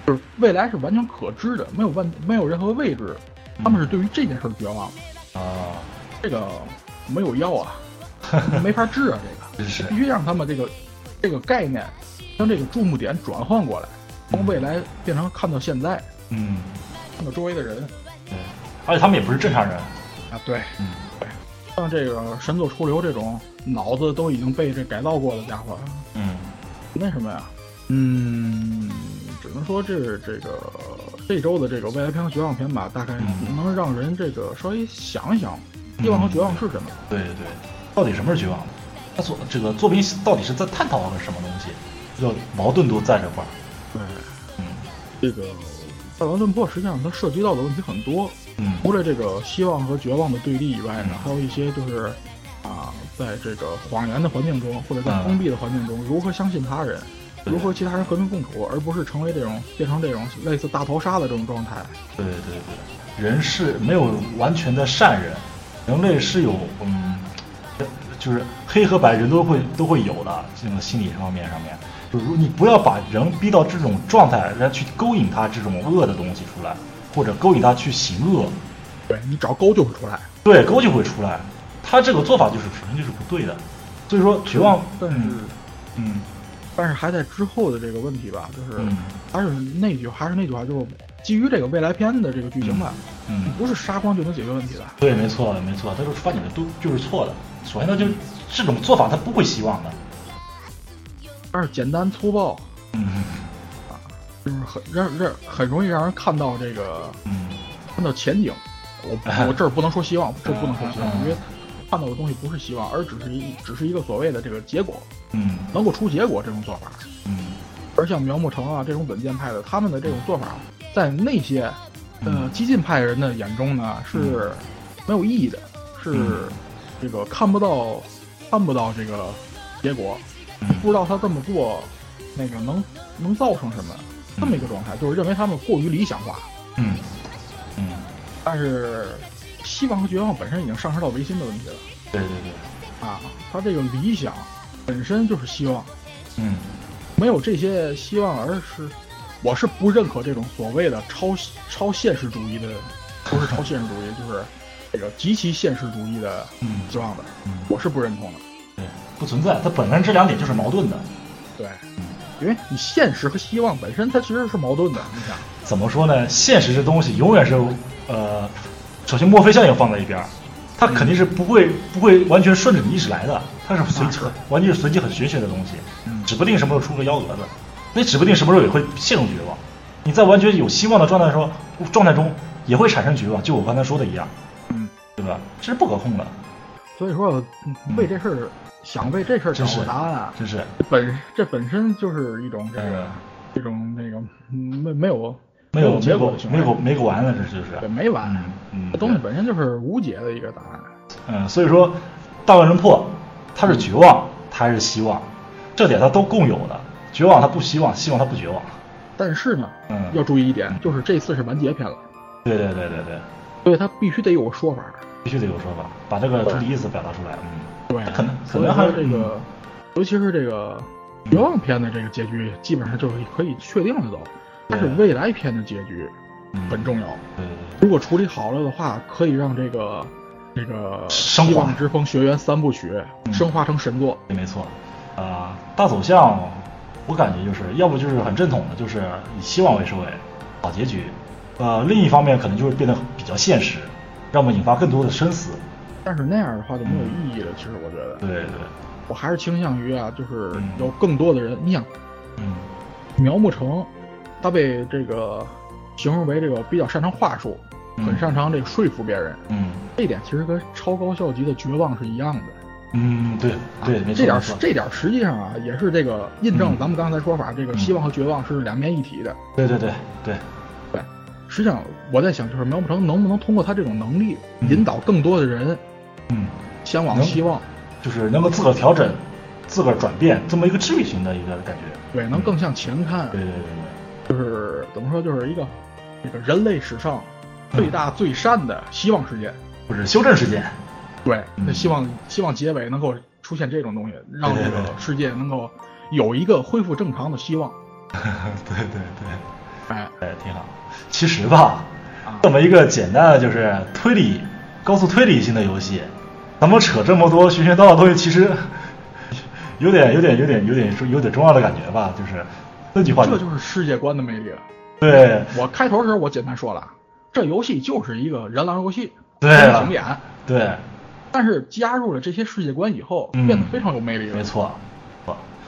S2: 就是未来是完全可知的，没有问没有任何未知。他们是对于这件事儿绝望，
S1: 啊，
S2: 这个没有药 (laughs) 啊，没法治啊，这个。
S1: 真是
S2: 必须让他们这个这个概念，将这个注目点转换过来，从未来变成看到现在，
S1: 嗯，
S2: 看到周围的人
S1: 对，而且他们也不是正常人，
S2: 啊，对，
S1: 嗯
S2: 像这个神作出流这种脑子都已经被这改造过的家伙，
S1: 嗯
S2: 那什么呀？嗯，只能说这这个这周的这个未来片和绝望片吧，大概
S1: 嗯
S2: 能让人这个稍微想一想，希望和绝望是什么。
S1: 对对对，到底什么是绝望？他所这个作品到底是在探讨个什么东西？这个矛盾都在这块儿。
S2: 对，
S1: 嗯
S2: 这个《霸王论破》实际上它涉及到的问题很多，
S1: 嗯
S2: 除了这个希望和绝望的对立以外呢
S1: 嗯，
S2: 还有一些就是啊，在这个谎言的环境中，或者在封闭的环境中，如何相信他人，
S1: 对
S2: 如何其他人和平共处，而不是成为这种变成这种类似大逃杀的这种状态。
S1: 对对对，人是没有完全的善人，人类是有嗯，就是黑和白人都会都会有的这种心理方面上面，就如你不要把人逼到这种状态，然后去勾引他这种恶的东西出来，或者勾引他去行恶，
S2: 对你找勾就会出来。
S1: 对勾就会出来，他这个做法就是首先就是不对的，所以说绝望，
S2: 但是、
S1: 嗯嗯
S2: 但是还在之后的这个问题吧，就是、
S1: 嗯
S2: 还是那句还是那句话，就是基于这个未来篇的这个剧情吧，
S1: 嗯
S2: 你，不是杀光就能解决问题的。
S1: 对，没错，没错，他这个出发点都就是错的，首先他就这种做法他不会希望的，
S2: 但是简单粗暴，
S1: 嗯
S2: 就是很让让很容易让人看到这个
S1: 嗯。
S2: 看到前景。我我这儿不能说希望，这不能说希
S1: 嗯嗯
S2: 望，因为看到的东西不是希望，而只是一只是一个所谓的这个结果，
S1: 嗯
S2: 能够出结果这种做法。
S1: 嗯
S2: 而像苗木成啊这种稳健派的，他们的这种做法，在那些呃
S1: 嗯
S2: 激进派人的眼中呢是没有意义的，是
S1: 嗯
S2: 这个看不到看不到这个结果，
S1: 嗯
S2: 不知道他这么做那个能能造成什么这么一个状态，就是认为他们过于理想化。
S1: 嗯嗯，
S2: 但是希望和绝望本身已经上升到唯心的问题了
S1: 对对对，
S2: 啊！他这个理想本身就是希望，
S1: 嗯
S2: 没有这些希望，而是我是不认可这种所谓的超超现实主义的，不是超现实主义， (laughs) 就是这个极其现实主义的
S1: 嗯
S2: 希望的，
S1: 嗯，
S2: 我是不认同的。
S1: 对，不存在，它本身这两点就是矛盾的。
S2: 对，
S1: 嗯
S2: 因为你现实和希望本身它其实是矛盾的，你想，
S1: 怎么说呢？现实这东西永远是，呃，首先墨菲效应放在一边儿，它肯定是
S2: 嗯
S1: 不会不会完全顺着你意识来的，它是随机很完全是随机很玄学的东西，
S2: 啊嗯
S1: 指不定什么时候出个幺蛾子，那指不定什么时候也会陷入绝望。你在完全有希望的状态时候状态中也会产生绝望，就我刚才说的一样，
S2: 嗯，
S1: 对吧？这是不可控的，
S2: 所以说
S1: 嗯
S2: 为这事儿想为这事儿找
S1: 真是
S2: 个答案啊，
S1: 真是，
S2: 这本这本身就是一种这个
S1: 嗯。
S2: 这种那个嗯没没有
S1: 没有
S2: 结
S1: 结
S2: 果
S1: 果
S2: 的，行为，
S1: 没有没有完了，这就是
S2: 对没完，
S1: 嗯嗯
S2: 这东西
S1: 对
S2: 本身就是无解的一个答案。
S1: 嗯，所以说大乱人破，他是绝望，他是希望，这点他都共有的。绝望他不希望，希望他不绝望。
S2: 但是呢，
S1: 嗯
S2: 要注意一点，就是这次是完结篇了，
S1: 对对对对对，
S2: 所以它必须得有个说法。
S1: 必须得有说法，把这个主体意思表达出来。嗯，
S2: 对，
S1: 可能可
S2: 所以
S1: 能
S2: 说
S1: 还
S2: 这个，尤其是这个绝望篇的这个结局，基本上就是可以确定了都。但是未来篇的结局
S1: 嗯
S2: 很重要，
S1: 对对
S2: 如果处理好了的话，可以让这个这个
S1: 升华
S2: 希望之风学员三部曲
S1: 嗯
S2: 升华成神作。
S1: 对，没错。啊、大走向，我感觉就是要不就是很正统的，就是以希望为收尾，好结局。呃，另一方面可能就是变得比较现实，让我们引发更多的深思。
S2: 但是那样的话就没有意义了。其实我觉得，
S1: 嗯对对，
S2: 我还是倾向于啊，就是
S1: 嗯
S2: 有更多的人，你想
S1: 嗯
S2: 苗木成，他被这个形容为这个比较擅长话术，
S1: 嗯
S2: 很擅长这个说服别人，
S1: 嗯
S2: 这一点其实跟超高校级的绝望是一样的。啊
S1: 嗯，对对，没错，
S2: 这点
S1: 没错
S2: 这点实际上啊，也是这个印证
S1: 嗯
S2: 咱们刚才说法，这个希望和绝望是两面一体的。
S1: 对对对对，
S2: 对，实际上我在想，就是苗木成能不能通过他这种能力，
S1: 嗯
S2: 引导更多的人
S1: 嗯，
S2: 向往
S1: 能
S2: 希望，
S1: 就是能够自个儿调整、自个儿转变这么一个治愈型的一个感觉。
S2: 对，能更向前看
S1: 嗯对，对对对，
S2: 就是怎么说，就是一个这个人类史上
S1: 嗯
S2: 最大最善的希望事件。
S1: 或者修正事件，
S2: 对，
S1: 嗯
S2: 那希望希望结尾能够出现这种东西，让
S1: 对
S2: 这
S1: 对对
S2: 个世界能够有一个恢复正常的希望。
S1: 对对对。
S2: 哎，
S1: 哎，挺好。其实吧
S2: 啊，
S1: 这么一个简单的就是推理、高速推理性的游戏，咱们扯这么多玄学道的东西，其实 (laughs) 有点、有点、有点、有点、有点中二的感觉吧。就是那句话，
S2: 这就是世界观的魅力了。
S1: 对
S2: 我开头的时候我简单说了，这游戏就是一个人狼游戏，
S1: 对啊
S2: 很
S1: 了
S2: 平演。
S1: 对，
S2: 但是加入了这些世界观以后，
S1: 嗯
S2: 变得非常有魅力了。
S1: 没错。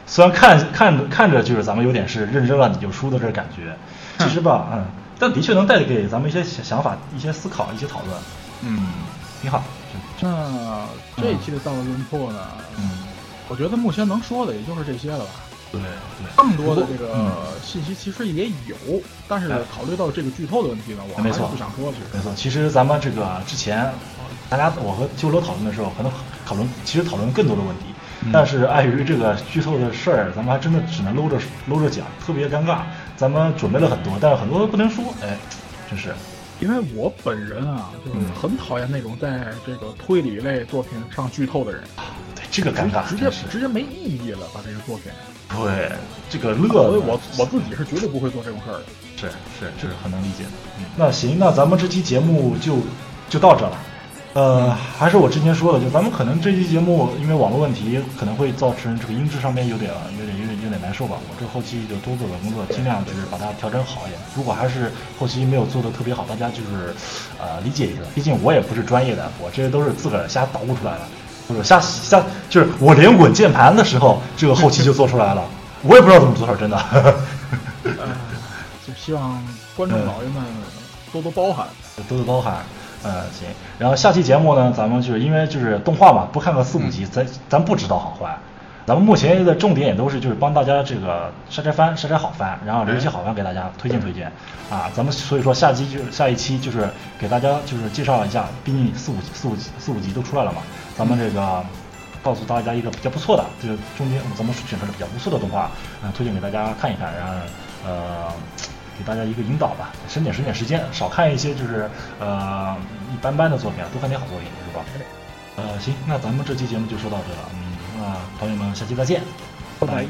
S1: 虽然看看看着就是咱们有点是认真了你就输的这感觉，其实吧，嗯，但的确能带给咱们一些想想法、一些思考、一些讨论，
S2: 嗯，
S1: 挺好。真的
S2: 那这一期的《道路论破》呢，
S1: 嗯，
S2: 我觉得目前能说的也就是这些了吧。
S1: 对对。
S2: 更多的这
S1: 嗯
S2: 个信息其实也有，但是
S1: 哎
S2: 考虑到这个剧透的问题呢，我还
S1: 没
S2: 是
S1: 错嗯
S2: 不想说。其实
S1: 没错，其实咱们这个之前，大家我和秋楼讨论的时候，可能讨论其实讨论更多的问题，
S2: 嗯
S1: 但是碍于这个剧透的事儿，咱们还真的只能搂着搂着讲，特别尴尬。咱们准备了很多，但是很多都不能说，哎，真是，
S2: 因为我本人啊，就是
S1: 嗯
S2: 很讨厌那种在这个推理类作品上剧透的人，
S1: 对这个尴尬，
S2: 直
S1: 真
S2: 接
S1: 是
S2: 直接没意义了，把这个作品。
S1: 对这个乐
S2: 所以
S1: 呢，
S2: 我我自己是绝对不会做这种事儿的。
S1: 是是这个很能理解的。嗯那行，那咱们这期节目就就到这了。呃，还是我之前说的，就咱们可能这期节目因为网络问题，可能会造成这个音质上面有点有点有点有点难受吧。我这后期就多做点工作，尽量就是把它调整好一点。如果还是后期没有做的特别好，大家就是呃理解一下，毕竟我也不是专业的，我这些都是自个儿瞎捣鼓出来的，就是瞎瞎就是我连滚键盘的时候，这个后期就做出来了，我也不知道怎么做，真的。 (laughs)
S2: 呃，就希望观
S1: 嗯
S2: 众老爷们多多包涵。
S1: 多多包涵。呃，行，然后下期节目呢，咱们就是因为就是动画嘛，不看个四五集，咱咱不知道好坏。咱们目前的重点也都是就是帮大家这个筛筛番、筛筛好番，然后留一些好番给大家推荐推荐啊。咱们所以说下期就是下一期就是给大家就是介绍一下，毕竟四五集四五集四五集都出来了嘛，咱们这个告诉大家一个比较不错的，就是中间咱们选出了比较不错的动画，嗯、推荐给大家看一看，然后呃。给大家一个引导吧，省点省点时间，少看一些就是呃一般般的作品，啊，多看点好作品，是吧？呃，行，那咱们这期节目就说到这了，嗯，那朋友们，下期再见，拜拜